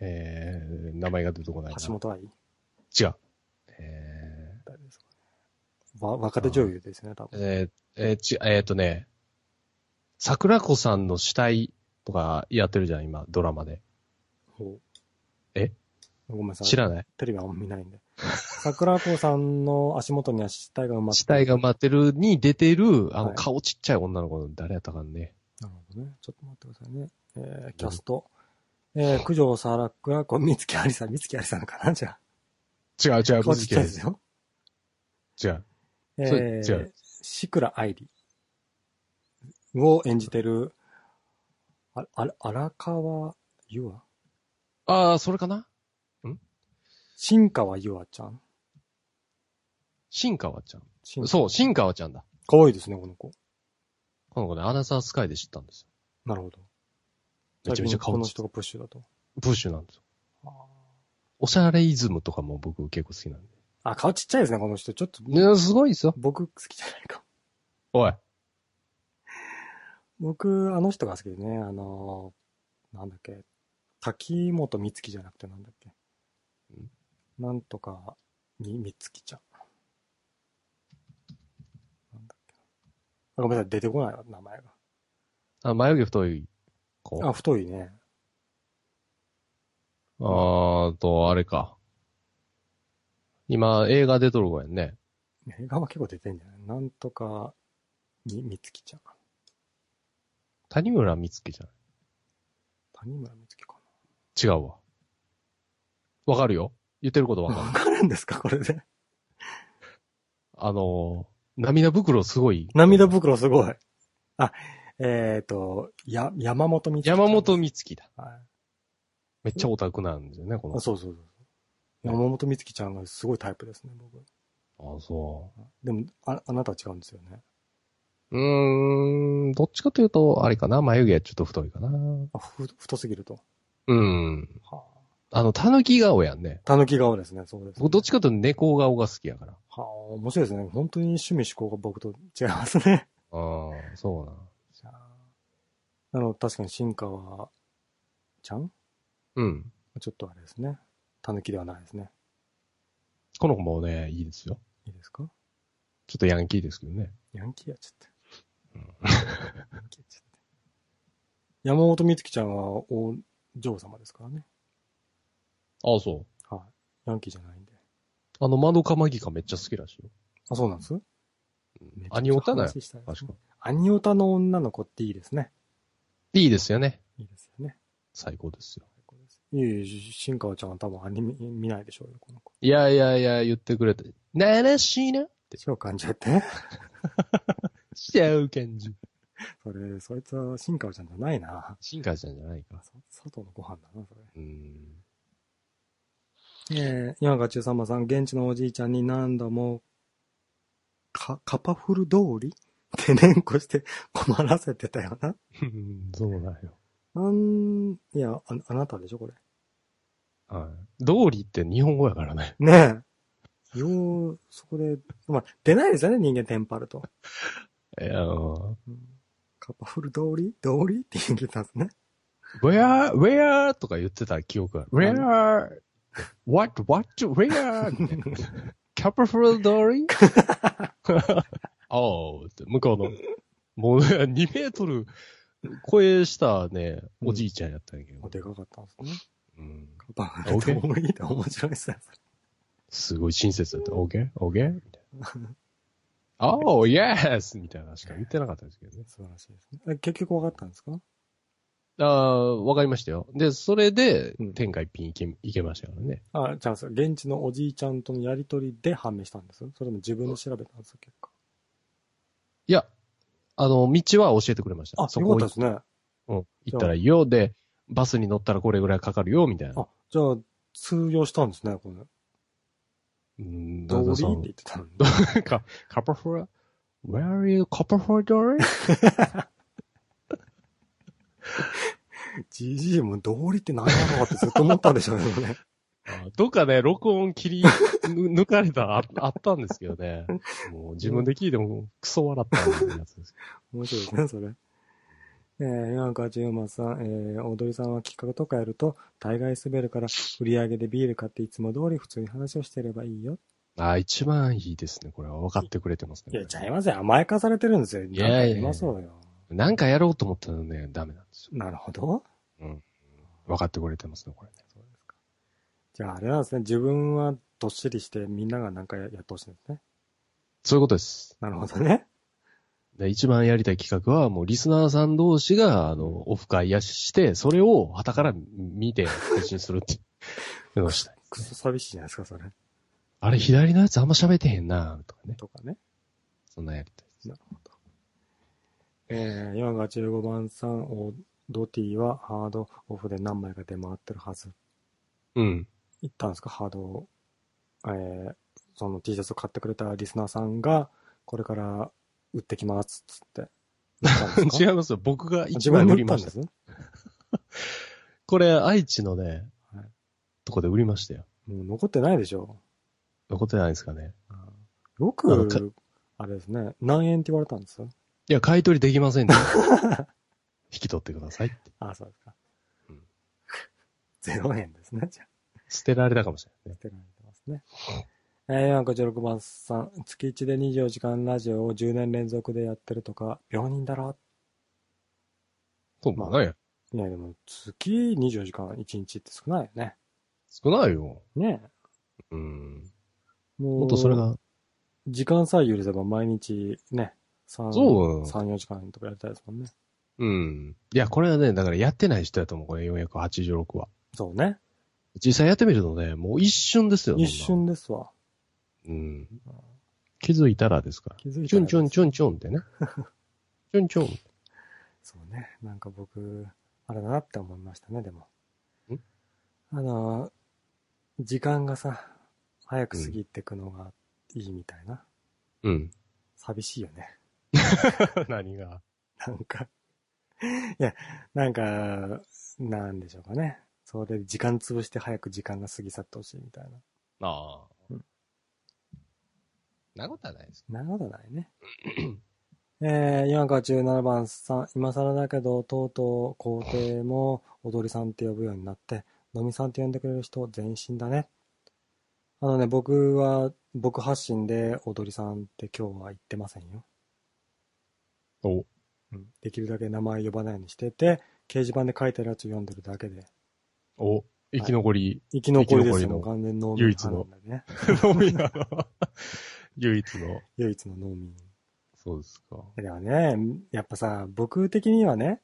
S2: えー、名前が出てこないな。
S1: 橋本愛
S2: 違う。え
S1: 誰ですかね。わ若手女優ですよね、多
S2: ー、
S1: 分。
S2: えーえーち、えー、とね、桜子さんの死体とかやってるじゃん、今、ドラマで。
S1: ほう
S2: え
S1: ごめんなさい。
S2: 知らない
S1: テレビはあんま見ないんで。桜子さんの足元には死体が埋まって
S2: 死体が待ってるに出てる、あ
S1: は
S2: の、
S1: い
S2: 顔ちっちゃい女の子の誰やったかね。
S1: なるほどね。ちょっと待ってくださいね。えー、キャスト。えー、九条さらくは、こう、三月ありさん、三月ありさんかなじゃ
S2: 違う違
S1: あ。
S2: う、
S1: 顔ちっちゃいですよ。
S2: 違う。
S1: え
S2: それ違
S1: ー
S2: う、
S1: シクラ愛理を演じてる、あ、あ、荒川優愛
S2: ああ、それかな
S1: 新川優愛ちゃん。
S2: 新川ちゃん。
S1: 新川
S2: そう、新川ちゃんだ。
S1: 可愛いですね、この子。
S2: この子ね、アナザースカイで知ったんですよ。
S1: なるほど。
S2: めちゃめちゃ
S1: こ
S2: 顔
S1: の
S2: ちっち
S1: 人
S2: ゃい。
S1: がプッシュだと。
S2: プッシュなんですよ。おしゃれイズムとかも僕結構好きなんで。
S1: あ、顔ちっちゃいですね、この人。ちょっと、
S2: ね、すごいですよ。
S1: 僕好きじゃないかも。
S2: おい。
S1: 僕、あの人が好きでね、あのーなんだっけ、滝本美月じゃなくてなんだっけ。なんとか、み、美月ちゃん。なんだっけあごめんなさい、出てこないわ、名前
S2: あ眉毛太い子。
S1: が。あ、太いね。
S2: あーと、あれか。今、映画出とる子やんね。
S1: 映画は結構出てんじゃないなんとか、み、美月ちゃん。
S2: 谷村美月じゃ
S1: 谷村美月か
S2: ない違うわ。わかるよ。言ってることわかる。
S1: な。わかるんですか、これで。
S2: あのー、涙袋すごい。
S1: 涙袋すごい。あ、えっ、と、や、山本美月ちゃん。
S2: 山本美月だ。
S1: はい。
S2: めっちゃオタクなんですよね、この。
S1: あそうそうそう。山本美月ちゃんがすごいタイプですね、僕。
S2: あ、そ
S1: でも、ああなたは違うんですよね。
S2: う。うーん、どっちかというと、あれかな、眉毛はちょっと太いかな。う
S1: あふ太すぎると。
S2: ん。
S1: はあ、
S2: あの、狸顔やんね。
S1: たぬき顔ですね、そうです、
S2: 僕どっちかというと猫顔が好きやから。
S1: はあ、面白いですね。本当に趣味思考が僕と違います ね。
S2: ああ、そうな。
S1: じゃあ、あの、確かに進化は、ちゃん
S2: うん。
S1: ちょっとあれですね。たぬきではないですね。
S2: この子もね、いいですよ。
S1: いいですか
S2: ちょっとヤンキーですけどね。
S1: ヤンキーやっちゃって。
S2: うん
S1: ヤンキーやっちゃって。山本美月ちゃんはお嬢様ですからね。
S2: ああ、そう。
S1: はい、ヤンキーじゃないんで。
S2: あの、マドカマギカめっちゃ好きらしいよ。
S1: あ、そうなんです
S2: アニオタだよ
S1: 話したいですね
S2: 確か。
S1: アニオタの女の子っていいですね。
S2: いいですよね。
S1: いいですよね。
S2: 最高ですよ。
S1: 最高ですいえいえ、新川ちゃんは多分アニメ見ないでしょうよ、この子。
S2: いやいやいや、言ってくれて。ならしいな。
S1: 手を感じちゃって。
S2: しちゃう感じ。
S1: それ、そいつは新川ちゃんじゃないな。
S2: 進化したんじゃないか。
S1: そ佐藤のご飯だな、それ。
S2: うん。
S1: えー、今が中さんまさん、現地のおじいちゃんに何度も、か、カパフル通りって連呼して困らせてたよな。
S2: そうなんよ。
S1: なん、いや、あ、あなたでしょ、これ。
S2: はい。道理って日本語やからね。
S1: ねえ。よう、そこで、まあ、出ないですよね、人間テンパると。
S2: いや、
S1: カッパフル通り通りって言ってたんですね。
S2: where, where とか言ってた記憶が。where, what, what, where? キャプフルドリあああ、って向こうの、もう、ね、2メートル超えしたね、おじいちゃんやったんやけど。
S1: でかかったんですね。
S2: うん。
S1: バカがどうもいいって面白いですね。
S2: すごい親切だった。OK?OK? みたいな。Oh, yes! みたいなしか言ってなかったんですけどね。
S1: 素晴らしいですね。え結局分かったんですか
S2: ああ、わかりましたよ。で、それで
S1: うん、
S2: 天下一品いけ、いけましたからね。
S1: あ、じゃあ、それ現地のおじいちゃんとのやりとりで判明したんですそれとも自分で調べたんです結果。
S2: いや、あの、道は教えてくれました。
S1: あ、
S2: そ
S1: よか
S2: こ
S1: った
S2: 行
S1: ですね。
S2: うん行ったらいいよ。で、バスに乗ったらこれぐらいかかるよ、みたいな。
S1: あ、じゃあ、通用したんですね、これ。
S2: うん、
S1: ド
S2: だ
S1: ー
S2: ん
S1: リ
S2: だ
S1: ーって
S2: んその
S1: 言ってたのに。
S2: カカッパフォラ、Where are you, カッパフォ ラ
S1: GG もドーリーって何なのかってずっと思ったんでしょうけどね。
S2: どっかね、録音切り 抜かれたああったんですけどね。 もう自分で聞いてもクソ笑ったやつです
S1: 面白いですね、それ。えー、4 8 4万さん、えー、踊りさんは企画とかやると、大概滑るから、売り上げでビール買っていつも通り普通に話をしてればいいよ。
S2: ああ、一番いいですね。これは分かってくれてますね。
S1: いや、ちゃいますよ。甘やかされてるんですよ。い
S2: やいやいや
S1: まそうよ。
S2: なんかやろうと思ったらね、ダメなんですよ。
S1: なるほど。
S2: 分かってくれてますね、これね。
S1: そうですか。じゃあ、あれなんですね。自分はどっしりして、みんながなんかやってほしいんですね。
S2: そういうことです。
S1: なるほどね。
S2: で一番やりたい企画は、もうリスナーさん同士が、あの、オフ会やして、それを旗から見て配信する っていうのをしたい。
S1: くそ寂しいじゃないですか、それ。
S2: あれ、左のやつあんま喋ってへんな、とかね。
S1: とかね。
S2: そんなやりたいです。
S1: えー、4が15番さん、おドティはハードオフで何枚か出回ってるはず。
S2: うん。
S1: 行ったんですかハードを、えー、その T シャツを買ってくれたリスナーさんが、これから売ってきます、つって。行ったんですか
S2: 違いますよ。僕が一
S1: 自
S2: 枚
S1: 分で売
S2: 売り
S1: った
S2: ま
S1: ん
S2: し
S1: で
S2: た。
S1: すも
S2: これ、愛知のね、
S1: はい
S2: とこで売りましたよ。
S1: う残ってないでしょ。
S2: 残ってないですかね。
S1: よ
S2: あのか
S1: く、あれですね、何円って言われたんです
S2: いや、買い取りできま せんね。引き取ってくださいって。
S1: あ、そうですか
S2: うん。
S1: ゼロ円ですね、じゃあ。
S2: 捨てられたかもしれないね。
S1: 捨てられてますね。えー、456番さん、月1で24時間ラジオを10年連続でやってるとか、病人だろ
S2: そう
S1: まあ
S2: ないよ
S1: いや、でも、月24時間1日って少ないよね。
S2: 少ないよ。
S1: ねえ
S2: うん。
S1: も
S2: もっとそれ。が、
S1: 時間さえ許せば毎日ね、3、
S2: そう
S1: 3 4時間とかやりたいですもんね。
S2: うん。いや、これはね、だからやってない人やと思う、これ486は。
S1: そうね。
S2: 実際やってみるとね、もう一瞬ですよ、
S1: 一
S2: そ
S1: 瞬
S2: ん
S1: ですわ。
S2: な。うん。気づいたらですから。
S1: 気づいた
S2: チュ
S1: ら
S2: ンチュンチュンチュンって ね。チュンチュン。
S1: そうね。なんか僕、あれだなって思いましたね、でも
S2: ん。
S1: あの、時間がさ、早く過ぎてくのがいいみたいな。
S2: うん。
S1: 寂しいよね。
S2: 何が
S1: なんか。いや、なんか、なんでしょうかね。それで時間潰して早く時間が過ぎ去ってほしいみたい
S2: ああ。
S1: う
S2: うんん。なことはないです。
S1: な。なるほどない ね。えー、今から17番さん、今更だけど、とうとう皇帝も踊りさんって呼ぶようになって、のみさんって呼んでくれる人全身だね。あのね、僕は、僕発信で踊りさんって今日は言ってませんよ。
S2: お。
S1: うんできるだけ名前呼ばないようにしてて、掲示板で書いてるやつ読んでるだけで。
S2: お。生き残り、
S1: 生き残りです
S2: 生
S1: よ、
S2: き残りの
S1: もう完全農民。
S2: 唯一の。
S1: ね、
S2: のみなの。唯一の。
S1: 唯一の農民。
S2: そうですか。
S1: だからね、やっぱさ、僕的にはね、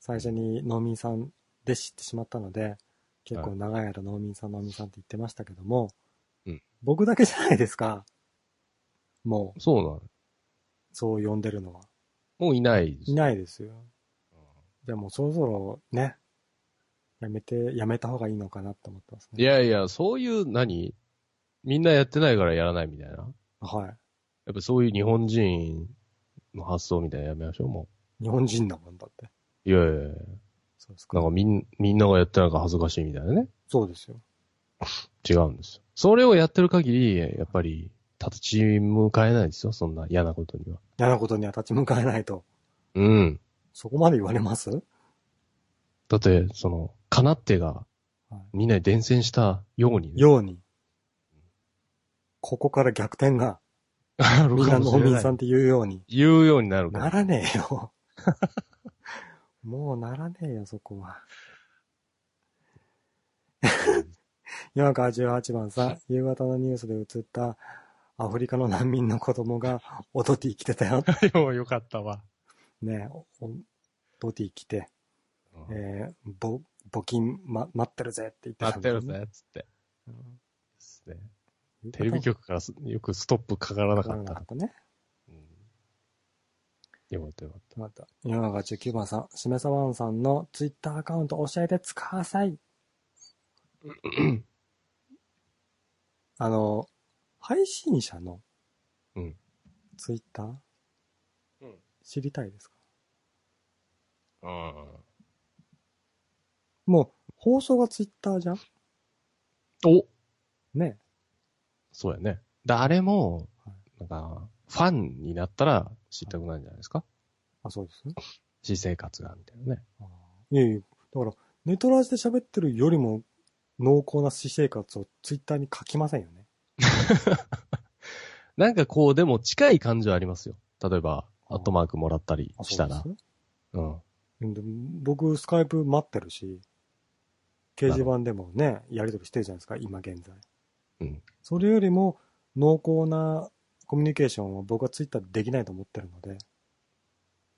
S1: 最初に農民さんで知ってしまったので、結構長い間農民さん、農民さんって言ってましたけども、
S2: うん
S1: 僕だけじゃないですか。もう、
S2: そうなの。
S1: そう呼んでるのは。
S2: もういないです。
S1: い
S2: い。
S1: ないですよ。じゃあもうそろそろね、やめて、やめた方がいいのかなって思ってます
S2: い
S1: ね。
S2: やいや、そういう、何みんなやってないからやらないみたいな。
S1: は
S2: やっぱそういう日本人の発想みたいなのやめましょう、も
S1: い。日本人だもんだって。
S2: う。いやいやいや
S1: そうですか
S2: なん。かみん、みんながやってないから恥ずかしいみたいなね。
S1: そうですよ。
S2: 違うんですよ。それをやってる限り、やっぱり、立ち向かえないですよ、そんな嫌なことには。
S1: 嫌なことには立ち向かえないと。
S2: うん。
S1: そこまで言われます
S2: だって、その、かなってが
S1: はい、
S2: みんなに伝染したようにね、
S1: ように。ここから逆転が。
S2: ある
S1: みんな
S2: かもし
S1: 農
S2: れ
S1: 民
S2: ない
S1: さんって言うように。
S2: 言うようになるから
S1: ならねえよ。 もうならねえよ、そこは。 山川18番さん、夕方のニュースで映ったアフリカの難民の子供がおドティ着てたよ。
S2: よ、よかったわ。
S1: ねえ、おドティ着て、えー、ぼ、募金、ま、待ってるぜって言ってた、
S2: 待ってる。ぜ、つって。ですねテレビ
S1: 局
S2: 局からすよくストップかからな
S1: だ
S2: か
S1: か
S2: っ
S1: なか
S2: た
S1: っ。たね。
S2: うんよかったよかった。
S1: また、山川19番さん、しめさばんさんのツイッターアカウント教えて使わ さい。あの、配信者の
S2: うん
S1: ツイッター
S3: うん
S1: 知りたいですか
S3: うん。
S1: もう、放送がツイッターじゃん
S2: お
S1: ね
S2: そうやね。誰も
S1: はい、
S2: なんか、ファンになったら知りたくなるんじゃないですか
S1: あ、そうですね。
S2: 私生活が、みたいなね。
S1: あーいえいえ、だから、ネトラジで喋ってるよりも濃厚な私生活をツイッターに書きませんよね。
S2: なんかこう、でも近い感じはありますよ。例えば、
S1: あ
S2: アットマークもらったり
S1: あ
S2: した。ら
S1: そう。です
S2: うん。
S1: うんで僕、スカイプ待ってるし、掲示板でもね、やり取りしてるじゃないですか、今現在。
S2: うん
S1: それよりも、濃厚なコミュニケーションは僕はツイッターでできないと思ってるので、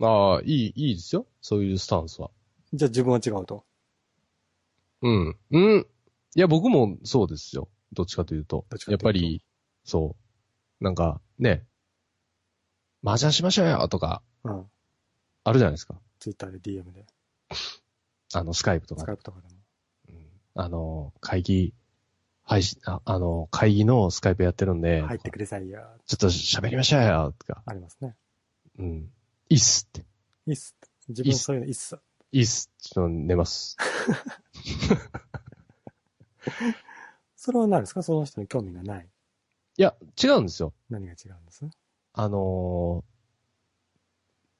S2: ああ、いい、いいですよ。そういうスタンスは。
S1: じゃあ自分は違うと。
S2: うん。うん。いや、僕もそうですよ。どっちかというと。
S1: どっちかとい
S2: や
S1: う
S2: っ
S1: と
S2: ぱり、そう。なんか、ね。麻雀しましょうよとか、
S1: うん。
S2: あるじゃないですか。
S1: ツイッターで DM で、
S2: あの、スカイプと
S1: ス
S2: か
S1: カ
S2: で。
S1: イプとかでも。
S2: うんあの、会議、配信、ああの、会議のスカイプやってるんで、
S1: 入ってくださいや、
S2: ちょっと喋りましょうよとか、
S1: ありますね。
S2: うん。いいっすって。
S1: いいっす。自分そういうのいいっす。
S2: いいっす。ちょっと寝ます。
S1: それは何ですかその人に興味がない。
S2: いや、違うんですよ。
S1: 何が違うんです
S2: あの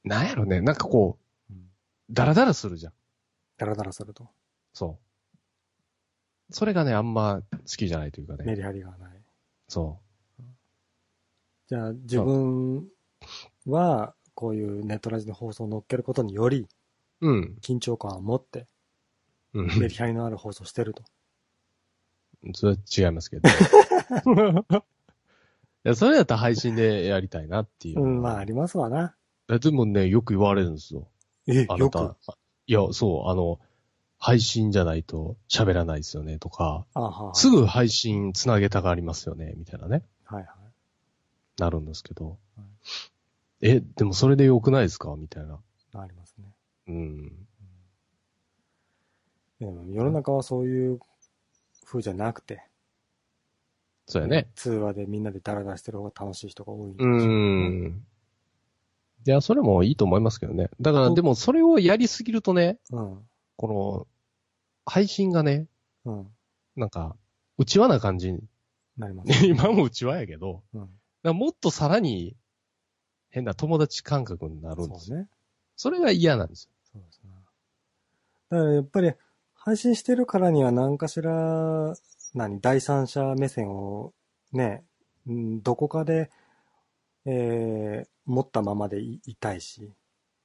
S2: ー、なんやろね、なんかこう、
S1: うん。
S2: ダラダラするじゃん。
S1: ダラダラすると。
S2: そう。それがね、あんま好きじゃないというか
S1: メ
S2: ね。
S1: リハリがない。
S2: そ
S1: じゃあ自分はこういうネットラジの放送を乗っけることにより
S2: う。うん。
S1: 緊張感を持って
S2: うん。
S1: メリハリのある放送をしてると。
S2: それは違いま すけど。いやそれだったら配信でやりたいなっていう。
S1: うん、まあありますわな。
S2: えでもね、よく言われるんですよ。
S1: え、
S2: あ
S1: よく。
S2: なた。
S1: あ
S2: いや、そう、あの、配信じゃないと喋らないですよね、とか、
S1: はは。
S2: すぐ配信つなげたがりますよね、みたいなね、
S1: はいはい。
S2: なるんですけど
S1: は。
S2: え、でもそれで良くないですかみたいな。
S1: ありますね。
S2: うん。
S1: でも世の中はそういう風じゃなくて、
S2: そうやね。
S1: 通話でみんなでダラダラしてる方が楽しい人が多い。
S2: うーん。いや、それもいいと思いますけどね。だから、
S1: そう
S2: でもそれをやりすぎるとね、
S1: うん。
S2: この、配信がね、
S1: うん。
S2: なんか、内輪な感じに、
S1: なります。
S2: 今も内輪やけど、
S1: うん。
S2: だからもっとさらに、変な友達感覚になるんですよ。そ
S1: そうね。
S2: れが嫌なんですよ。
S1: そうですね。だからやっぱり、配信してるからには何かしら、何、第三者目線をね、うんどこかで、えー持ったままでいいたいし、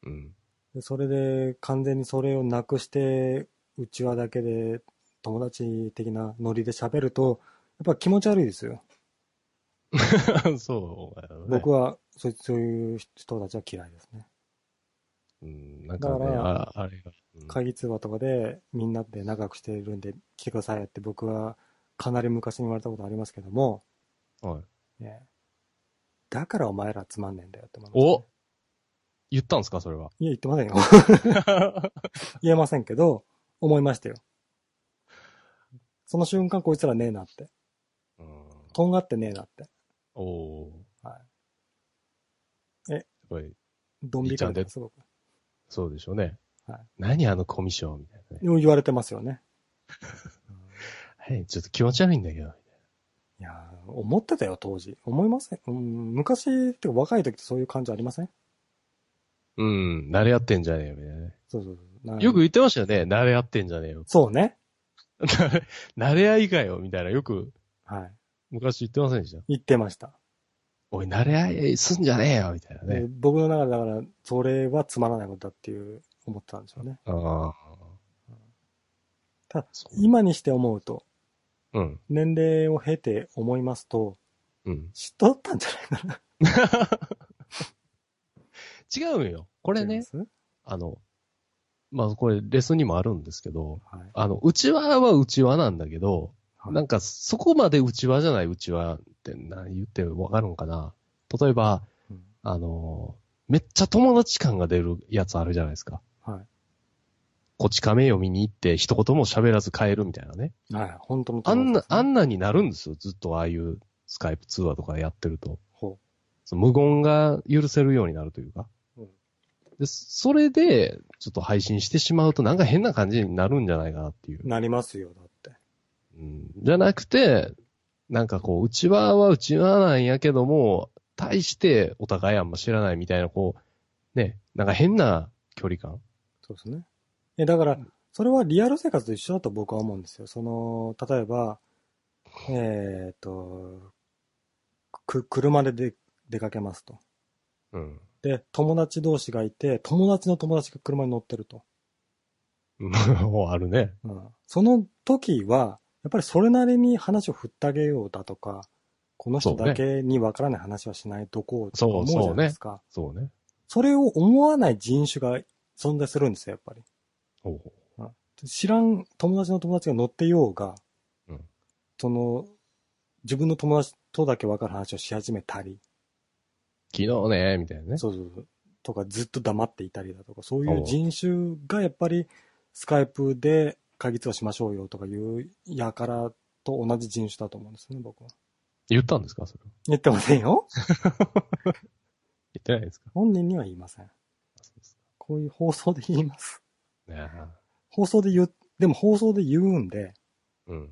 S2: うん。
S1: でそれで完全にそれをなくして、うちわだけで友達的なノリで喋ると、やっぱ気持ち悪いですよ。
S2: そうやろね。
S1: 僕は、そそういう人たちは嫌いですね。
S2: うん、なんか
S1: だ
S2: ね、
S1: から
S2: ああれが、うん
S1: 会議通話とかでみんなで長くしてるんで来てくださいって僕はかなり昔に言われたことありますけども、
S2: はい
S1: ねだからお前らつまんねえんだよって思います、
S2: お言ったんですかそれは。
S1: いや、言ってませんよ。 言えませんけど、思いましたよ。その瞬間こいつらねえなって。
S2: うん。
S1: とんがってねえなって。
S2: おー。
S1: は
S2: や
S1: え
S2: っぱり、
S1: ドン引かれてます、僕。
S2: そうでしょうね。
S1: はい
S2: 何あのコミショみたいなね。
S1: 言われてますよね。
S2: はい、ちょっと気持ち悪いんだけど。
S1: いやー、思ってたよ、当時。思いません。うん、昔ってか若い時ってそういう感じありません
S2: うん、慣れ合ってんじゃねえよ、みたいなね。
S1: そうそうそうなんか
S2: よく言ってましたよね。慣れ合ってんじゃねえよ。
S1: そうね。
S2: 慣れ合いかよ、みたいな。よく
S1: はい。
S2: 昔言ってませんでした。
S1: 言ってました。
S2: おい、慣れ合いすんじゃねえよ、みたいなね。
S1: で僕の中でだから、それはつまらないことだっていう思ってたんでしょうね。
S2: ああ。
S1: ただ
S2: そう
S1: 今にして思うと、
S2: うん。
S1: 年齢を経て思いますと、
S2: うん。
S1: 嫉妬だったんじゃないかな。
S2: 違うよ。これね、
S1: と思い
S2: あの、まあ、これ、レスにもあるんですけど、
S1: ます。はい。
S2: あの、内輪は内輪なんだけど、
S1: はい
S2: なんか、そこまで内輪じゃない内輪って何言ってわかるんかな例えば、
S1: うん
S2: あの、めっちゃ友達感が出るやつあるじゃないですか。
S1: は
S2: こち亀読みに行って一言も喋らず帰るみたいなね。
S1: い。はい。本当の
S2: あ
S1: 友達で
S2: んな、
S1: すね
S2: あんなになるんですよ。ずっとああいうスカイプ通話とかやってると。
S1: ほ
S2: その無言が許せるようになるというか。
S1: うん
S2: で、それで、ちょっと配信してしまうとなんか変な感じになるんじゃないかなっていう
S1: う。。なりますよ、だって。
S2: うん、じゃなくて、なんかこう、うちわはうちわなんやけども、対してお互いあんま知らないみたいな、こう、ね、なんか変な距離感。
S1: そうですね。え、だから、それはリアル生活と一緒だと僕は思うんですよ。その、例えば、えっ、と、く、車でで出かけますと。
S2: うん。
S1: で、友達同士がいて、友達の友達が車に乗ってると。
S2: もうあるね。
S1: うん。その時は、やっぱりそれなりに話を振ってあげようだとか、この人だけにわからない話はしないとこうとか思うじゃないですか。
S2: そうね。
S1: それを思わない人種が存在するんですよ、やっぱり。
S2: ほうほ
S1: 知らん友達の友達が乗ってようが、
S2: うん
S1: その、自分の友達とだけ分かる話をし始めたり、
S2: 昨日ね、みたいなね。
S1: そうそうそう、とかずっと黙っていたりだとか、そういう人種がやっぱりスカイプで会議通話しましょうよとかいうやからと同じ人種だと思うんですね、僕は。
S2: 言ったんですかそれは
S1: 言ってません よ。
S2: 言ってないですか
S1: 本人には言いません。
S2: そうです
S1: こういう放送で言います。
S2: ね
S1: 放送で言う、でも放送で言うんで、
S2: うん。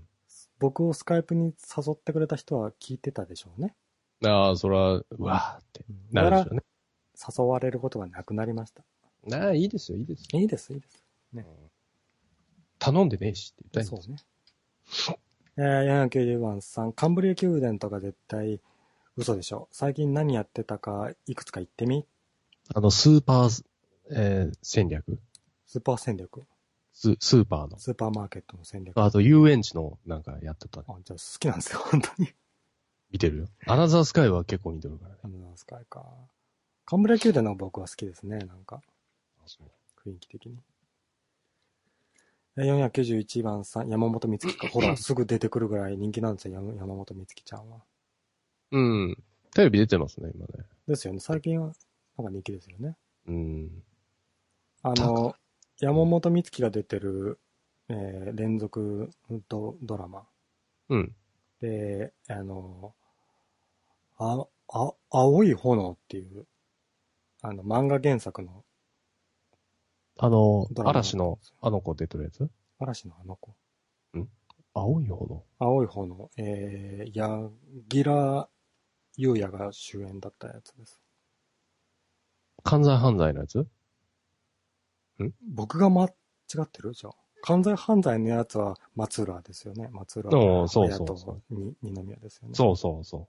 S1: 僕をスカイプに誘ってくれた人は聞いてたでしょうね。
S2: ああ、それは、うわーって。
S1: だか
S2: なるで
S1: ら
S2: しょうね。
S1: 誘われることがなくなりました。
S2: なあ、いいですよ、いいですよ。
S1: いいです、いいです。
S2: 頼んでねえしって言った
S1: そ
S2: らいいんです
S1: うね。えー、490番さん、カンブリア宮殿とか絶対嘘でしょ。最近何やってたか、いくつか言ってみ
S2: あの、スーパー、えー戦略
S1: スーパー戦略。
S2: ススーパーの。
S1: スーパーマーケットの戦略。あ、
S2: あと、遊園地のなんかやってたね。
S1: じゃあ好きなんですよ、本当に。
S2: 見てるよ。アナザースカイは結構見てるからね。
S1: あの、スカイか。カンブリア宮殿の方が僕は好きですね、なんか、雰囲気的に。えー491番さん、山本美月か。ほら、すぐ出てくるぐらい人気なんですよ、山山本美月ちゃんは。
S2: うん。テレビ出てますね、今ね。
S1: ですよね、最近は、なんか人気ですよね。
S2: うん。
S1: あ
S2: だか
S1: の、山本美月が出てる、えー連続ドドラマ
S2: うん。
S1: で、あの、あ、あ、青い炎っていう、あの、漫画原作の
S2: あの
S1: ド、ラマ
S2: 嵐の、あの子出てるやつ
S1: 嵐のあの子、
S2: 青いほ
S1: 青い炎、えー、ヤギラ優也が主演だったやつです。
S2: ど。犯罪犯罪のやつ
S1: 僕が間違ってるじゃあ。犯罪犯罪のやつは松浦ですよね。松浦
S2: おーそう
S1: 綾
S2: そうそ
S1: とに二宮ですよね。
S2: そうそうそ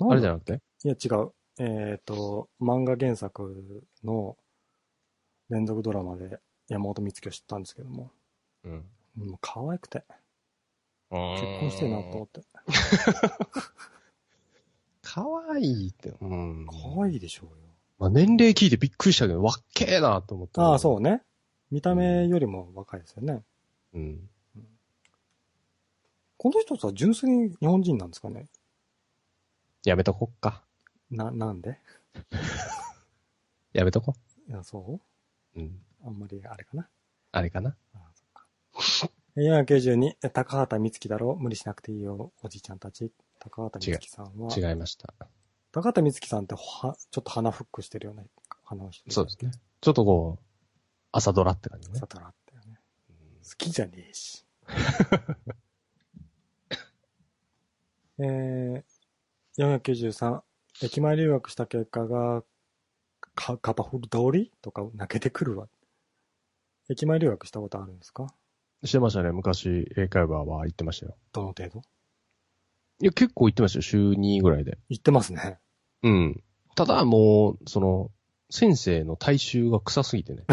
S1: な
S2: う。
S1: んだ
S2: あれじゃなくて
S1: いや、違う。えっ、と、漫画原作の連続ドラマで山本美月を知ったんですけども、
S2: うん。
S1: もう可愛くて、
S3: 結
S1: 結婚してるなと思って。
S2: かわいいって。うん。
S1: 可愛いでしょうよ。
S2: まあ、年齢聞いてびっくりしたけど、わっけえなと思った。
S1: ああ、そうね。見た目よりも若いですよね。
S2: う。うん。
S1: この人さ、純粋に日本人なんですかね
S2: やめとこっか。
S1: な、なんで
S2: やめとこ。
S1: いや、そ
S2: うん。
S1: うあんまりあれかな。
S2: あれかな。
S1: ああ、そっか。492、え高畑美月だろ無理しなくていいよ、おじいちゃんたち。高畑美月さんは。
S2: 違いました。
S1: 高畑美月さんっては、ちょっと鼻フックしてるような鼻の人
S2: そうですね。ちょっとこう、朝ドラって感じね
S1: サ。トラってね。好きじゃねえし。 えー、493、駅前留学した結果が、か、カパフル通りとか泣けてくるわ。駅前留学したことあるんですか
S2: してましたね。昔、英会話は行ってましたよ。
S1: どの程度
S2: いや、結構行ってましたよ。週2ぐらいで。
S1: 行ってますね。
S2: うん。ただもう、その、先生の体臭が臭す ぎてね。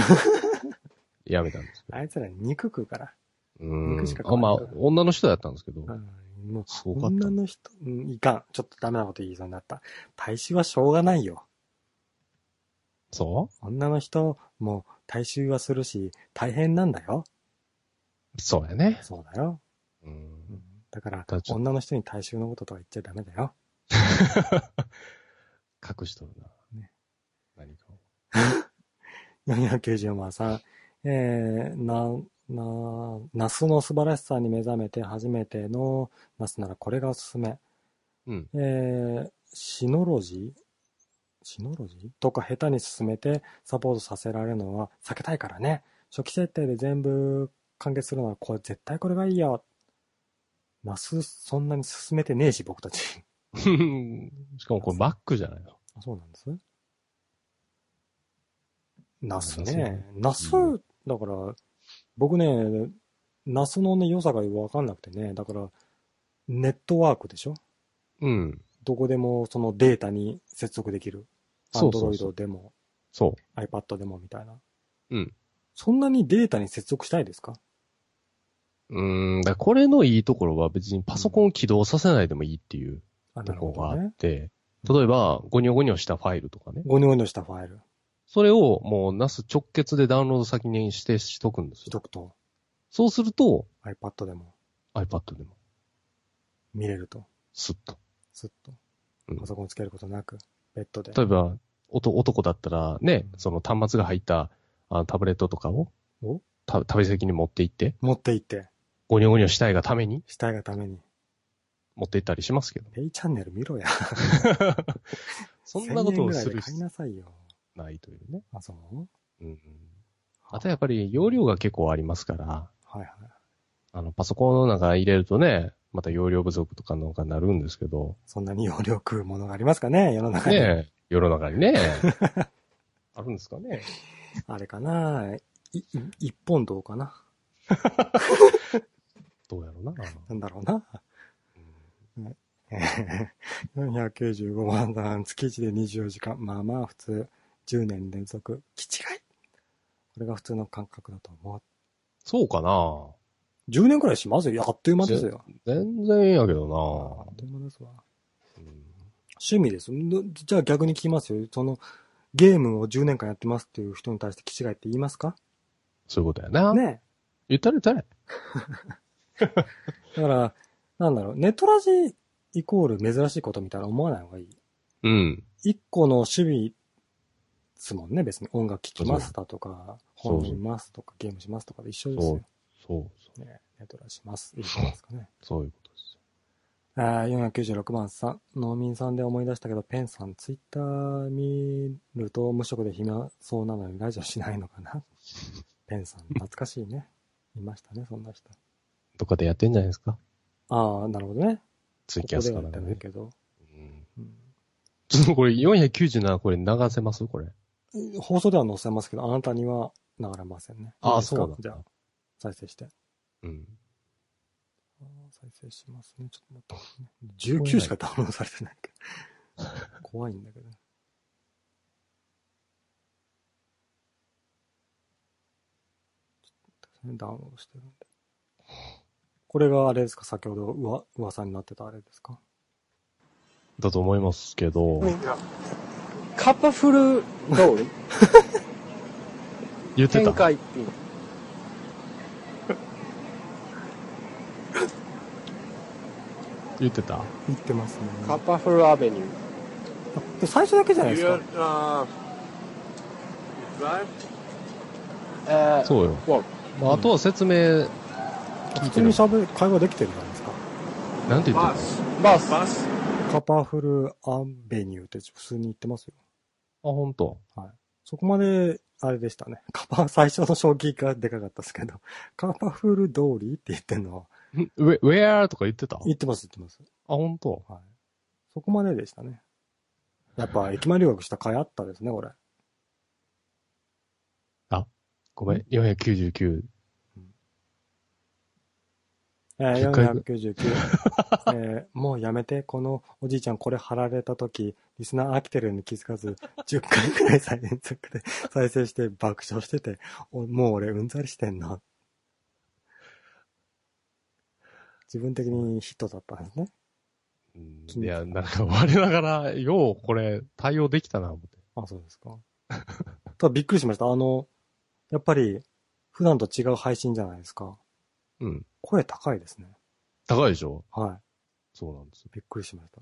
S2: やめたんですけ
S1: あいつら肉食うから。
S2: ど。うん
S1: 肉しか。食
S2: あ
S1: わな
S2: ま
S1: い
S2: あ、女の人だったんですけど、
S1: うんもう、
S2: すごかった
S1: 女。の人、うんいかん。ちょっとダメなこと言いそうになった。体臭はしょうがないよ。
S2: そ
S1: 女の人も体臭はするし、大変なんだよ。
S2: うそうやね。
S1: そうだよ。
S2: う
S1: うんん、だから
S2: だ、ちょ
S1: 女の人に体臭のこととは言っちゃダメだよ。
S2: 隠しとるな。
S1: ね
S2: 何かを。
S1: 490万さん、えー、な、な、ナスの素晴らしさに目覚めて初めてのナスならこれがおすすめ。
S2: うん。
S1: えー、シノロジーシノロジーとか下手に進めてサポートさせられるのは避けたいからね。初期設定で全部完結するのはこれ絶対これがいいよ。ナスそんなに進めてねえし、僕たち。
S2: しかもこれ Mac じゃないの。
S1: あ、そうなんですナス
S2: ナス
S1: ね
S2: ね。
S1: ナス、
S2: う
S1: だから、僕ね、ナスのね、良さが分かんなくてね、だから、ネットワークでしょ
S2: うん。
S1: どこでもそのデータに接続できる。ア
S2: そ
S1: ン
S2: う
S1: ド
S2: そ
S1: ロ
S2: う
S1: イ
S2: そ
S1: ド
S2: う。
S1: でも、
S2: そ
S1: iPad でもみたいな。
S2: うん。
S1: そんなにデータに接続したいですか
S2: う。うん。だからこれのいいところは別にパソコンを起動させないでもいいっていう
S1: あ、な
S2: と
S1: る
S2: こ
S1: ほ
S2: ろがあ
S1: ど
S2: っ
S1: ね。
S2: て、例えば、ゴニョゴニョしたファイルとかね。
S1: ゴニョゴニョしたファイル、
S2: それをもう NAS 直結でダウンロード先に指定しとくんです
S1: し
S2: よ。
S1: とくと
S2: そうすると
S1: iPad でも
S2: iPad でも
S1: 見れると。
S2: スッと。
S1: すっと
S2: うん。
S1: パソコンつけることなく、ベッドで。
S2: 例えば、おと男だったらね
S1: う、ん
S2: その端末が入ったあタブレットとかを
S1: お
S2: た旅先に持って行って、
S1: 持って行って、
S2: ゴニョゴニョしたいがために
S1: したいがために。
S2: 持って行ったりしますけど。
S1: ペイチャンネル見ろや。
S2: そんなことを
S1: 1000円
S2: す
S1: ぐらいで買い
S2: る必要
S1: なさいよ。
S2: ないというね。
S1: あ、そう
S2: うんうん。あとやっぱり容量が結構ありますから、
S1: はいはい。
S2: あのパソコンの中入れるとね、また容量不足とかのがなるんですけど、
S1: そんなに容量食うものがありますか ね世の中に。
S2: ねえ、世の中に ね。あるんですかね。
S1: あれかないい一本どうかな
S2: どうやろうな。
S1: なんだろうな。495万段、月1で24時間。まあまあ普通、10年連続、気違い。これが普通の感覚だと思
S2: そうかな。
S1: う。10年くらいしますよ。あっという間ですよ。
S2: 全然やけ
S1: あ
S2: ど
S1: っという間ですわ。
S2: な。うん
S1: 趣味です。どじゃあ逆に聞きますよ。その、ゲームを10年間やってますっていう人に対して気違いって言いますか
S2: そういうことやな。
S1: ね
S2: 言ったれ言ったれ。
S1: えだから、なんだろう、ネトラジイコール珍しいことみたいな思わない方がいい。
S2: うん。
S1: 一個の趣味ですもんね、別に。音楽聴きますだとか、
S2: そう
S1: 本読みますとか、ゲームしますとかで一緒です
S2: そ
S1: よ
S2: う。。そうそう。
S1: ね、ネトラします。いいんじゃないですかね。
S2: そういうことですよ。
S1: あー496番さん、農民さんで思い出したけど、ペンさん、ツイッター見ると無職で暇そうなのにラジオしないのかな。 ペンさん、懐かしいね。いましたね、そんな人。
S2: どっかでやってんじゃないですか
S1: ああ、なるほどね。
S2: ツ
S1: こ
S2: イキ
S1: こ
S2: ャ
S1: で
S2: ス
S1: は
S2: か
S1: やっ
S2: ら
S1: てない
S2: ね。
S1: けど。
S2: うん
S1: うん
S2: ちょっとこれ497これ流せますこれ。
S1: 放送では載せますけど、あなたには流れませんね。
S2: あ
S1: いい
S2: あ、
S1: です
S2: そ
S1: か
S2: うなん
S1: じゃ
S2: だ
S1: あ。、再生して。
S2: うん。
S1: 再生しますね。ちょっと待って、ね。19しかダウンロードされてないから。 怖いんだけど。ちょっと待ってくださいねダウンロードしてるんで。これがあれですか先ほどうわ噂になってたあれですか
S2: だと思いますけど、
S4: カップフル通り
S2: 言って
S4: 天
S2: た。
S4: 下一品。
S2: 言ってた。
S1: 言ってますね。
S4: カップフルアベニュー。
S1: あで最初だけじゃないです
S5: You
S1: か
S5: uh, drive?
S4: えー、
S2: そうよ。
S4: そう
S2: まあ、あとは説明、
S1: 普通に喋る、会話できてるじゃないですか。
S2: なんて言ってた
S5: Bus.
S4: バス。
S5: Bus.
S1: カパフルアベニューって普通に言ってますよ。
S2: あ、本当。
S1: そこまで、あれでしたね。 カパ、最初の衝撃がでかかったですけど、 カパフル通りって言ってんのは、
S2: んウェ、ウェアとか言ってたあ、
S1: 言ってます言ってます。
S2: 本当。
S1: はい。そこまででしたね。やっぱ、駅前留学した回あったですね、これ。
S2: ごめん、499。
S1: えー、
S2: 10回
S1: 499、えーもうやめて、このおじいちゃんこれ貼られた時、リスナー飽きてるのに気づかず、10回くらい再連続で再生して爆笑してて、おもう俺うんざりしてんな。自分的にヒットだったんですね。
S2: うんいや、なんか我ながら、ようこれ対応できたな、思って。
S1: あ、そうですか。ただびっくりしました。あの、やっぱり、普段と違う配信じゃないですか。
S2: うん。
S1: 声高いですね。
S2: 高いでしょ
S1: は
S2: そうなんですよ
S1: い。。びっくりしました。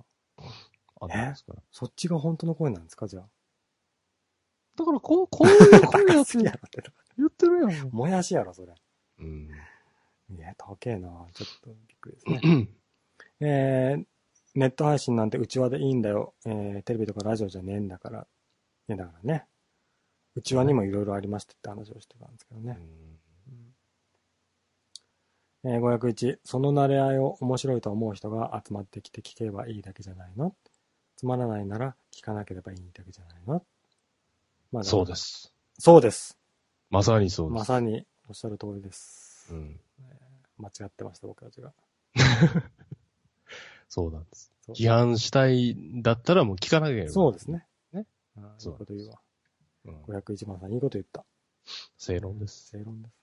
S2: あったんですから。
S1: そっちが本当の声なんですかじゃあ。
S2: だから、こう、こういう声や
S1: 高
S2: って
S1: すぎ やろって。
S2: 言ってるやん。
S1: もやしやろ、それ。
S2: うん。
S1: いや、高えなちょっとびっくりですね。 えー、ネット配信なんてうちわでいいんだよ。えー、テレビとかラジオじゃねえんだから。ね、だからね。うちわにもいろいろありましたって話をしてたんですけどね。えー501、その慣れ合いを面白いと思う人が集まってきて聞けばいいだけじゃないのつまらないなら聞かなければいいだけじゃないのまあ
S2: そうで。す。
S1: そうです。
S2: まさにそうです。
S1: まさにおっしゃる通りです。
S2: うん。
S1: 間違ってました、僕たちが。
S2: そうなんです
S1: そう。
S2: 批判したいんだったらもう聞かなきゃいけない。
S1: そうですね。
S2: ね。
S1: ああい
S2: そ
S1: いうこと言うわ。
S2: うん。
S1: 501番さん、いいこと言った。
S2: 正論です。
S1: 正論です。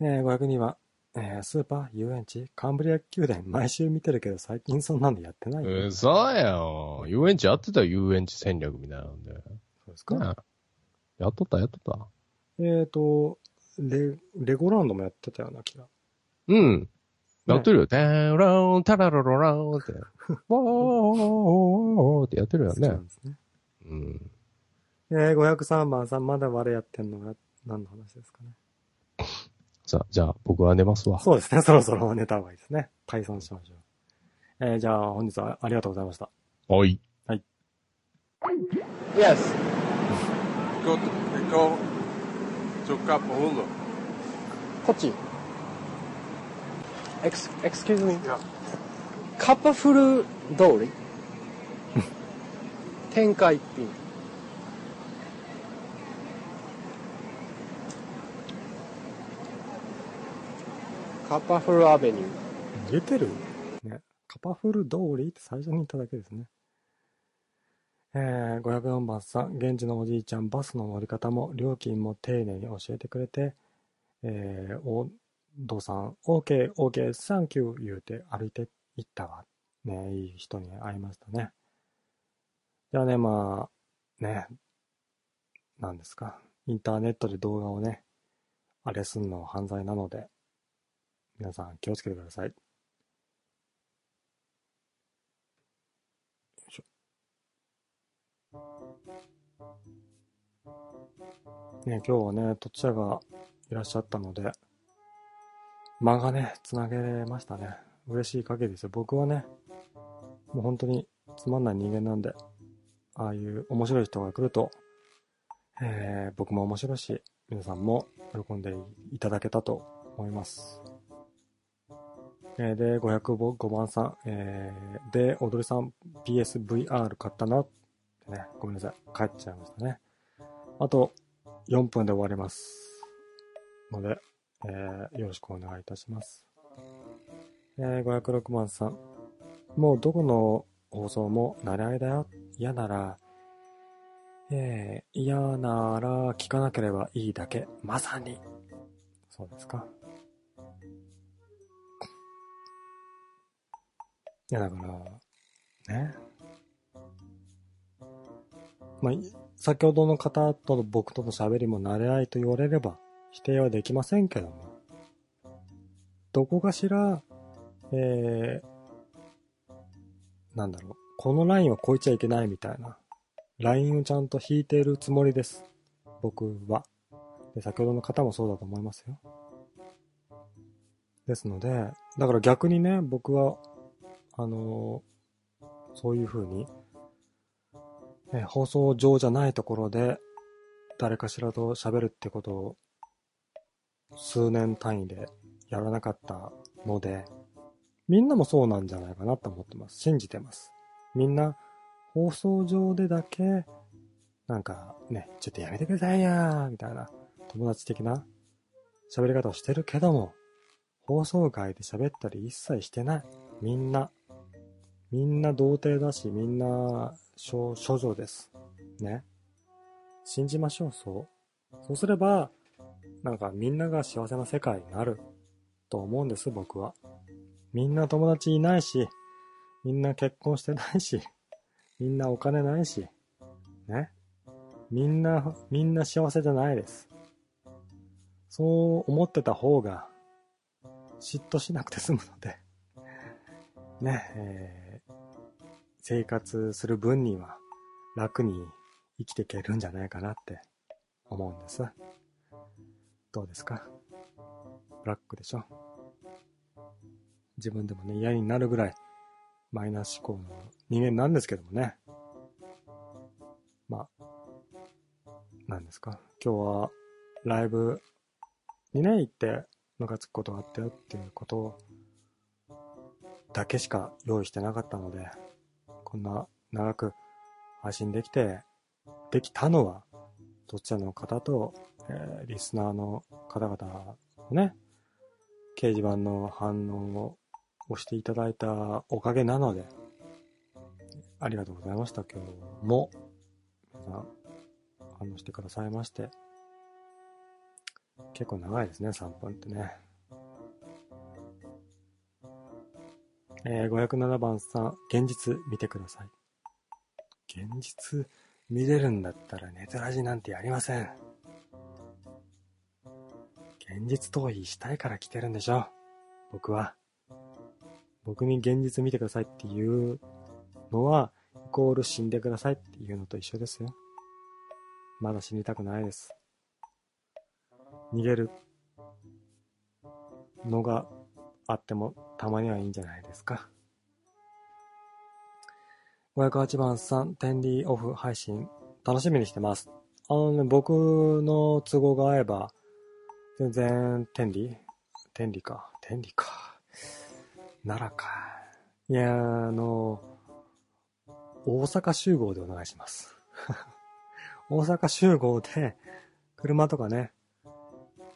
S1: えー、502は、えースーパー、遊園地、カンブリア宮殿、毎週見てるけど、最近そんなのやってないよ。
S2: うそやん。遊園地やってたよ遊園地戦略みたいなんで。ね
S1: そうですか。
S2: やっとった、やっとった。
S1: えっ、と、レ、レゴランドもやってたような気が。
S2: うん。やってるよ。タロン、タラロロラン って。わーってやってるよ
S1: 好きな
S2: ね
S1: ん。ですね。
S2: うん。
S1: えー、503番さん、まだ我やってんのが何の話ですかね。
S2: さあ、じゃあ僕は寝ますわ。
S1: そうですね、そろそろ寝た方がいいですね。解散しましょう。えー、じゃあ本日はありがとうございました。
S2: はい。
S4: Yes.
S5: Go to, go to Capo Uno.
S4: こっち。Ex- excuse me.
S5: Yeah.
S4: カッパフル通 り天下一品。カッパフルアベニュー。
S1: 出てるね。カパフル通りって最初に言っただけですね。えー、504番さん、現地のおじいちゃん、バスの乗り方も料金も丁寧に教えてくれて、えー、お父さん、OK、OK、サンキュー言うて歩いて行ったわ。ね、いい人に会いましたね。じゃあね、まあ、ね、なんですか。インターネットで動画をね、あれすんのは犯罪なので、皆さん気をつけてください。ね、今日はね、とっちゃがいらっしゃったので、間がね、つなげれましたね。嬉しい限りですよ。僕はね、もう本当につまんない人間なんで、ああいう面白い人が来ると、えー僕も面白いし、皆さんも喜んでいただけたと思います。えーで、505番さん、えーで、踊りさん PSVR 買ったなってね、ごめんなさい。帰っちゃいましたね。あと、4分で終わります。ので、えーよろしくお願いいたします。えー506番さん。もうどこの放送も慣れ合いだよ。嫌なら、えー嫌なら聞かなければいいだけ。まさに。そうですか。いや、だから、ね。まあ、い先ほどの方との僕との喋りも慣れ合いと言われれば否定はできませんけども、どこかしら、えー、なんだろう、このラインは越えちゃいけないみたいな、ラインをちゃんと引いているつもりです。僕は。で、先ほどの方もそうだと思いますよ。ですので、だから逆にね、僕は、あのーそういう風に、えー放送上じゃないところで誰かしらと喋るってことを数年単位でやらなかったのでみんなもそうなんじゃないかなと思ってます信じてますみんな放送上でだけなんかねちょっとやめてくださいやーみたいな友達的な喋り方をしてるけども放送会で喋ったり一切してない。みんな。みんな童貞だし、みんな、少、処女です。ね。信じましょう、そう。そうすれば、なんかみんなが幸せな世界になる。と思うんです、僕は。みんな友達いないし、みんな結婚してないし、 みんなお金ないし、ね。みんな、みんな幸せじゃないです。そう思ってた方が、嫉妬しなくて済むので、ね、えー生活する分には楽に生きていけるんじゃないかなって思うんです。どうですかブラックでしょ自分でもね、嫌になるぐらいマイナス思考の人間なんですけどもね。まあ、なんですか今日はライブにね、行ってムカつくことがあったよっていうことだけしか用意してなかったので、こんな長く配信できて、できたのは、どちらの方と、えーリスナーの方々のね、掲示板の反応を押していただいたおかげなので、ありがとうございました、今日も。皆さん、反応してくださいまして。結構長いですね、3分ってね。えー507番さん、現実見てください。現実見れるんだったらネトラジなんてやりません。現実逃避したいから来てるんでしょ。僕は。僕に現実見てくださいっていうのは、イコール死んでくださいっていうのと一緒ですよ。まだ死にたくないです。逃げるのがあってもたまにはいいんじゃないですか。508番さん、テンディオフ配信、楽しみにしてます。あのね、僕の都合が合えば、全然、テンディテンディか。テンディか。奈良か。いやー、あの、大阪集合でお願いします。 大阪集合で、車とかね、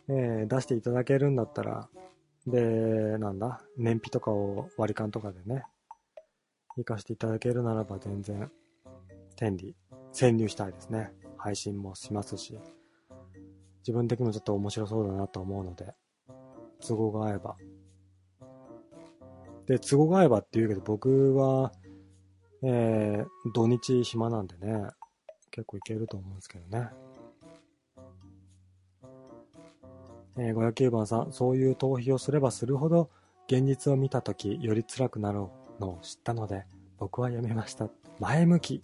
S1: えー出していただけるんだったら、で、なんだ、燃費とかを割り勘とかでね、活かしていただけるならば全然、天理、潜入したいですね。配信もしますし、自分的にもちょっと面白そうだなと思うので、都合が合えば。で、都合が合えばって言うけど、僕は、えー土日暇なんでね、結構いけると思うんですけどね。えー、509番さん、そういう逃避をすればするほど、現実を見たとき、より辛くなるのを知ったので、僕はやめました。前向き。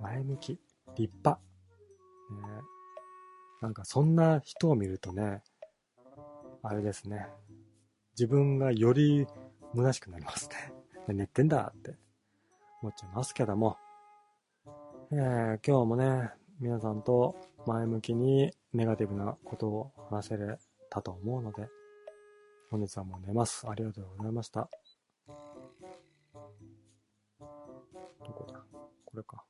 S1: 前向き。立派。ねなんか、そんな人を見るとね、あれですね。自分がより虚しくなりますね。 何言ってんだって思っちゃいますけども。えー今日もね、皆さんと前向きにネガティブなことを話せれたと思うので、本日はもう寝ます。ありがとうございました。どこだこれか。